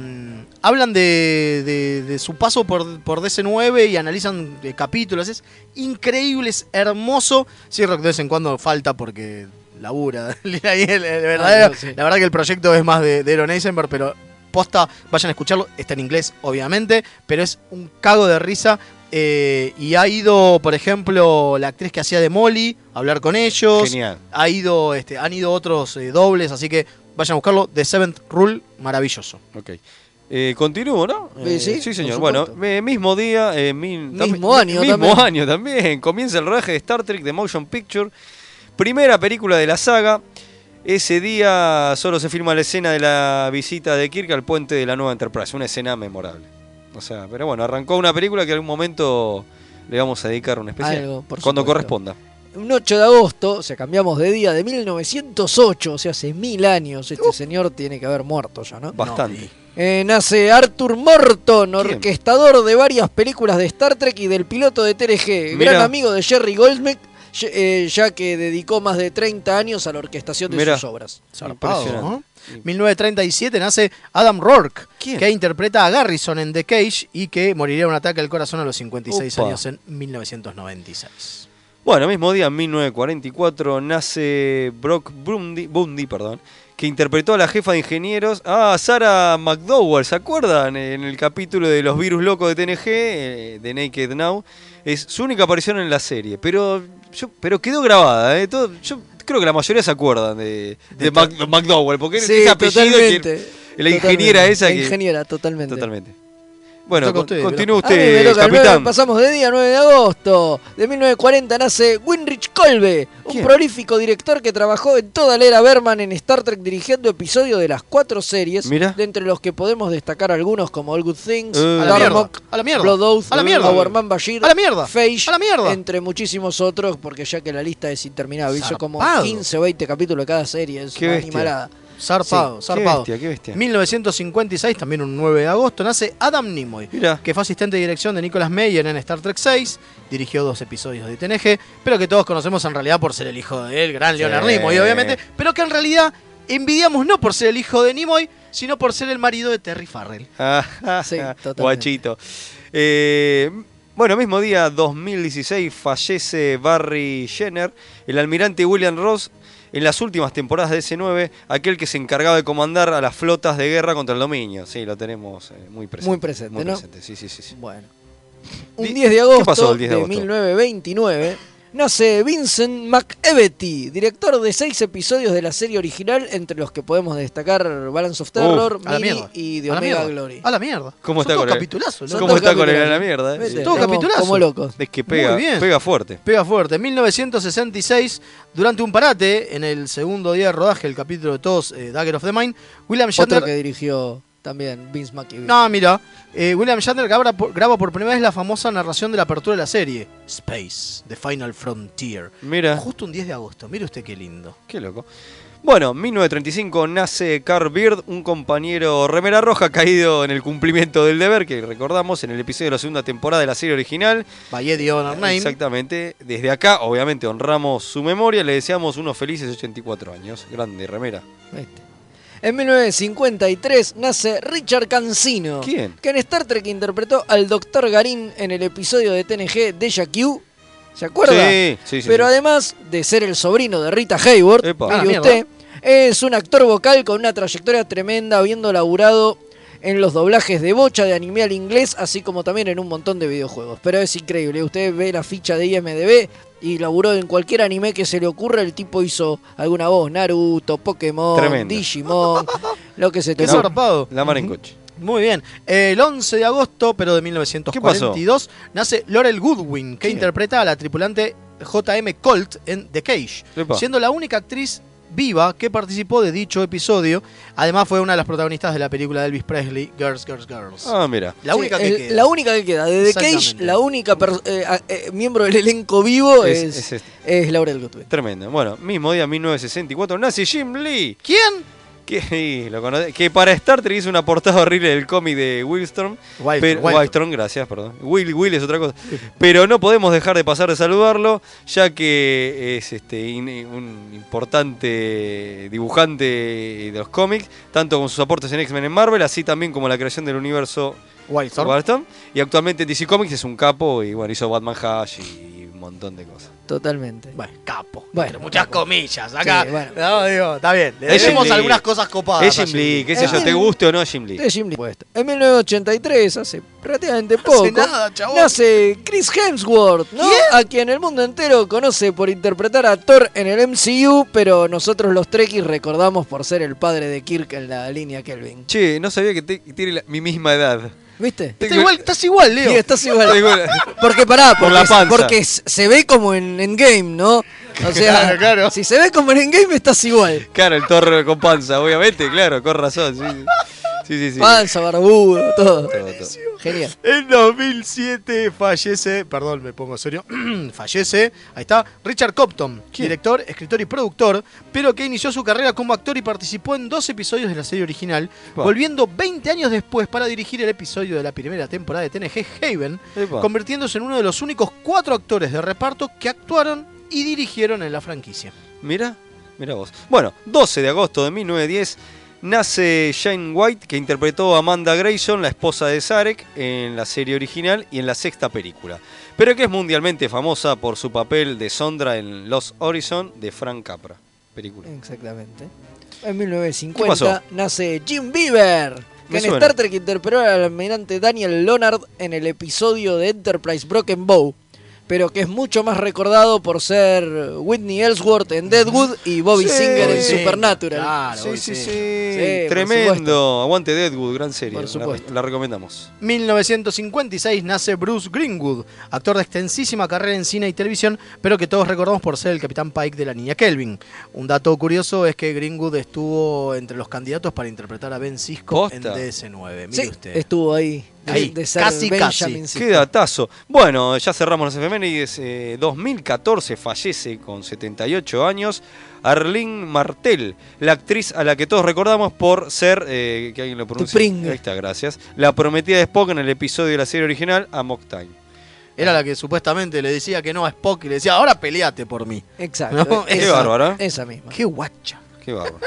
Speaker 3: hablan de, de- de su paso por, por DC9 y analizan eh, capítulos. Es increíble, es hermoso. Sí, Rock de vez en cuando falta porque labura. Ahí el- el verdadero-
Speaker 2: Ah, no, sí.
Speaker 3: La verdad que el proyecto es más de, de Aaron Eisenberg, pero posta, vayan a escucharlo. Está en inglés, obviamente, pero es un cago de risa. eh, y ha ido, por ejemplo, la actriz que hacía de Molly a hablar con ellos.
Speaker 4: Genial.
Speaker 3: Ha ido, este, han ido otros eh, dobles, así que vayan a buscarlo. The Seventh Rule, maravilloso.
Speaker 4: Ok. Eh, continúo, ¿no?
Speaker 2: Sí,
Speaker 4: Eh,
Speaker 2: sí,
Speaker 4: señor.
Speaker 2: por
Speaker 4: Bueno,
Speaker 2: supuesto.
Speaker 4: eh, mismo día, eh, min-
Speaker 2: Mismo
Speaker 4: tambi-
Speaker 2: año
Speaker 4: mismo
Speaker 2: también.
Speaker 4: año también. Comienza el rodaje de Star Trek The Motion Picture, primera película de la saga. Ese día solo se filma la escena de la visita de Kirk al puente de la nueva Enterprise, una escena memorable. O sea, pero bueno, arrancó una película que en algún momento le vamos a dedicar un especial.
Speaker 2: Algo, por
Speaker 4: cuando
Speaker 2: supuesto.
Speaker 4: corresponda.
Speaker 2: Un 8 de agosto, o sea, cambiamos de día, de 1908, o sea, hace mil años. Este señor tiene que haber muerto ya, ¿no?
Speaker 4: Bastante.
Speaker 2: Eh, nace Arthur Morton, orquestador de varias películas de Star Trek y del piloto de TNG.
Speaker 4: Mira.
Speaker 2: Gran amigo de Jerry Goldsmith, ye- eh, ya que dedicó más de 30 años a la orquestación de
Speaker 4: Mira.
Speaker 2: sus obras.
Speaker 3: Zarpado,
Speaker 4: Impresionante.
Speaker 3: ¿no? 1937 nace Adam Rourke,
Speaker 4: ¿Quién?
Speaker 3: que interpreta a Garrison en The Cage y que moriría de un ataque al corazón a los 56
Speaker 4: Opa.
Speaker 3: años en 1996.
Speaker 4: Bueno, mismo día, en 1944, nace Brock Bundy, Bundy, perdón, que interpretó a la jefa de ingenieros, a Sarah McDowell, ¿se acuerdan? Eh, En el capítulo de los virus locos de TNG, eh, de Naked Now. Es su única aparición en la serie, pero, yo, pero quedó grabada, ¿eh? Todo- yo creo que la mayoría se acuerdan de, de, Mac- McDowell, porque
Speaker 2: Sí,
Speaker 4: ese apellido que-
Speaker 2: totalmente.
Speaker 4: la ingeniera
Speaker 2: Totalmente.
Speaker 4: esa
Speaker 2: La
Speaker 4: que-
Speaker 2: ingeniera, totalmente.
Speaker 4: Totalmente. Bueno,
Speaker 3: Toca
Speaker 4: con-
Speaker 3: usted,
Speaker 4: continúa
Speaker 2: A mí me
Speaker 4: usted,
Speaker 2: toca el nueve,
Speaker 4: capitán.
Speaker 2: Ah, pasamos de día 9 de agosto. De 1940 nace Winrich Colbe, un prolífico director que trabajó en toda la era Berman en Star Trek dirigiendo episodios de las cuatro series,
Speaker 4: Mira.
Speaker 2: de entre los que podemos destacar algunos como All Good Things,
Speaker 4: Eh. A la
Speaker 2: Darmok,
Speaker 3: mierda, a la mierda,
Speaker 2: Blood Oath,
Speaker 3: a la mierda.
Speaker 2: Our Man Bashir,
Speaker 3: A la mierda,
Speaker 2: Phage,
Speaker 3: a la mierda.
Speaker 2: entre muchísimos otros, porque ya que la lista es interminable, hizo como
Speaker 3: Zarpado.
Speaker 2: 15 o 20 capítulos de cada serie, es
Speaker 3: Qué
Speaker 2: una
Speaker 3: bestia.
Speaker 2: animalada.
Speaker 3: Zarpado,
Speaker 2: Sí.
Speaker 3: zarpado.
Speaker 4: bestia, qué bestia.
Speaker 3: 1956, también un 9 de agosto, nace Adam Nimoy,
Speaker 4: Mirá.
Speaker 3: que fue asistente de dirección de Nicolas Meyer en Star Trek 6, dirigió dos episodios de TNG, pero que todos conocemos en realidad por ser el hijo del gran
Speaker 4: Sí.
Speaker 3: Leonard Nimoy, obviamente, pero que en realidad envidiamos no por ser el hijo de Nimoy, sino por ser el marido de Terry Farrell.
Speaker 4: Ah,
Speaker 2: Sí, totalmente.
Speaker 4: Guachito. Eh, bueno, mismo día 2016 fallece Barry Jenner, el almirante William Ross, en las últimas temporadas de S9, aquel que se encargaba de comandar a las flotas de guerra contra el dominio. Sí, lo tenemos eh, muy presente.
Speaker 2: Muy presente, ¿no?
Speaker 4: presente, sí, sí, sí, sí.
Speaker 2: Bueno. Un 10 de agosto,
Speaker 4: ¿Qué pasó el 10 de
Speaker 2: de,
Speaker 4: agosto?
Speaker 2: 1929 nace Vincent McEvetty, director de seis episodios de la serie original, entre los que podemos destacar Balance of Terror,
Speaker 3: a la
Speaker 2: Mini
Speaker 3: mierda,
Speaker 2: y
Speaker 3: a
Speaker 2: The
Speaker 3: la
Speaker 2: Omega
Speaker 3: mierda,
Speaker 2: Glory.
Speaker 3: A la mierda. Son
Speaker 4: ¿Cómo está
Speaker 3: todos
Speaker 4: con el-
Speaker 3: capitulazos,
Speaker 4: ¿Cómo
Speaker 3: loco.
Speaker 4: está con el a la mierda? eh?
Speaker 2: Vete,
Speaker 4: Sí.
Speaker 3: Todo
Speaker 2: estamos
Speaker 3: capitulazo.
Speaker 2: Como locos.
Speaker 4: Es que pega,
Speaker 3: Muy bien.
Speaker 4: pega fuerte.
Speaker 3: Pega fuerte. En 1966, durante un parate, en el segundo día de rodaje del capítulo de todos, eh, Dagger of the Mind, William
Speaker 2: Otro
Speaker 3: Shatner...
Speaker 2: que dirigió también Vince McEvetty.
Speaker 3: No, mira. eh, William Shatner graba por, graba por primera vez la famosa narración de la apertura de la serie. Space, The Final Frontier.
Speaker 4: Mira.
Speaker 3: Justo un 10 de agosto. Mire usted qué lindo.
Speaker 4: Qué loco. Bueno, 1935 nace Carl Beard, un compañero remera roja caído en el cumplimiento del deber, que recordamos en el episodio de la segunda temporada de la serie original.
Speaker 3: Valle de Honor Name.
Speaker 4: Exactamente. Desde acá, obviamente, honramos su memoria. Le deseamos unos felices 84 años. Grande remera.
Speaker 2: Vete. En 1953 nace Richard Cancino,
Speaker 4: ¿Quién?
Speaker 2: que en Star Trek interpretó al Dr. Garin en el episodio de TNG Deja Q. ¿Se acuerda?
Speaker 4: Sí, sí, sí,
Speaker 2: Pero
Speaker 4: sí.
Speaker 2: además de ser el sobrino de Rita Hayward,
Speaker 4: Epa.
Speaker 2: mire
Speaker 4: Ah, mierda.
Speaker 2: usted, es un actor vocal con una trayectoria tremenda, habiendo laburado en los doblajes de bocha de anime al inglés, así como también en un montón de videojuegos. Pero es increíble, usted ve la ficha de IMDB y laburó en cualquier anime que se le ocurra, el tipo hizo alguna voz, Naruto, Pokémon,
Speaker 4: Tremendo.
Speaker 2: Digimon, lo que se te
Speaker 3: Qué
Speaker 2: ocurra.
Speaker 3: zarpado.
Speaker 4: La mar en coche.
Speaker 3: Muy bien. Eh, El 11 de agosto, pero de 1942, nace Laurel Goodwin, que interpreta a la tripulante JM Colt en The Cage,
Speaker 4: Epa.
Speaker 3: siendo la única actriz viva que participó de dicho episodio. Además, fue una de las protagonistas de la película de Elvis Presley, Girls, Girls, Girls.
Speaker 4: Ah, mira.
Speaker 3: La
Speaker 2: Sí,
Speaker 3: única que
Speaker 2: el-
Speaker 3: queda.
Speaker 2: La única que queda. De The Cage,
Speaker 3: Exactamente.
Speaker 2: la única per- eh, a- eh, miembro del elenco vivo
Speaker 4: Es-
Speaker 2: es,
Speaker 4: es
Speaker 2: es,
Speaker 4: este.
Speaker 2: Laurel Goodwin.
Speaker 4: Tremendo. Bueno, mismo día, 1964, nace Jim Lee.
Speaker 3: ¿Quién?
Speaker 4: Que, y lo conoce- que para Star Trek hizo una portada horrible del cómic de Wildstorm.
Speaker 3: Wildstorm,
Speaker 4: Pero-
Speaker 3: Wildstorm.
Speaker 4: Wildstorm, gracias, perdón. Will, Will es otra cosa. Pero no podemos dejar de pasar de saludarlo, ya que es este, in- un importante dibujante de los cómics, tanto con sus aportes en X-Men en Marvel, así también como la creación del universo
Speaker 3: Wildstorm.
Speaker 4: Wildstorm. Y actualmente en DC Comics es un capo y bueno, hizo Batman Hash y un montón de cosas.
Speaker 2: Totalmente.
Speaker 3: Bueno, capo.
Speaker 2: Bueno.
Speaker 3: Entre muchas comillas. Acá.
Speaker 2: Sí, bueno.
Speaker 3: No, digo, está bien. Le
Speaker 4: Es Jim
Speaker 3: debemos
Speaker 4: Lee.
Speaker 3: algunas cosas copadas.
Speaker 4: Es
Speaker 3: a
Speaker 4: Jim Lee, qué sé
Speaker 2: Ah.
Speaker 4: yo, te guste o no Jim Lee.
Speaker 2: Es Jim Lee. Puesto. En 1983, hace relativamente poco,
Speaker 3: nada, chabón.
Speaker 2: nace Chris Hemsworth, ¿no? a quien el mundo entero conoce por interpretar a Thor en el MCU, pero nosotros los Trekkies recordamos por ser el padre de Kirk en la línea Kelvin.
Speaker 4: Che, no sabía que te- que tiene la- mi misma edad.
Speaker 2: ¿Viste?
Speaker 3: Está igual, estás igual, Leo.
Speaker 2: Sí, estás igual.
Speaker 4: Tengo la-
Speaker 2: Porque pará, porque,
Speaker 4: Por la panza.
Speaker 2: porque s- se ve como en Endgame, ¿no? O sea,
Speaker 4: Claro, claro.
Speaker 2: si se ve como en Endgame estás igual.
Speaker 4: Claro, el torre con panza, obviamente, claro, con razón. Sí, sí, sí. sí, sí.
Speaker 2: Panza, barbudo, todo.
Speaker 4: Todo, todo.
Speaker 2: Genial.
Speaker 3: En 2007 fallece, perdón, me pongo serio, fallece, ahí está, Richard Copton, director, escritor y productor, pero que inició su carrera como actor y participó en dos episodios de la serie original,
Speaker 4: Epa.
Speaker 3: volviendo 20 años después para dirigir el episodio de la primera temporada de TNG Haven,
Speaker 4: Epa.
Speaker 3: convirtiéndose en uno de los únicos cuatro actores de reparto que actuaron y dirigieron en la franquicia.
Speaker 4: Mira, mira vos. Bueno, 12 de agosto de 1910 nace Jane White, que interpretó a Amanda Grayson, la esposa de Zarek, en la serie original y en la sexta película. Pero que es mundialmente famosa por su papel de Sondra en Los Horizon de Frank Capra. Película.
Speaker 2: Exactamente. En
Speaker 4: ¿Qué pasó?
Speaker 2: 1950 nace Jim Beaver,
Speaker 4: Me
Speaker 2: que en
Speaker 4: suena.
Speaker 2: Star Trek interpretó al almirante Daniel Leonard en el episodio de Enterprise Broken Bow, pero que es mucho más recordado por ser Whitney Ellsworth en Deadwood y Bobby
Speaker 4: Sí, Ah,
Speaker 2: Singer en
Speaker 4: Bobby Singer,
Speaker 2: Supernatural.
Speaker 4: claro, Sí, Bobby sí, Singer.
Speaker 2: Sí, por supuesto.
Speaker 4: Tremendo. Aguante Deadwood, gran serie.
Speaker 3: Por
Speaker 4: La-
Speaker 3: supuesto.
Speaker 4: La, recomendamos.
Speaker 3: 1956 nace Bruce Greenwood, actor de extensísima carrera en cine y televisión, pero que todos recordamos por ser el capitán Pike de la niña Kelvin. Un dato curioso es que Greenwood estuvo entre los candidatos para interpretar a Ben Cisco en
Speaker 4: Posta.
Speaker 3: DS9. Mire
Speaker 2: Sí,
Speaker 3: usted.
Speaker 2: estuvo ahí. de-
Speaker 3: Ahí,
Speaker 2: de ser
Speaker 3: casi,
Speaker 2: Benjamin
Speaker 3: casi.
Speaker 2: Singer.
Speaker 4: Qué datazo. Bueno, ya cerramos las efemérides. Eh, 2014 fallece con 78 años Arlene Martel, la actriz a la que todos recordamos por ser, eh, que alguien lo pronuncie.
Speaker 3: Tupring.
Speaker 4: Ahí está, gracias. La prometida de Spock en el episodio de la serie original a Mock Time.
Speaker 3: Era la que supuestamente le decía que no a Spock y le decía, ahora peleate por mí.
Speaker 2: Exacto.
Speaker 3: ¿No?
Speaker 4: Qué
Speaker 3: Esa-
Speaker 4: bárbara.
Speaker 2: Esa misma.
Speaker 3: Qué guacha.
Speaker 4: Qué bárbaro.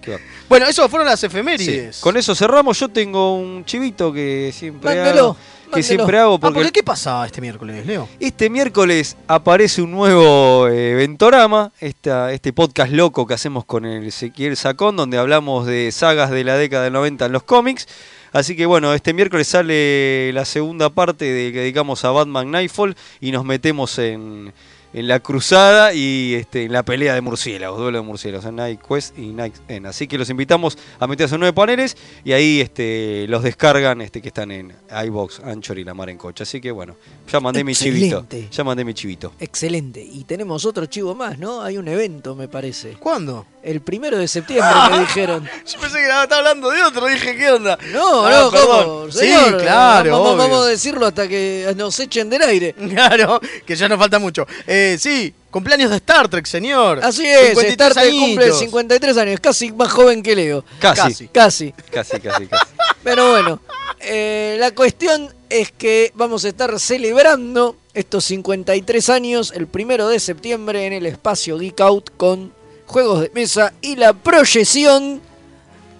Speaker 4: Qué bárbaro.
Speaker 3: Bueno, eso fueron las
Speaker 4: Sí,
Speaker 3: efemérides.
Speaker 4: Con eso cerramos. Yo tengo un chivito que siempre
Speaker 3: Mándelo,
Speaker 4: hago. Que siempre hago
Speaker 3: Ah,
Speaker 4: porque,
Speaker 3: porque ¿qué pasaba este miércoles, Leo?
Speaker 4: este miércoles aparece un nuevo eh, Ventorama, esta- este podcast loco que hacemos con el Ezequiel Sacón, donde hablamos de sagas de la década del 90 en los cómics. Así que bueno, este miércoles sale la segunda parte de que dedicamos a Batman Nightfall y nos metemos en, en la cruzada y este, en la pelea de murciélagos, duelo de murciélagos, en Night Quest y Night End. Así que los invitamos a meterse en nueve paneles y ahí este, los descargan este, que están en iBox, Anchor y La Mar en Coche. Así que bueno, ya mandé mi chivito.
Speaker 2: Excelente.
Speaker 4: Ya mandé mi chivito.
Speaker 2: Excelente. Y tenemos otro chivo más, ¿no? Hay un evento, me parece.
Speaker 3: ¿Cuándo?
Speaker 2: El primero de septiembre, me dijeron.
Speaker 3: Yo pensé que estaba hablando de otro, dije, ¿qué onda?
Speaker 2: No,
Speaker 3: Ah,
Speaker 2: no,
Speaker 3: perdón.
Speaker 2: ¿cómo?
Speaker 3: Sí,
Speaker 2: Señor,
Speaker 3: claro,
Speaker 2: Vamos,
Speaker 3: obvio.
Speaker 2: vamos a decirlo hasta que nos echen del aire.
Speaker 3: Claro, que ya nos falta mucho. Eh, sí, cumpleaños de Star Trek, señor.
Speaker 2: Así es,
Speaker 3: 53
Speaker 2: Star Trek
Speaker 3: añitos.
Speaker 2: cumple 53 años, casi más joven que Leo.
Speaker 4: Casi.
Speaker 2: Casi.
Speaker 4: Casi, casi, casi.
Speaker 2: Pero bueno, eh, la cuestión es que vamos a estar celebrando estos 53 años el primero de septiembre en el espacio Geek Out con juegos de mesa y la proyección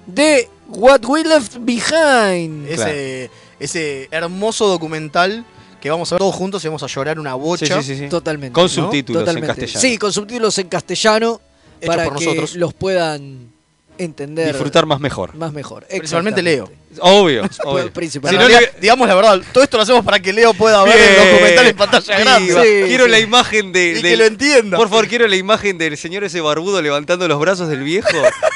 Speaker 2: de What We Left Behind.
Speaker 3: Ese, ese hermoso documental que vamos a ver todos juntos y vamos a llorar una bocha.
Speaker 4: Sí, sí, sí, sí.
Speaker 2: Totalmente.
Speaker 4: Con
Speaker 2: ¿no?
Speaker 4: subtítulos en
Speaker 2: Totalmente.
Speaker 4: castellano.
Speaker 2: Sí, con subtítulos en castellano
Speaker 3: Hecho
Speaker 2: para que
Speaker 3: por nosotros.
Speaker 2: los puedan entender.
Speaker 4: Disfrutar más mejor.
Speaker 2: Más mejor.
Speaker 3: Principalmente Leo.
Speaker 4: Obvio, obvio.
Speaker 2: Principal.
Speaker 4: Si
Speaker 3: En
Speaker 4: no le-
Speaker 3: realidad, digamos la verdad, todo esto lo hacemos para que Leo pueda ver
Speaker 4: Bien.
Speaker 3: el documental en pantalla
Speaker 4: Sí,
Speaker 3: grande.
Speaker 4: va. quiero la imagen de.
Speaker 3: Y
Speaker 4: del-
Speaker 3: que lo entienda.
Speaker 4: Por favor, quiero la imagen del señor ese barbudo levantando los brazos del viejo.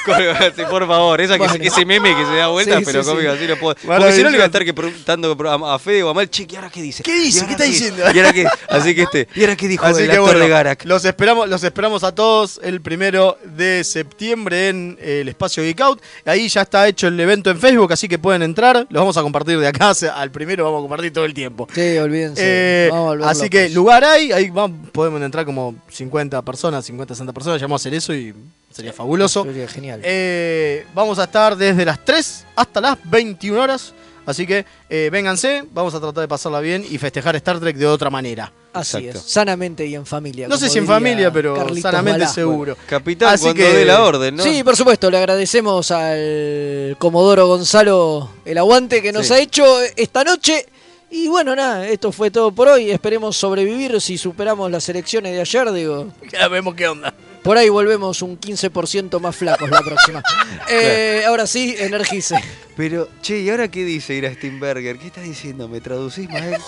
Speaker 4: Con- sí, por favor, esa que, se-
Speaker 2: Bueno.
Speaker 4: que ese meme que se da vuelta,
Speaker 2: Sí,
Speaker 4: pero
Speaker 2: sí,
Speaker 4: cómico,
Speaker 2: sí.
Speaker 4: así lo puedo. Porque si
Speaker 2: Maravilloso.
Speaker 4: no le voy a estar que preguntando a, a Fede o a Mal, che, ¿y ahora qué dice?
Speaker 3: ¿Qué dice?
Speaker 4: ¿Y ahora
Speaker 3: ¿Qué está diciendo?
Speaker 4: ¿Y ahora qué? Así que este. ¿Y ahora qué dijo
Speaker 3: Así
Speaker 4: el
Speaker 3: que
Speaker 4: actor
Speaker 3: bueno,
Speaker 4: de Garak?
Speaker 3: Los esperamos, los esperamos a todos el primero de septiembre en eh, el espacio Geek Out. Ahí ya está hecho el evento en Facebook, así que pueden entrar. Los vamos a compartir de acá hacia- al primero, vamos a compartir todo el tiempo.
Speaker 2: Sí, olvídense.
Speaker 3: Eh,
Speaker 2: Vamos pues. a volver
Speaker 3: así
Speaker 2: locos.
Speaker 3: que lugar hay, ahí vamos- podemos entrar como 50 personas, 50, 60 personas. Ya vamos a hacer eso y sería fabuloso.
Speaker 2: Sería genial.
Speaker 3: Eh, vamos a estar desde las 3 hasta las 21 horas. Así que eh, vénganse, vamos a tratar de pasarla bien y festejar Star Trek de otra manera.
Speaker 2: Así es, sanamente y en familia.
Speaker 3: No sé
Speaker 2: como
Speaker 3: si en
Speaker 2: diría
Speaker 3: familia, pero
Speaker 2: Carlitos
Speaker 3: sanamente
Speaker 2: Balá.
Speaker 3: seguro.
Speaker 4: Capitán, cuando dé la orden, ¿no?
Speaker 2: Sí, por supuesto, le agradecemos al Comodoro Gonzalo el aguante que nos
Speaker 4: Sí.
Speaker 2: ha hecho esta noche. Y bueno, nada, esto fue todo por hoy. Esperemos sobrevivir si superamos las elecciones de ayer, digo.
Speaker 3: Ya vemos qué onda.
Speaker 2: Por ahí volvemos un 15% más flacos la próxima. Eh, Ahora sí, energice.
Speaker 4: Pero, che, ¿y ahora qué dice ir a Steinberger? ¿Qué estás diciendo? ¿Me traducís, Mael?